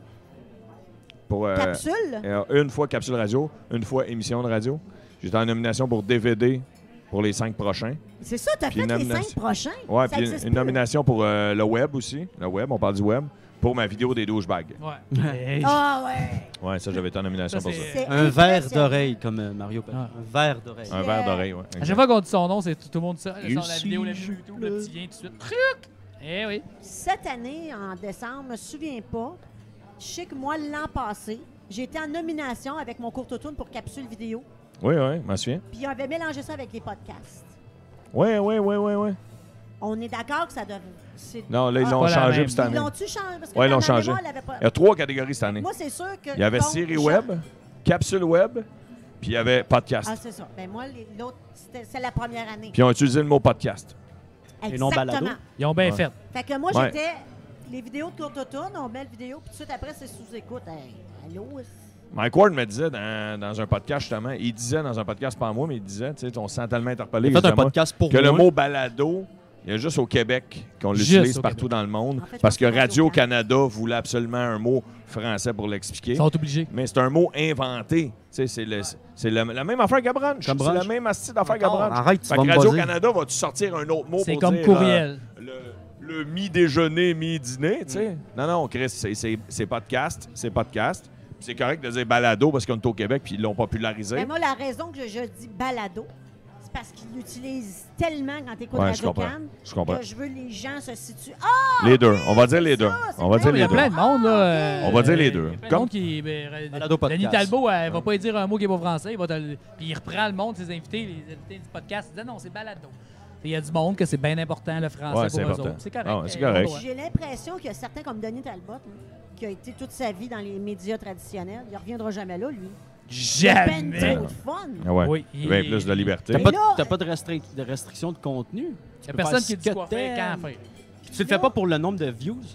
C: Pour, euh,
A: Capsule?
C: euh, une fois capsule radio, une fois émission de radio. J'étais en nomination pour DVD pour les cinq prochains.
A: C'est ça, t'as
C: puis
A: fait
C: une
A: les
C: nomination.
A: cinq prochains.
C: Ouais,
A: Ça
C: puis
A: existe
C: une, une
A: plus.
C: nomination pour euh, le web aussi. Le web, on parle du web. pour ma vidéo des douchebags. <laughs>
D: Ouais.
A: Ah ouais!
C: Ouais, ça, j'avais été en nomination
D: Ça,
C: pour ça.
D: c'est-
A: C'est
B: Un verre
A: impressionnant.
B: d'oreille, comme euh, Mario Pelchon.
D: Ah.
B: Un verre d'oreille.
C: Un verre d'oreille, ouais.
D: À chaque fois qu'on dit son nom, c'est tout, tout le monde dit ça.
C: Il
D: Sur la vidéo, la
C: s'y
D: vidéo YouTube, le petit lien tout de suite. Truc! Eh oui.
A: Cette année, en décembre, je me souviens pas. Je sais que moi, l'an passé, j'étais en nomination avec mon court tourne pour Capsule Vidéo.
C: Oui, oui, je m'en souviens.
A: Puis on avait mélangé ça avec les podcasts.
C: Ouais, ouais, ouais, ouais, ouais.
A: On est d'accord que ça devait. c'est-
C: Non, là, ils
A: Ah,
C: l'ont
D: pas la
C: changé
D: même.
C: pour cette
A: Ils
C: année.
A: l'ont-tu changé? Parce que
C: Ouais, ils
A: dans
C: l'ont
A: ma
C: changé.
A: mémoire, elle avait pas-
C: Il y a trois catégories cette année.
A: Moi, c'est sûr que.
C: Il y avait
A: donc,
C: série
A: je-
C: web, capsule web, puis il y avait podcast.
A: Ah, c'est ça. Ben moi, les- l'autre, c'était- c'est la première année.
C: Puis ils ont utilisé le mot podcast.
B: Et non balado.
A: Exactement.
D: Ils ont bien
C: Ouais.
D: fait.
A: Fait que moi,
C: Ouais.
A: j'étais. Les vidéos de courte tourne, on met la vidéo, puis tout de suite après, c'est sous-écoute. Hey, allô?
C: Mike Ward me disait dans, dans un podcast, justement, il disait dans un podcast, pas à moi, mais il disait, tu sais, on se sent tellement interpellé.
B: Il a fait un
C: justement,
B: podcast pour
C: que le
B: moi.
C: mot balado, il y a juste au Québec qu'on
D: Juste
C: l'utilise
D: au
C: partout
D: Québec.
C: dans le monde.
A: En fait, je pense
C: parce que
A: que Radio-Canada
C: Radio-Canada voulait absolument un mot français pour l'expliquer.
D: Ils sont obligés.
C: Mais c'est un mot inventé. Tu sais, C'est le- c'est le- la même affaire Gabranche. C'est
B: Comme branche.
C: la même astuce d'affaire
B: Encore,
C: Gabranche.
B: arrête, tu
C: Fait
B: vas
C: que
B: me
C: Radio-Canada va-tu sortir un autre mot
D: C'est
C: pour
D: comme
C: dire,
D: courriel.
C: euh,
D: Mm.
C: le, le mi-déjeuner, mi-dîner, tu sais? Non, non, Chris, c'est- c'est c'est podcast, c'est podcast. Puis C'est correct de dire balado parce qu'on est au Québec puis ils l'ont popularisé.
A: Ben moi, la raison que je, je dis balado, c'est parce qu'ils l'utilisent tellement quand t'écoutes
C: Ouais, je
A: Radio
C: comprends.
A: Can
C: Je comprends.
A: que je veux les gens se situent. Ah!
C: les deux. On va dire les
A: c'est
C: deux.
A: ça, c'est
C: On va
A: bien.
C: dire
D: Il y
C: les
D: a
C: deux.
D: plein de monde, là.
C: On va dire les deux.
D: Il y a plein de
C: Comme-
D: monde qui. ben,
B: Balado podcast.
D: Denis Talbot, elle va pas lui dire un mot qui est pas français. Il va te le- Puis il reprend le monde, ses invités, les invités du podcast. Il dit non, c'est balado. Il y a du monde que c'est bien important, le français,
C: Ouais,
D: pour
C: c'est
D: eux
C: important.
D: autres. C'est correct.
C: Ah ouais, c'est
D: Ils ont le
C: correct.
D: droit.
A: J'ai l'impression qu'il y a certains comme Denis Talbot, là, qui a été toute sa vie dans les médias traditionnels. Il reviendra jamais là, lui. Ben,
D: Jamais!
A: trop de fun!
C: Ah ouais.
D: Oui, il-
C: Ben, plus de liberté.
B: T'as
A: Mais
B: pas,
A: là-
B: t'as pas de, restreint- de restriction de contenu.
D: Il
B: Tu
D: n'y a
B: peux
D: personne
B: faire
D: qui
B: ce
D: dit
B: que
D: quoi faire,
B: t'aimes.
D: quand faire.
B: Puis Tu le fais pas pour le nombre de views. Tu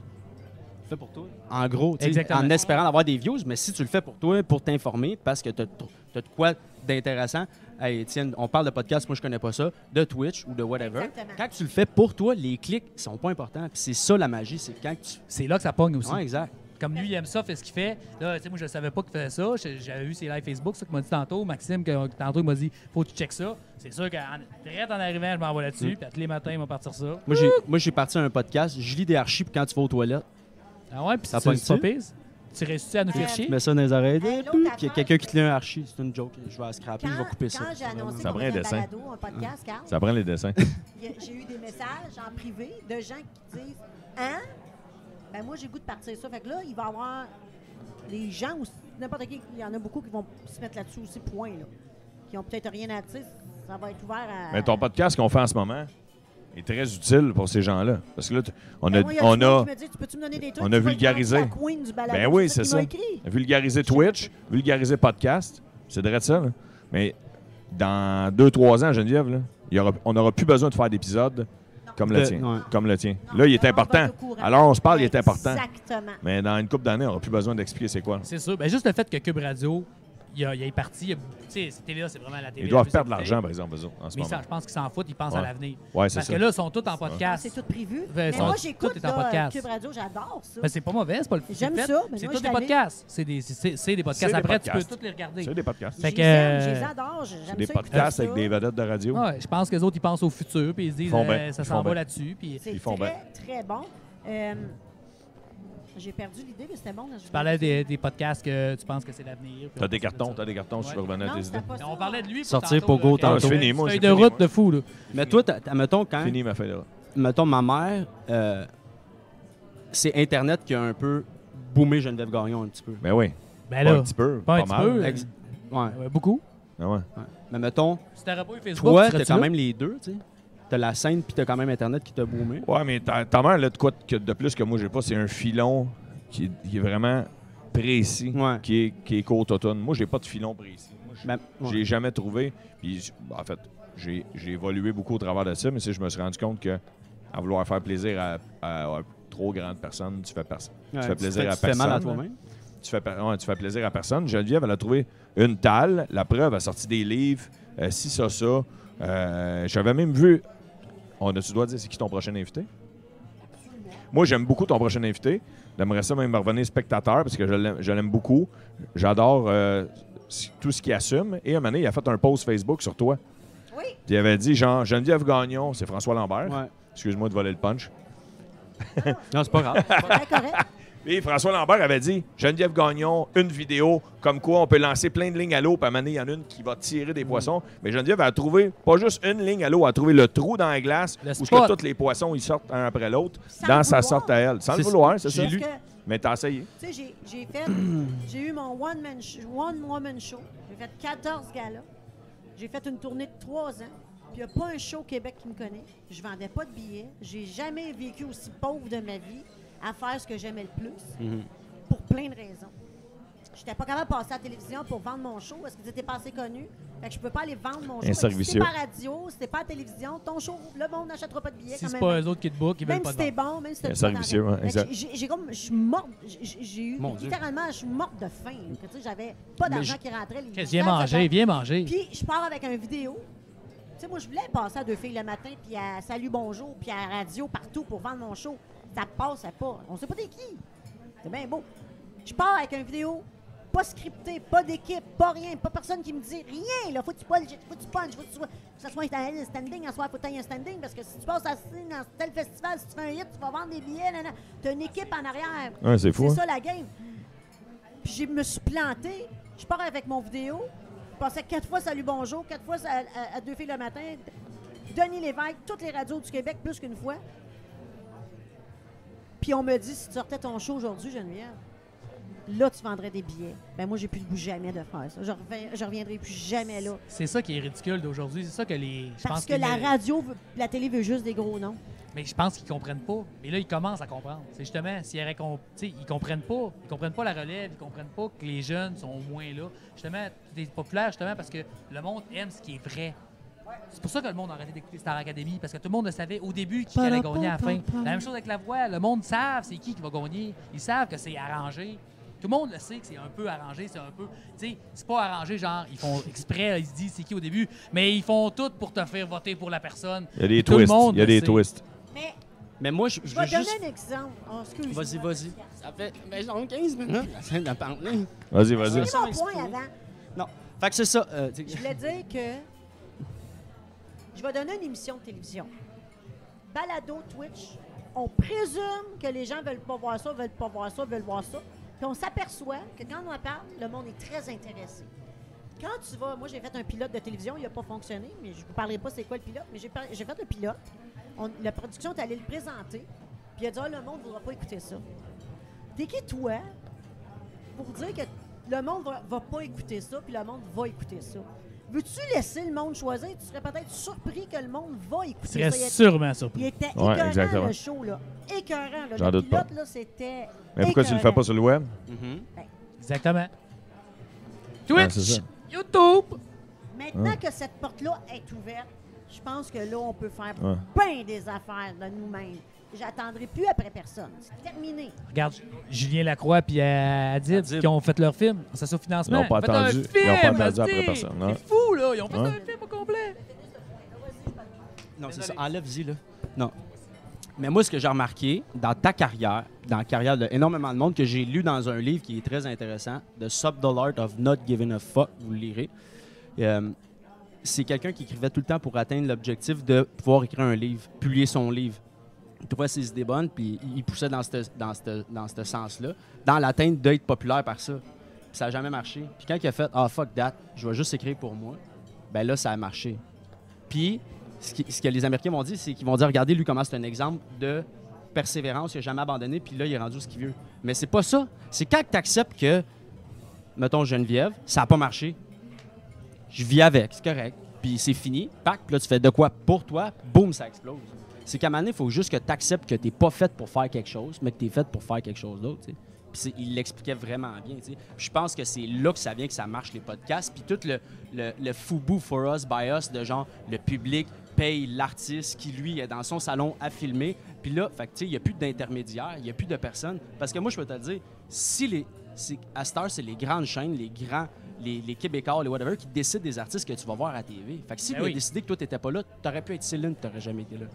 B: le fais pour toi. En gros, tu sais,
D: Exactement.
B: en espérant avoir des views, mais si tu le fais pour toi, pour t'informer, parce que tu as, de quoi d'intéressant. Hey, tiens, on parle de podcast, moi je connais pas ça, de Twitch ou de whatever.
A: Exactement.
B: Quand tu le fais pour toi, les clics sont pas importants. Puis c'est ça la magie, c'est quand tu.
D: C'est là que ça pogne aussi.
B: Ouais, exact.
D: Comme lui, il aime ça, fait ce qu'il fait. Là, tu sais, moi, je savais pas qu'il faisait ça. J'ai- J'avais vu ses lives Facebook, ça qu'il m'a dit tantôt. Maxime, que, tantôt, il m'a dit faut que tu checkes ça. C'est sûr que en- direct en arrivant, je m'envoie
C: Mm.
D: là-dessus. Puis à tous les matins, il va partir ça.
B: Moi j'ai, moi j'ai parti un podcast, je lis des archives quand tu vas aux toilettes.
D: Ah ouais, puis
B: Ça
D: c'est pas
B: pogne-tu?
D: pire. Tu réussis à nous faire
A: Euh,
D: chier.
B: Tu mets ça dans les oreilles.
A: Hey, l'autre
B: Puis il y a
A: affaire.
B: quelqu'un qui te lit un archive. C'est une joke. Je vais la scraper, je vais couper ça.
A: quand j'ai annoncé
C: Ça
A: qu'on
C: prend
A: faisait
C: un
A: un
C: dessin.
A: balado, un podcast, Carl,
C: Ça prend les dessins.
A: Ah. il y a- j'ai eu des messages en privé de gens qui disent Hein? Ben moi, j'ai le goût de partir ça. Fait que là, il va y avoir les gens, ou n'importe qui, il y en a beaucoup qui vont se mettre là-dessus aussi, point, là. Qui ont peut-être rien à dire. Ça va être ouvert à.
C: Mais ton podcast qu'on fait en ce moment est très utile pour ces gens-là. Parce que là, tu- on a,
A: Ben moi, il y a
C: on
A: du monde
C: a,
A: qui me dit, Tu peux-tu me donner des trucs?
C: on a
A: Tu vas être
C: vulgarisé.
A: la queen du balado.
C: Ben oui,
A: ça
C: c'est
A: qu'il
C: ça.
A: m'a écrit.
C: Vulgariser Twitch, vulgariser podcast, c'est de ça. Là. Mais dans deux, trois ans, Geneviève, là, il y aura- on n'aura plus besoin de faire d'épisodes comme le
B: De-
C: tien.
B: ouais.
C: Comme le tien.
A: Non,
C: là, il est
A: on va
C: important.
A: être au courant.
C: Alors, on se parle, il est important.
A: Exactement.
C: Mais dans une couple d'années, on n'aura plus besoin d'expliquer c'est quoi.
D: C'est sûr. Ben, juste le fait que Cube Radio, il y a- il y est parti. il y a- Tu sais, cette télé-là, c'est vraiment la télé.
C: Ils doivent
D: la
C: perdre de
D: plus
C: l'argent, par exemple, eux autres, en ce
D: Mais
C: moment.
D: ça, je pense qu'ils s'en foutent, ils pensent
C: Ouais.
D: à l'avenir.
C: Ouais, c'est
D: Parce
C: ça.
D: que là, ils sont tous en
A: Ah,
D: podcast.
A: C'est tout prévu.
D: Ben,
A: mais
D: ça-
A: moi,
D: tout
A: j'écoute
D: est en
A: là,
D: podcast.
A: Cube Radio, j'adore ça.
D: Ben, c'est pas mauvais, c'est pas le fun.
A: J'aime
D: C'est
A: ça,
D: fait.
A: mais
D: C'est
A: moi,
D: tous
A: je
D: des
A: suis allée-
D: podcasts. C'est des, c'est- c'est- c'est des
C: des
D: podcasts. Après, tu
C: podcasts.
D: peux tous les regarder.
C: C'est des podcasts.
D: Fait
A: Je
D: que-
A: les aime, je les adore. J'aime ça
C: Des
A: écouter
C: podcasts
A: ça. Ah,
C: avec des vedettes de radio.
D: Ouais, je pense que les autres, ils pensent au futur, puis ils se disent,
C: Font bien.
D: euh, ça
C: Ils
D: s'en
C: font
D: va
C: bien.
D: là-dessus. Puis
A: C'est
C: Ils font
A: très,
C: bien.
A: très bon. Euh, J'ai perdu l'idée, mais c'était bon. quand Je
D: tu parlais des, des podcasts que tu penses que c'est l'avenir. puis
C: T'as des
D: on parle de
C: cartons,
D: ça.
C: t'as des cartons, si tu veux
D: Ouais.
C: revenir à
A: Non,
C: tes
A: c'était
C: idées.
A: pas ça.
D: On parlait de lui. pour
B: Sortir
D: tantôt,
B: Pogo,
D: là, que-
C: Ah, c'est fini, moi,
D: Feuille
C: c'est
D: de
C: fini,
D: route
C: moi.
D: de fou, là.
B: Mais toi, t'as- t'as- mettons quand.
C: Fini ma fête là.
A: Hein?
B: mettons, ma mère, euh, c'est Internet qui a un peu boomé Geneviève Gagnon un petit peu.
C: Ben oui.
D: Ben
C: Pas un
D: là,
C: petit peu,
D: pas un
C: pas,
D: petit
C: mal.
D: peu.
B: Ex- Ouais,
D: euh, beaucoup.
C: Ah ouais.
B: ouais. Mais mettons,
D: Si t'aurais pas eu Facebook,
B: toi,
D: tu
B: t'as
D: serais-tu
B: quand
D: là?
B: même les deux, tu sais. T'as la scène, puis t'as quand même Internet qui t'a boomé.
C: Ouais, mais ta, ta mère, là, de quoi que de plus que moi, j'ai pas, c'est un filon qui, qui est vraiment précis,
B: Ouais.
C: qui est, qui est court automne. Moi, j'ai pas de filon précis. Moi, j'ai-
B: Ben, ouais.
C: J'ai jamais trouvé. Puis, j- bah, en fait, j'ai j'ai évolué beaucoup au travers de ça, mais si je me suis rendu compte que à vouloir faire plaisir à, à- à trop grandes personnes, tu fais, personne.
B: Ouais,
C: tu fais plaisir
B: tu
C: à
B: tu fais mal à
C: personne. <laughs>
B: toi-même.
C: tu fais, per- ouais, tu fais plaisir à personne. Geneviève, elle a trouvé une talle. La preuve, elle a sorti des livres. euh, si, ça, ça. Euh, J'avais même vu. On a, tu dois dire, c'est qui ton prochain invité? Moi, j'aime beaucoup ton prochain invité. J'aimerais ça même revenir spectateur parce que je l'aime- je l'aime beaucoup. J'adore euh, c- tout ce qu'il assume. Et à un moment donné, il a fait un post Facebook sur toi.
A: Oui,
C: Puis il avait dit, genre, Geneviève Gagnon, c'est François Lambert.
B: Ouais.
C: Excuse-moi de voler le punch. <laughs>
B: Non, c'est pas grave.
A: c'est bien correct.
C: Et François Lambert avait dit Geneviève Gagnon, une vidéo, comme quoi on peut lancer plein de lignes à l'eau, puis à un moment donné, il y en a une qui va tirer des poissons. Mais Geneviève a trouvé, pas juste une ligne à l'eau, elle a trouvé le trou dans la glace
D: Le
C: où ce
D: spot.
C: que tous les poissons ils sortent un après l'autre,
A: Sans
C: dans
A: le
C: sa
A: vouloir.
C: sorte à elle. Sans le
B: C'est-
C: vouloir, c'est ça.
B: j'ai
A: Parce que,
C: Mais t'as essayé.
A: tu sais, j'ai- j'ai fait, j'ai eu mon one-man sh- one-woman show. J'ai fait 14 galas. J'ai fait une tournée de 3 ans. Puis il n'y a pas un show au Québec qui me connaît. Je vendais pas de billets. J'ai jamais vécu aussi pauvre de ma vie à faire ce que j'aimais le plus. Pour plein de raisons. J'étais pas capable de passer à la télévision pour vendre mon show parce que j'étais pas assez connu. Fait que je peux pas aller vendre mon show. Fait que Si
C: Inservicieux.
A: c'était pas à la radio, si c'était pas à la télévision, ton show, le monde n'achètera pas de billets
D: Si
A: quand
D: c'est
A: même.
D: pas eux autres qui te bookent, ils veulent
A: Même
D: pas
A: si
D: te
A: t'es
D: vendre.
A: bon, même si t'as
C: Un
A: du talent.
C: servicieux, ouais,
A: Fait que
C: exact.
A: J'ai j'ai comme, je suis morte, j'ai j'ai eu,
B: Mon Dieu.
A: littéralement, je suis morte de faim. Que tu sais, J'avais pas
B: Mais
A: d'argent
B: je-
A: qui rentrait. les
D: Qu'est-ce, Viens
A: gens,
D: manger,
A: c'était-
D: viens manger.
A: Puis je pars avec un vidéo. Tu sais, moi, je voulais passer à deux filles le matin, puis à Salut Bonjour, puis à la radio, partout pour vendre mon show. Ça passait pas. On sait pas t'es qui. C'est bien beau. Je pars avec une vidéo, pas scriptée, pas d'équipe, pas rien, pas personne qui me dit rien. Là, faut que tu punches, faut que tu punches, faut que tu sois. faut que ça soit un standing, en soir, faut que tu un standing, parce que si tu passes à dans tel festival, si tu fais un hit, tu vas vendre des billets, nanana. T'as une équipe en arrière.
C: Ouais, c'est fou, hein.
A: C'est ça la game. Puis je me suis planté. Je pars avec mon vidéo. Je passais quatre fois Salut Bonjour, quatre fois à, à- à deux filles le matin. Denis Lévesque, toutes les radios du Québec, plus qu'une fois. Puis on me dit si tu sortais ton show aujourd'hui, Geneviève, là, tu vendrais des billets. Ben moi, j'ai plus le goût jamais de faire ça. Je, reviens- je reviendrai plus jamais là.
D: C'est ça qui est ridicule d'aujourd'hui. C'est ça que les. je
A: Parce
D: pense
A: que la
D: les-
A: radio, veut- la télé veut juste des gros noms.
D: Mais je pense qu'ils comprennent pas. Mais là, ils commencent à comprendre. C'est justement, s'ils auraient comp- tu sais, ils comprennent pas. Ils comprennent pas la relève, ils comprennent pas que les jeunes sont au moins là. Justement, c'est populaire justement parce que le monde aime ce qui est vrai. C'est pour ça que le monde a arrêté d'écouter Star Academy, parce que tout le monde le savait au début qui allait gagner à la fin. La même chose avec la voix, le monde savent c'est qui qui va gagner. Ils savent que c'est arrangé. Tout le monde le sait que c'est un peu arrangé, c'est un peu. Tu sais, c'est pas arrangé, genre, ils font exprès, ils se disent c'est qui au début, mais ils font tout pour te faire voter pour la personne.
C: Il y a des
D: Tout le
C: twists.
D: monde
C: Il y a
D: le
C: des
D: sait.
C: twists.
A: Mais
B: Mais moi, je, je
A: je
B: veux
A: vais te
B: juste.
A: donner un exemple. Oh, excuse-moi.
B: Vas-y, vas-y. Ça fait. Mais j'en 15 minutes. Hein? La scène d'en parler.
C: Vas-y, vas-y.
A: J'ai
B: Ça
A: mon
B: m'explique.
A: point avant.
B: Non. Fait que c'est ça. euh, tu-
A: Je voulais dire que je vais donner une émission de télévision. Balado, Twitch, on présume que les gens veulent pas voir ça, veulent pas voir ça, veulent voir ça. Puis on s'aperçoit que quand on en parle, le monde est très intéressé. Quand tu vas, moi j'ai fait un pilote de télévision, il n'a pas fonctionné, mais je ne vous parlerai pas c'est quoi le pilote, mais j'ai par- j'ai fait le pilote. On- la production est allée le présenter, puis il a dit Ah, le monde ne voudra pas écouter ça. T'es qui toi pour dire que le monde va, va pas écouter ça, puis le monde va écouter ça. Veux-tu laisser le monde choisir? Tu serais peut-être surpris que le monde va écouter
D: Tu serais
A: ça. Il était-
D: sûrement
A: Il
D: surpris.
A: était
C: Ouais,
A: écœurant,
C: exactement.
A: le show, là. Écœurant, là.
C: J'en
A: le
C: doute
A: pilote,
C: pas.
A: là, c'était
C: Mais pourquoi tu le fais
A: écœurant.
C: pas sur le web?
B: Mhm.
D: Exactement.
C: Ouais,
D: Twitch,
C: c'est ça.
D: YouTube.
A: Maintenant que cette porte-là est ouverte, je pense que là, on peut faire
C: Ouais.
A: plein des affaires de nous-mêmes. J'attendrai plus après personne. C'est terminé.
D: Regarde, Julien Lacroix puis euh, Adib,
B: Adib.
D: qui ont fait leur film. Ça c'est au financement.
C: Ils n'ont pas
D: Faites un
C: attendu.
D: film,
C: Ils n'ont pas attendu après
D: Adib.
C: personne, non.
D: C'est fou, là. Ils ont fait
C: Ouais.
D: un film au complet.
B: Non, c'est ça. Enlève-y, là. Non. Mais moi, ce que j'ai remarqué dans ta carrière, dans la carrière d'énormément de monde, que j'ai lu dans un livre qui est très intéressant, The Subtle Art of Not Giving a Fuck, vous le lirez, euh, c'est quelqu'un qui écrivait tout le temps pour atteindre l'objectif de pouvoir écrire un livre, publier son livre. Il trouvait ses idées bonnes, puis il- il poussait dans ce dans cette- dans ce sens-là, dans l'atteinte d'être populaire par ça. Puis ça n'a jamais marché. Puis quand il a fait « Ah, fuck that, je vais juste écrire pour moi », ben là, ça a marché. Puis, ce, qui- ce que les Américains vont dire, c'est qu'ils vont dire regardez, lui, comment c'est un exemple de persévérance, il n'a jamais abandonné, puis là, il est rendu ce qu'il veut. Mais c'est pas ça. C'est quand tu acceptes que, mettons, Geneviève, ça n'a pas marché. Je vis avec, c'est correct. Puis c'est fini. Pac, puis là, tu fais de quoi pour toi, boum, ça explose. C'est qu'à un moment donné, il faut juste que tu acceptes que tu n'es pas faite pour faire quelque chose, mais que tu es faite pour faire quelque chose d'autre. tu sais. Puis c'est- il l'expliquait vraiment bien. tu sais. Puis Je pense que c'est là que ça vient que ça marche, les podcasts. Puis tout le, le, le FUBU for us, by us, de genre le public paye l'artiste qui, lui, est dans son salon à filmer. Puis là, fait que, tu sais, il n'y a plus d'intermédiaires, il n'y a plus de personnes. Parce que moi, je peux te le dire, si les, c'est- à cette heure, c'est les grandes chaînes, les grands, les, les Québécois, les whatever, qui décident des artistes que tu vas voir à TV. Fait que si
D: Ben
B: tu
D: oui.
B: décidé que toi, tu n'étais pas là, tu aurais pu être Céline, tu n'aurais jamais été là.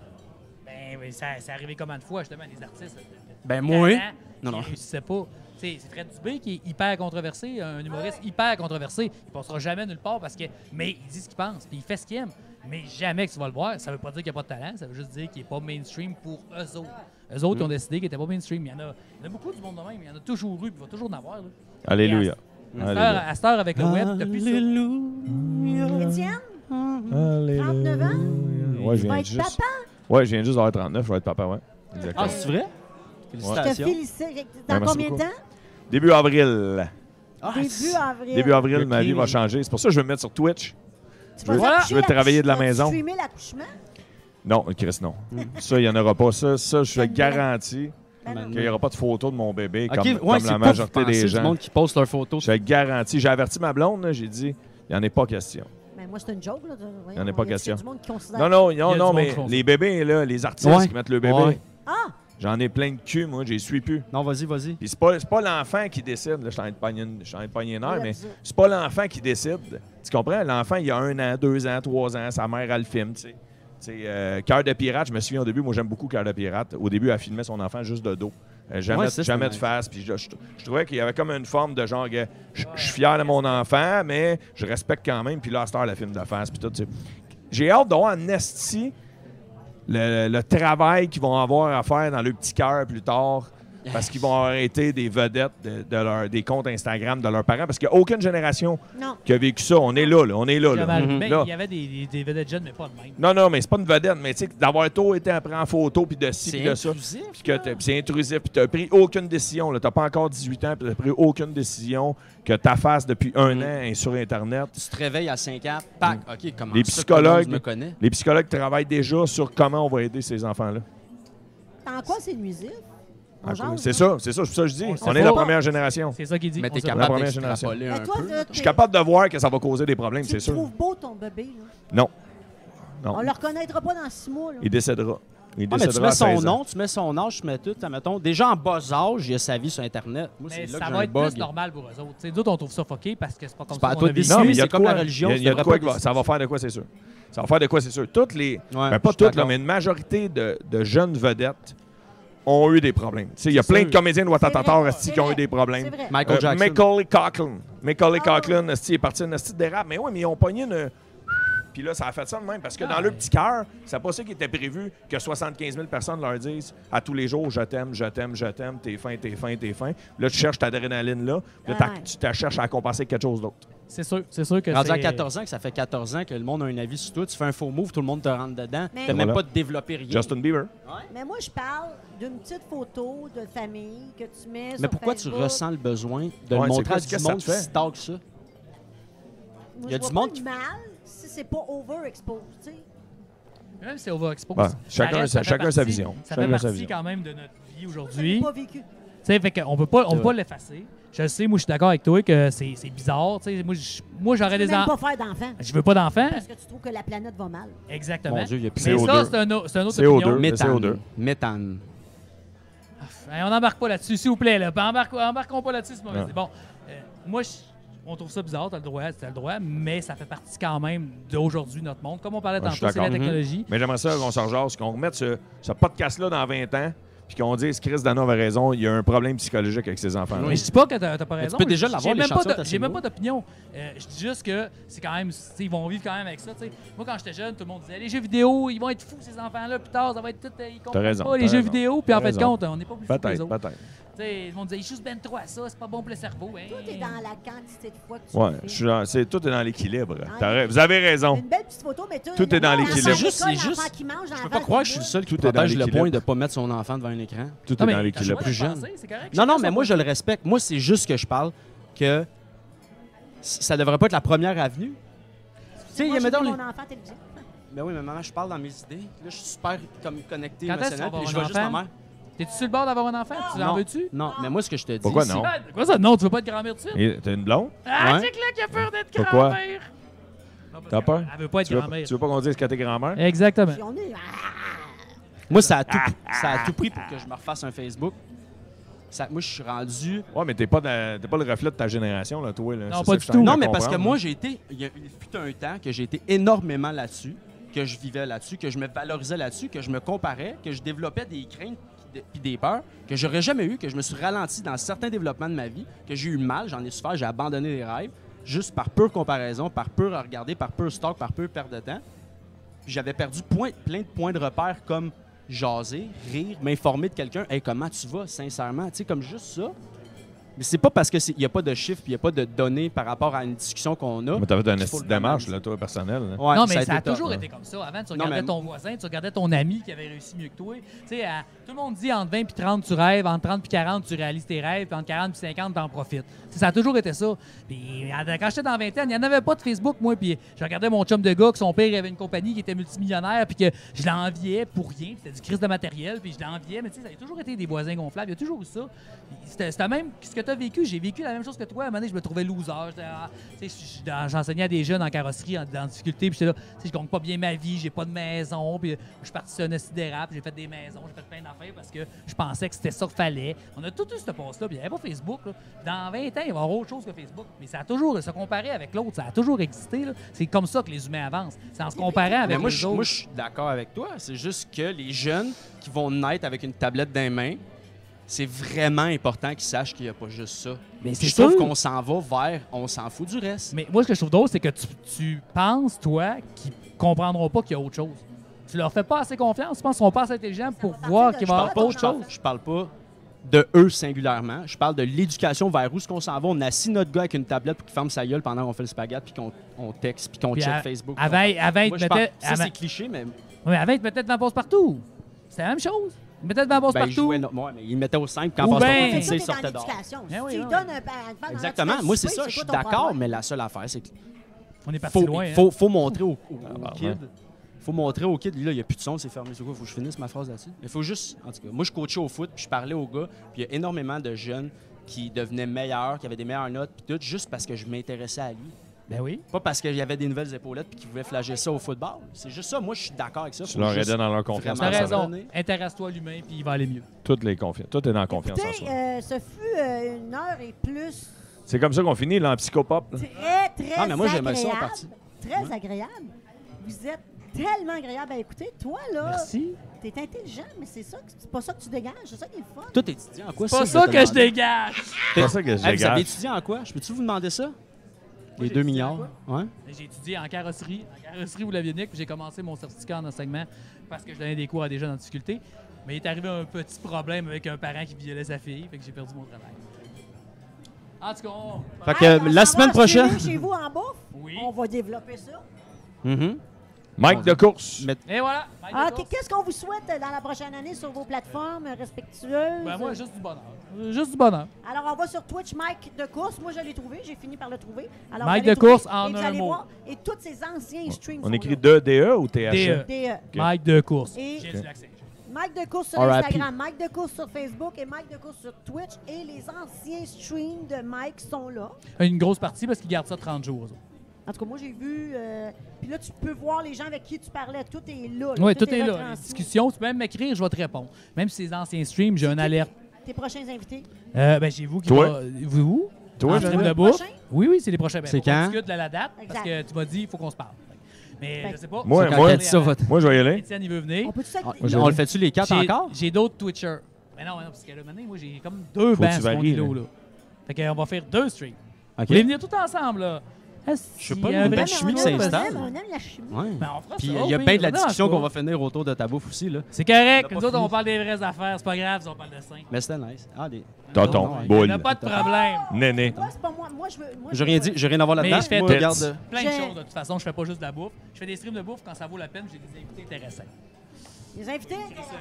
D: Ben, mais ça, c'est arrivé combien de fois, justement, des artistes.
B: Ben, moi,
D: Non,
B: non,
D: non.
B: non.
D: réussissaient pas. Tu sais, c'est Fred Dubé qui est hyper controversé, un humoriste hyper controversé. Il passera jamais nulle part parce que. Mais il dit ce qu'il pense, puis il fait ce qu'il aime. Mais jamais que tu vas le voir. Ça veut pas dire qu'il n'y a pas de talent, ça veut juste dire qu'il n'est pas mainstream pour eux autres. Eux autres, ils
B: Mm.
D: ont décidé qu'ils n'étaient pas mainstream. Il y, en a, il y en a beaucoup du monde de même. Il y en a toujours eu, puis il va toujours en avoir. là.
C: Alléluia.
D: À cette heure-
C: Alléluia.
D: À cette heure, avec le web, t'as plus ça.
A: Étienne,
C: Alléluia.
A: 39 ans?
C: Ouais, je
A: tu vas
C: viens
A: être
C: juste.
A: papa.
C: Ouais, je viens juste d'avoir 39, je vais être papa, ouais. Exactement.
B: Ah, c'est vrai?
A: Je te
B: Félicitations.
A: félicite. Dans
C: merci
A: combien de
C: beaucoup.
A: temps?
C: Début avril.
B: Ah,
A: Début
B: c'est-
A: avril.
C: Début avril,
B: Le
C: ma vie
B: clean.
C: va changer. C'est pour ça que je vais me mettre sur Twitch.
A: Tu
C: veux-
A: vas
C: je veux travailler de la maison.
A: Tu streamer l'accouchement?
C: Non, Chris, non. Ça, il n'y en aura pas. Ça, ça je suis garanti
A: Ben non.
C: qu'il n'y aura pas de photos de mon bébé
B: Ok,
C: comme, comme
B: ouais, c'est
C: la
B: pas vous
C: majorité
B: pensez
C: des
B: du
C: gens.
B: monde qui poste leurs photos.
C: Je suis garanti. J'ai averti ma blonde, là, j'ai dit, il n'y en est pas question.
A: Mais Ben, moi, c'est une joke. Là. Il
C: en a pas question.
A: Du monde qui considère...
C: Non, non,
D: Il y
C: non,
D: a
C: non,
D: du monde
C: mais
D: qui font ça.
C: les bébés, là, les artistes
B: Ouais.
C: qui mettent le bébé,
B: Ouais.
A: Ah!
C: j'en ai plein de cul, moi, j'y suis plus.
B: Non, vas-y, vas-y.
C: Puis c'est pas, c'est pas l'enfant qui décide. Là, je suis en train de pogner une- je suis en train de pogner une heure,
A: Oui,
C: mais
A: absurde.
C: c'est pas l'enfant qui décide. Tu comprends? L'enfant, il y a un an, deux ans, trois ans, sa mère, elle le filme, tu sais. Tu sais, euh, Cœur de pirate, je me souviens au début, moi j'aime beaucoup Cœur de pirate. Au début, elle filmait son enfant juste de dos. Euh, jamais
B: Ouais, ça,
C: jamais
B: c'est
C: de
B: nice.
C: face. Puis je, je- je trouvais qu'il y avait comme une forme de genre, que je, je suis fier de mon enfant, mais je respecte quand même. Puis là, à cette heure, elle filme de face. Puis tout, tu sais. J'ai hâte d'avoir en esti le, le travail qu'ils vont avoir à faire dans le petit cœur plus tard. Parce qu'ils vont arrêter des vedettes de, de leur- des comptes Instagram de leurs parents. Parce qu'il n'y a aucune génération
A: Non.
C: qui a vécu ça. On est là, là. On est là. là.
D: Jamais
B: Mm-hmm.
D: arrivé.
C: Là.
D: Il y avait des, des, des vedettes jeunes, mais pas de même.
C: Non, non, mais c'est pas une vedette. Mais tu sais, d'avoir tôt été à prendre en photo, puis de ci, puis
B: C'est
C: de ça.
B: intrusif.
C: Puis que t'as- puis c'est intrusif, puis tu n'as pris aucune décision. Tu n'as pas encore 18 ans, puis tu n'as pris aucune décision que ta face depuis un
B: Mm.
C: an est sur Internet.
B: Tu te réveilles à 5 ans, pac, OK, comment
C: Les
B: ça, tout le monde
C: psychologues-
B: me connaît.
C: Les psychologues travaillent déjà sur comment on va aider ces enfants-là.
A: En quoi c'est nuisif? On jase,
C: Ah, C'est
A: hein?
C: ça, c'est ça, c'est pour ça que je dis.
D: On sait
C: On est la
D: pas.
C: première génération.
D: C'est ça qu'il dit.
B: Mais
D: On
B: t'es
D: sait pas.
C: la
B: capable
C: première génération.
B: d'extrapoler
A: Mais
B: un
A: Ben, toi,
B: peu.
A: là,
C: Je suis capable de voir que ça va causer des problèmes,
A: Tu
C: c'est
A: le
C: sûr.
A: trouves beau ton bébé. Là.
C: Non,
A: On le reconnaîtra pas dans six mois. Là.
C: il décédera. Il
B: Ah, mais tu
C: décédera à
B: mets son
C: 16 ans.
B: nom, tu mets son âge, tu mets tout, t'as, mettons. Déjà en bas âge, il y a sa vie sur Internet. Moi, c'est
D: Mais
B: là que
D: ça
B: j'ai un
D: va être plus
B: bug.
D: normal pour eux autres. T'sais, Nous autres, on trouve ça fucké parce que c'est pas comme
B: C'est
D: ça.
B: pas à
D: qu'on
B: toi
D: a
B: de
D: vécu.
B: décider.
C: Non, mais il y a
B: c'est
C: de
B: comme
C: quoi.
B: la religion,
C: Il y a- il y a
B: ça
C: de
B: devrait
C: quoi
B: pas
C: qui va- ça va faire de quoi, c'est sûr. Ça va faire de quoi, c'est sûr. Toutes les.
B: Ouais,
C: ben,
B: je
C: pas
B: suis
C: toutes, là,
B: d'accord.
C: mais une majorité de, de jeunes vedettes ont eu des problèmes. Tu sais, Il y a plein
B: sûr.
C: de comédiens de Ouattatata
A: vrai,
C: esti,
A: c'est
C: qui ont
A: vrai,
C: eu des
A: C'est
C: problèmes.
A: vrai.
B: Michael
C: Euh,
B: Jackson.
C: Macaulay Coughlin. Macaulay
A: Ah.
C: Coughlin, esti, est parti d'un esti de dérap. Mais oui, mais ils ont pogné une. Puis là, ça a fait ça de même parce que
A: Ah
C: dans le petit cœur, c'est pas ça qui était prévu que 75 000 personnes leur disent à tous les jours Je t'aime, je t'aime, je t'aime, t'es fin, t'es fin, t'es fin. Là, tu cherches ta adrénaline là, puis là, t'as-
A: Ah Ouais.
C: tu te cherches à compenser avec quelque chose d'autre.
D: C'est sûr, c'est sûr que
B: Rendu
D: c'est...
B: à 14 ans, que ça fait 14 ans que le monde a un avis sur toi, tu fais un faux move, tout le monde te rentre dedans.
A: Mais-
B: T'as même
C: Voilà.
B: pas de développer rien.
C: Justin Bieber.
A: Mais moi, je parle d'une petite photo de famille que tu mets
B: Mais
A: sur
B: pourquoi tu
A: Facebook.
B: ressens le besoin de
C: Ouais,
B: le
C: c'est
B: montrer
C: quoi,
B: à
C: qu'est-ce
B: du
C: que ça
B: monde
C: te
B: qui
C: fait?
B: se talque ça?
A: Moi,
B: Il y a
A: je
B: du
A: vois
B: monde
A: pas
B: qui-
A: de mal si c'est pas overexposed. tu sais.
D: Même si on va expo,
C: Ouais,
D: ça
C: chacun
D: reste-
C: sa-
D: ça fait
C: chacun
D: partie-
C: sa vision.
D: Ça
C: Chacun
D: fait
C: sa
D: partie
C: vision.
D: quand même de notre vie
A: Je l'ai
D: aujourd'hui.
A: pas vécu.
D: Tu sais, fait qu'on peut pas, on peut
B: Ouais.
D: pas l'effacer. Je sais, moi, je suis d'accord avec toi que c'est c'est bizarre. Tu sais, moi, je- moi, j'aurais
A: Tu peux
D: des
A: même
D: enfants.
A: pas faire d'enfants
D: Je veux pas d'enfants.
A: parce que tu trouves que la planète va mal.
D: Exactement.
B: Mon Dieu, il y a plus
D: Mais
C: CO2.
D: ça, c'est un, au- c'est un autre
C: CO2.
D: opinion.
C: Mais
B: Méthane.
C: CO2.
B: Méthane.
D: Hey, on n'embarque pas là-dessus, s'il vous plaît. Là. Embarque- embarquons pas là-dessus, c'est mauvais.
C: Non.
D: Bon, euh, moi, je- on trouve ça bizarre, t'as le droit, t'as le droit, mais ça fait partie quand même d'aujourd'hui, notre monde. Comme on parlait
C: Ouais, je suis
D: tantôt, c'est la
C: d'accord. Mhm.
D: technologie.
C: Mais j'aimerais ça qu'on se rejase, qu'on remette ce, ce podcast-là dans 20 ans, puis qu'on dise Chris Dano avait raison, il y a un problème psychologique avec ces enfants.
D: Mais je dis pas que t'as t'as pas raison.
B: tu peux déjà
D: J'ai-
B: l'avoir,
D: j'ai
B: les
D: même pas
B: chansons,
D: de-
B: t'as
D: J'ai
B: ces
D: même
B: mots.
D: pas d'opinion. Euh, je dis juste que c'est quand même. tu sais, Ils vont vivre quand même avec ça. tu sais. Moi, quand j'étais jeune, tout le monde disait les jeux vidéo, ils vont être fous, ces enfants-là, plus tard, ça va être tout. euh, Ils comprennent
C: raison,
D: pas les
C: t'as
D: jeux
C: raison.
D: vidéo, puis en
C: T'as
D: fait de
C: raison.
D: compte, on n'est pas plus fous que les
C: Peut-être,
D: autres.
C: peut-être.
D: Tu sais, Ils vont dire ils jouent ben trop à ça, c'est pas bon pour le cerveau. hein.
A: Toi, t'es dans la quantité de fois que tu
C: Ouais,
A: le fais.
C: je suis dans- c'est, tout est dans l'équilibre.
B: Ah.
C: T'as ra- vous avez raison.
A: Une belle petite photo, mais tu-
C: Tout est dans
A: l'enfant
C: l'équilibre.
A: à
B: C'est juste-
A: l'école,
B: c'est
A: l'enfant
B: juste-
A: qui mange,
B: Je peux pas croire que je suis le seul qui
C: Tout est dans
B: protège le
C: l'équilibre.
B: point de ne pas mettre son enfant devant un écran.
C: Tout
D: Non,
C: est
D: mais
C: dans
D: t'as le
C: l'équilibre.
D: choix
B: plus
D: de le
B: jeune.
D: penser, c'est correct,
B: Non,
D: chacun
B: non,
D: son
B: mais moi,
D: point
B: je le respecte. Moi, c'est juste que je parle que c- ça devrait pas être la première avenue. Tu sais, il y a,
A: Moi, j'ai
B: mettons,
A: mis
B: les-
A: mon enfant à la télévision.
B: Ben oui, mais maman, je parle dans mes idées. Là, je suis super comme connecté
D: Quand est-ce
B: émotionnel,
D: qu'on va
B: puis je
D: avoir
B: vois
D: un
B: juste ma
D: enfant?
B: mère.
D: T'es-tu sur le bord d'avoir un enfant? Tu en
B: Non,
D: veux-tu?
B: Non, mais moi, ce que je te dis...
C: Pourquoi
B: c'est-
C: non?
D: Ah, Quoi ça? Non, tu veux pas être grand-mère tout de suite?
C: Et- T'as une blonde?
D: Ah,
B: Ouais.
D: check là qu'il a peur d'être
C: Pourquoi?
D: grand-mère! Non, parce
C: T'as
D: que
C: peur?
D: Elle veut pas être
C: Tu veux, pas-
D: grand-mère.
C: tu veux pas qu'on dise que t'es grand-mère?
D: Exactement.
A: Puis on est- ah,
B: Moi, ça a, tout, ça a tout pris pour que je me refasse un Facebook. Ça- moi, je suis rendu...
C: Ouais, mais t'es pas, dans- t'es pas le reflet de ta génération, là, toi. Là.
D: Non,
C: C'est
D: pas
C: ça
D: du
C: que je suis en
D: tout.
C: train
B: Non,
C: de
B: mais parce que
C: comprendre.
B: moi, j'ai été... Il y a il fut un temps que j'ai été énormément là-dessus, que je vivais là-dessus, que je me valorisais là-dessus, que je me comparais, que je développais des craintes puis de- puis des peurs que j'aurais jamais eu, que je me suis ralenti dans certains développements de ma vie, que j'ai eu mal, j'en ai souffert, j'ai abandonné des rêves, juste par pure comparaison, par pure à regarder, par pur stock, par pure perte de temps. Puis j'avais perdu point- plein de points de repère comme jaser, rire, m'informer de quelqu'un. Hey, comment tu vas, sincèrement? Tu sais, comme juste ça. Mais c'est pas parce qu'il n'y a pas de chiffres, il n'y a pas de données par rapport à une discussion qu'on a.
C: Mais t'avais une
B: qu'il faut
C: petite
B: le
C: démarche,
B: banaliser.
C: là, toi, personnelle. là.
B: Ouais,
D: non, mais ça a,
B: été top.
D: toujours été comme ça. Avant, tu
B: Non,
D: regardais
B: mais-
D: ton voisin, tu regardais ton ami qui avait réussi mieux que toi. Tu sais, à- tout le monde dit entre 20 puis 30, tu rêves, entre 30 puis 40, tu réalises tes rêves, puis entre 40 puis 50, t'en profites. Tu sais, ça a toujours été ça. Puis à- quand j'étais dans la vingtaine, il n'y en avait pas de Facebook, moi, puis je regardais mon chum de gars, que son père avait une compagnie qui était multimillionnaire, puis que je l'enviais pour rien, puis c'était du crise de matériel, puis je l'enviais, mais tu sais, ça a toujours été des voisins gonflables, il y a toujours eu ça. Puis C'était c'était même ce que tu as vécu, j'ai vécu la même chose que toi. À un moment donné, je me trouvais loser. J'étais, ah, tu sais, je- je- dans- J'enseignais à des jeunes en carrosserie, en, en difficulté, puis j'étais là, tu sais, je gagne pas bien ma vie, j'ai pas de maison, puis je suis parti sur un acide d'érable, j'ai fait des maisons, j'ai fait plein d'affaires parce que je pensais que c'était ça qu'il fallait. On a tout eu ce poste-là, puis il n'y avait pas Facebook. là. Dans 20 ans, il va y avoir autre chose que Facebook, mais ça a toujours, se comparer avec l'autre, ça a toujours existé. là. C'est comme ça que les humains avancent, c'est en se comparant
B: Mais
D: avec
B: moi,
D: les
B: je,
D: autres.
B: moi, je suis d'accord avec toi. C'est juste que les jeunes qui vont naître avec une tablette dans les mains, c'est vraiment important qu'ils sachent qu'il n'y a pas juste ça.
D: Mais c'est
B: je trouve
D: sûr.
B: qu'on s'en va vers on s'en fout du reste.
D: Mais moi, ce que je trouve drôle, c'est que tu, tu penses, toi, qu'ils comprendront pas qu'il y a autre chose. Tu leur fais pas assez confiance, tu penses qu'ils sont pas assez intelligents pour
A: va
D: voir
A: partir
D: qu'il
A: de
D: va y
A: là,
D: avoir
A: ton
D: autre
B: je, parle,
D: chose.
B: je parle pas de eux singulièrement. Je parle de l'éducation vers où ce qu'on s'en va. On assit notre gars avec une tablette pour qu'il ferme sa gueule pendant qu'on fait le spaghette, puis qu'on on texte, puis qu'on
D: Puis
B: check
D: à-
B: Facebook.
D: Avant, avant, ils
B: Moi,
D: te
B: je pense-
D: mettaient-
B: ça,
D: avant-
B: c'est cliché, mais
D: Ouais, mais avant, ils te mettaient devant la pause partout. C'était la même chose. Ils te mettaient devant la pause
B: ben, il
D: partout.
B: jouait no- ouais, mais il mettait au 5 quand
D: Ou
B: on
D: ben-
A: Fait que toi, t'es
B: sortait il
A: dans
B: sortait dehors.
A: l'éducation. hein, Si
D: Ben oui,
A: tu lui
D: oui.
A: donnes un pa- un pan-
B: Exactement.
A: un
B: Moi,
A: souper,
B: c'est ça. Je suis
A: quoi ton
B: d'accord,
A: problème?
B: mais la seule affaire, c'est que
D: On est parti
B: faut,
D: loin. hein.
B: faut, faut montrer au, au, au
C: bah, ouais.
B: kid. Faut montrer au kid, là, il n'y a plus de son, c'est fermé. C'est quoi? Faut que je finisse ma phrase là-dessus. Il faut juste. En tout cas, moi, je coachais au foot, puis je parlais aux gars, puis il y a énormément de jeunes qui devenaient meilleurs, qui avaient des meilleures notes, puis tout, juste parce que je m'intéressais à lui.
D: Ben oui.
B: Pas parce qu'il y avait des nouvelles épaulettes, puis qu'ils voulaient flager ça au football. C'est juste ça. Moi, je suis d'accord avec ça.
C: Tu
B: Faut
C: leur
B: juste-
C: aidais dans leur hein. confiance.
B: Vraiment.
D: T'as
C: en soi.
D: raison.
B: donné.
D: Intéresse-toi à l'humain, puis il va aller mieux.
C: Toutes les confi- Tout est dans la confiance en
A: Écoutez,
C: soi.
A: euh, ce fut euh, une heure et plus
C: C'est comme ça qu'on finit, là, en psychopop. là.
A: très, très
B: Ah, mais moi, j'aimais
A: agréable.
B: ça en partie.
A: Très
B: Ouais.
A: agréable. Vous êtes tellement agréable à écouter. Toi, là,
D: Merci.
A: t'es intelligent, mais c'est ça, que- c'est pas ça que tu dégages. C'est ça qui est le fun.
B: Tout étudié en quoi?
D: Pas ça
B: te
D: que je
B: demandais.
D: dégage.
C: C'est pour ça que je
B: Hey, Ah, vous avez
C: dégage.
B: étudié en quoi? Je peux-tu vous demander ça? Les
D: j'ai
B: 2
D: étudié en
B: milliards. Ouais.
D: J'ai étudié en carrosserie, en carrosserie ou l'avionique, puis j'ai commencé mon certificat en enseignement parce que je donnais des cours à des jeunes en difficulté. Mais il est arrivé un petit problème avec un parent qui violait sa fille, fait que j'ai perdu mon travail. En tout cas, on-
B: Fait
A: Hey,
D: Ah,
B: que
A: on
B: la
A: s'en
B: semaine
A: va en
B: prochaine.
A: streaming chez vous en bouffe,
D: Oui.
A: on va développer ça.
B: Mhm.
C: Mike de course.
B: Mais-
D: Et voilà. Mike
A: Ah,
D: Douglas.
A: qu- Qu'est-ce qu'on vous souhaite dans la prochaine année sur vos plateformes respectueuses?
D: Ben, moi, juste du bonheur. Euh, Juste du bonheur.
A: Alors, on va sur Twitch, Mike de course. Moi, je l'ai trouvé. J'ai fini par le trouver. Alors,
D: Mike
A: vous allez
D: de course
A: trouver
D: en
A: et vous
D: un
A: allez
D: mot.
A: voir. Et tous ces anciens streams
C: On
A: sont
C: écrit
A: là.
C: 2DE ou E? THE?
D: DE.
A: Des, euh,
D: Mike de course.
A: Et-
D: J'ai du accès.
A: Mike de course sur
B: R.I.P.
A: Instagram, Mike de course sur Facebook et Mike de course sur Twitch. Et les anciens streams de Mike sont là.
D: Une grosse partie parce qu'ils gardent ça 30 jours. eux autres.
A: En tout cas, moi, j'ai vu. euh, Puis là, tu peux voir les gens avec qui tu parlais. Tout est là.
D: Oui, tout, est, là. Les
A: transmis.
D: discussions, tu peux même m'écrire, je vais te répondre. Même si c'est anciens streams, j'ai un alerte.
A: Tes prochains invités.
D: Euh, ben, j'ai vous qui
C: Toi?
D: va- Vous?
C: Toi,
D: En
C: Jeannette?
D: stream de bouffe.
A: Prochain?
D: Oui, oui, c'est les prochains. Ben,
B: C'est
D: faut qu'on
B: quand?
D: discute de la date,
A: Exact.
D: parce que tu m'as dit, il faut qu'on se parle. Mais
A: Ben,
D: je sais pas.
C: Moi,
D: C'est quand
C: moi-
D: elle dit ça, votre-
C: Moi, je vais y aller.
D: Étienne, il veut venir.
A: On peut-tu
B: On,
A: s'activer?
B: on le fait-tu les quatre
D: J'ai-
B: encore?
D: J'ai d'autres Twitchers. Mais non, mais non, parce que là, maintenant, moi, j'ai comme deux
C: Faut que
D: bands
C: tu hein.
D: sur mon
C: varies,
D: îlot,
C: là.
D: là. Fait qu'on va faire deux streams.
B: OK.
D: Vous voulez venir tout ensemble, là? Ah,
B: Je sais
D: si,
B: pas,
D: il y
B: une
D: a un
C: Ben,
B: belle
D: vrai
B: chimie qui
D: moment,
A: on,
B: s'installe.
A: aime, on aime la chimie.
B: Ouais.
D: Ben, on fera
B: Puis il
D: ça,
B: y a
D: oui,
B: bien de la
D: non,
B: discussion
D: c'est pas-
B: qu'on va finir autour de ta bouffe aussi. Là.
D: C'est correct.
B: On a
D: Nous
B: pas
D: autres, on
B: fini.
D: parle des vraies affaires. C'est pas grave si on parle de cinq.
B: Mais c'était nice. Allez.
C: Tonton,
D: Il
C: boule,
D: n'y a pas de problème.
C: néné.
A: Moi, c'est pas moi. Moi, je veux. moi,
B: J'ai
A: je
B: rien
A: veux-
B: dit, j'ai rien à voir
D: Mais
B: là-dedans.
D: je fais
B: Moi,
C: tête.
B: regarde. euh,
D: Plein
A: J'ai-
D: de choses, de toute façon. Je fais pas juste de la bouffe. Je fais des streams de bouffe quand ça vaut la peine. J'ai des invités intéressants.
A: Les invités.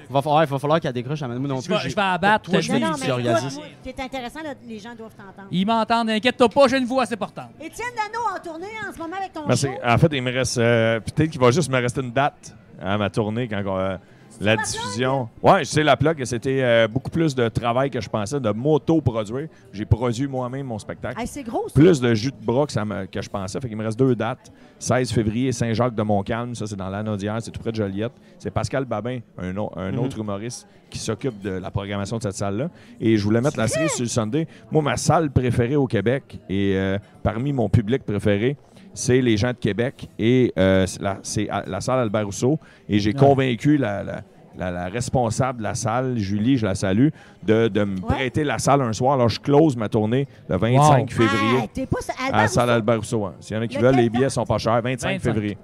B: Va falloir, il va falloir qu'elle décroche à moi non
D: Je
B: plus.
D: vais,
B: j'ai-
D: je vais abattre.
B: Toi,
D: je
B: je
D: vais-
B: vais-
A: non,
B: ici,
A: mais
B: organisé.
A: écoute, t'es intéressant, là, les gens doivent t'entendre.
D: Ils m'entendent. Inquiète-toi pas, j'ai une voix assez portante.
A: Étienne Dano en tournée en ce moment avec ton
C: Merci.
A: show.
C: En fait, il me reste. euh, Peut-être qu'il va juste me rester une date à ma tournée quand on, euh, la
A: la
C: diffusion. Ouais, je sais la plaque. C'était euh, beaucoup plus de travail que je pensais, de m'auto-produire. J'ai produit moi-même mon spectacle.
A: Hey, c'est gros, ça.
C: Plus de jus de bras que, ça me- que je pensais. Fait qu'il me reste deux dates. 16 février, Saint-Jacques-de-Montcalm. Ça, c'est dans l'Anaudière. C'est tout près de Joliette. C'est Pascal Babin, un, au- un autre humoriste, qui s'occupe de la programmation de cette salle-là. Et je voulais mettre la série sur le Sunday. Moi, ma salle préférée au Québec et euh, parmi mon public préféré, c'est les gens de Québec et euh, c'est la- c'est à- la salle Albert Rousseau. Et j'ai convaincu la, la- la- la responsable de la salle, Julie, je la salue, de, de me prêter la salle un soir. Alors, je close ma tournée le 25
D: Wow.
C: février
A: Hey, t'es pas sur-
C: à la
A: Albert
C: salle
A: Rousseau.
C: Albert Rousseau. hein. S'il y en a qui
A: Lequel
C: veulent, les
A: date?
C: billets sont pas chers. 25,
D: 25.
C: février.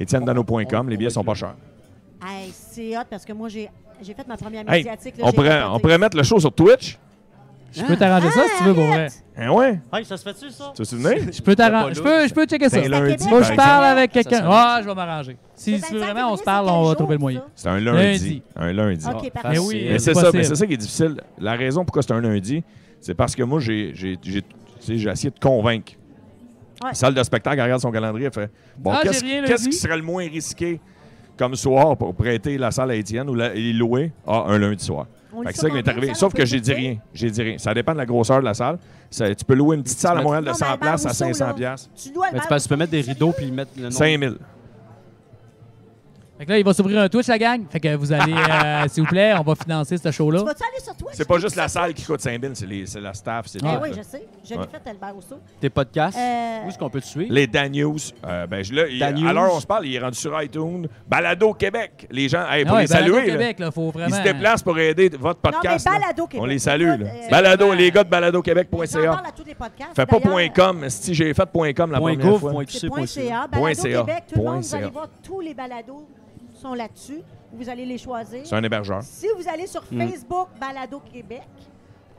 C: EtienneDano.com, les billets sont pas chers.
A: Hey, c'est hot parce que moi, j'ai j'ai fait ma première
C: Hey,
A: médiatique. là,
C: on,
A: j'ai
C: pourrait,
A: capoté.
C: on pourrait mettre le show sur Twitch.
D: Je peux t'arranger ça si tu veux, pour vrai.
A: arrête!
C: Hein, ouais.
B: Hey, ça se fait-tu, ça?
C: Tu
A: <laughs>
C: te souviens?
D: Je peux
B: pas
D: t'arranger. Je peux, je peux checker ça.
C: C'est un lundi.
A: Québec.
D: Moi,
C: par
D: je
C: exemple.
D: parle avec
B: Ça,
D: quelqu'un.
B: ça
D: Ah, je vais m'arranger.
A: Le
D: Si tu veux
A: 25
D: vraiment, on se
A: février,
D: parle,
A: c'est
D: on va
A: quel
D: trouver le
A: jour,
D: moyen.
C: C'est un lundi.
D: Lundi.
C: Un lundi.
A: ça? OK,
B: Mais
A: parfait.
B: oui,
D: euh,
C: Mais c'est ça,
D: possible.
C: mais c'est ça qui est difficile. La raison pourquoi c'est un lundi, c'est parce que moi, j'ai, j'ai, j'ai- tu sais, j'ai essayé de convaincre.
A: Ouais.
C: La salle de spectacle, elle regarde son calendrier, elle fait Bon,
D: Ah, j'ai
C: qu'est-ce,
D: rien
C: qu'est-ce
D: lundi.
C: qui serait le moins risqué comme soir pour prêter la salle à Étienne ou la, et louer Ah, un lundi soir.
A: On le
C: Fait que
A: sait
C: c'est ça qui
A: combien
C: m'est
A: de
C: arrivé.
A: salles
C: Sauf
A: on
C: que
A: peut
C: j'ai dit
A: louer?
C: rien. J'ai dit rien. Ça dépend de la grosseur de la salle. Ça- tu peux louer une petite salle à Montréal de
A: Non,
C: 100
A: mais
C: places à
A: Albert Rousseau,
C: 500
A: là.
C: places.
A: Tu dois
B: Mais
A: Albert
B: tu, penses- tu peux mettre des rideaux puis mettre le nom.
C: 5000.
D: Fait que là, il va s'ouvrir un Twitch, la gang. Fait que vous allez, euh, s'il vous plaît, on va financer ce show-là.
A: Tu vas-tu aller sur toi?
C: C'est pas juste la salle qui coûte 5000, c'est, les- c'est la staff, c'est
A: Ben
C: tout,
A: oui,
C: là.
A: je sais. Je l'ai
C: Ouais.
A: fait, Albert Rousseau.
B: Tes podcasts.
A: Euh,
B: Où est-ce qu'on peut te suivre?
C: Les Dan News. Euh, ben, je- là, il-
B: Dan
C: à
B: News.
C: l'heure où on se parle, il est rendu sur iTunes. Balado Québec. Les gens, hey,
D: Ah
C: pour
D: ouais,
C: les
D: Balado
C: saluer, là.
D: Québec, là, faut vraiment. hein.
C: ils se déplacent pour aider votre
A: mais
C: podcast. là.
A: Balado Québec.
C: On les salue. là.
A: Euh,
C: Balado,
D: vraiment-
C: les gars de
A: J'en
C: baladoquebec.ca.
A: parle à tous les podcasts.
C: Fais pas point
A: D'ailleurs,
C: .com. Si j'ai fait point .com la
B: Point
C: première
B: gouv,
C: fois.
B: point
A: C'est
B: qc, point
A: point .ca.
C: Point
A: Balado
C: CA.
A: Québec. Tout le
C: Point
A: monde, vous
C: CA.
A: allez voir tous les balados sont là-dessus. Vous allez les choisir.
C: C'est un Mm. hébergeur.
A: Si vous allez sur Facebook Balado Québec,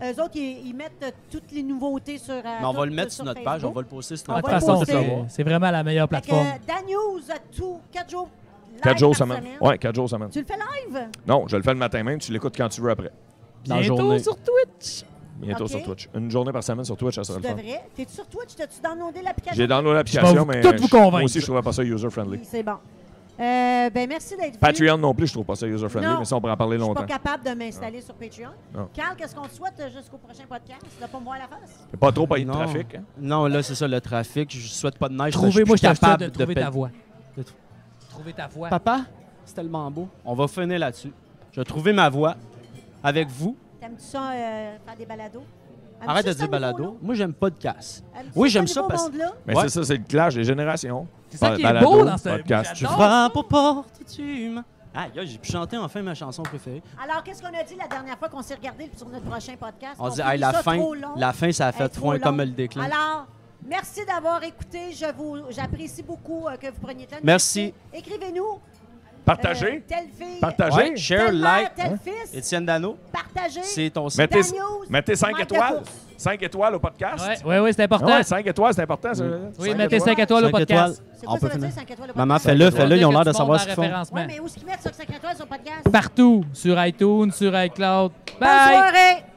A: eux autres, ils, ils mettent euh, toutes les nouveautés sur. euh,
B: Mais on va
A: tout-
B: le mettre sur
A: sur
B: notre page, on
A: Facebook.
B: va le poster sur
A: On
D: De
B: notre
D: toute
A: va le
B: page.
D: façon,
A: poster.
D: c'est c'est vraiment la meilleure
A: Fait que,
D: plateforme.
A: euh, Dan News, euh, tout, 4 jours. live
C: 4 jours
A: par
C: semaine. Ouais, 4 jours semaine.
A: Tu le fais live?
C: Non, je le fais le matin même. Tu l'écoutes quand tu veux après.
B: Dans la journée.
D: Twitch.
C: Bientôt
A: Ok.
C: sur Twitch. Une journée par semaine sur Twitch, ça sera
A: Tu
C: le fun.
A: devrais. T'es-tu sur Twitch? T'as-tu downloadé l'application?
C: J'ai downloadé l'application,
D: vous-
C: mais
D: tout
C: euh,
D: vous
C: je-
D: convaincre.
C: moi aussi, je trouvais pas ça user-friendly.
A: Oui, C'est bon. Euh, ben, merci d'être venu.
C: Patreon non plus, je trouve pas ça user-friendly,
A: Non.
C: mais ça, on pourrait en parler
A: Je suis pas
C: longtemps.
A: capable de m'installer
B: Ah.
A: sur Patreon.
C: Non.
A: Carl, qu'est-ce qu'on te souhaite euh, jusqu'au prochain podcast? Là, pour me voir la face?
C: Pas, trop pas eu de
B: Non.
C: trafic. hein.
B: Non, là, c'est ça, le trafic. Je souhaite pas de neige. ça,
D: Trouvez, moi, je
B: suis plus
D: t'assure
B: capable
D: de trouver
B: pe-
D: ta voix.
B: de tr-
D: Trouver ta voix.
B: Papa, c'est tellement beau. On va finir là-dessus. Je vais trouver ma voix avec vous.
A: T'aimes-tu ça, euh, faire des balados? Aimes-tu
B: Arrête de
A: ça,
B: dire
A: ce
B: balado.
A: nouveau-là?
B: Moi, j'aime podcast.
A: Aimes-tu
B: Oui,
A: ce
B: j'aime ça
A: nouveau
B: parce-
A: monde-là?
C: Mais
B: Ouais.
C: c'est ça, c'est le clash des générations.
D: C'est ça
C: Ba-
D: qui est
C: balado,
D: beau dans ce
C: podcast.
D: j'adore.
B: Frappe aux portes, tu me- Aïe, aïe, j'ai pu chanter enfin ma chanson préférée.
A: Alors, qu'est-ce qu'on a dit la dernière fois qu'on s'est regardé sur notre prochain podcast?
B: On dit,
A: finit
B: aïe, la
A: ça
B: fin,
A: trop long.
B: la fin, ça a
A: Hey,
B: fait
A: trop
B: point comme
A: long.
B: le déclin.
A: Alors, merci d'avoir écouté. Je vous, j'apprécie beaucoup euh, que vous preniez le temps. de
B: Merci.
A: m'écouter. Écrivez-nous.
C: Partagez.
A: euh, telle fille.
C: Partagez.
B: Ouais, share,
A: Tel mère,
B: like.
A: tel fils.
B: Étienne Dano,
A: Partagez.
B: c'est ton site.
C: Mettez,
A: Dan News,
C: mettez 5
A: Mike
C: étoiles.
A: Lacourse.
C: 5 étoiles au podcast.
D: Ouais, ouais, ouais, c'est
C: Ah
D: important. Mm.
C: ouais, 5 étoiles, c'est important. ça.
D: oui,
C: Cinq
D: mettez
C: étoiles.
D: 5 étoiles au
B: Cinq
D: podcast.
A: C'est quoi
B: On
A: ça
B: peut
A: veut dire,
B: finir.
A: 5 étoiles au
B: Maman,
A: podcast?
B: fais-le, fais-le. Ils ont
D: Que
B: l'air
D: tu
B: de savoir
D: montes
B: ce
D: en
B: qu'ils font.
D: référencement.
A: Ouais, mais où est-ce qu'ils mettent sur 5 étoiles sur le podcast?
D: Partout, sur iTunes, sur iCloud.
A: Bonne
D: Bye!
A: soirée!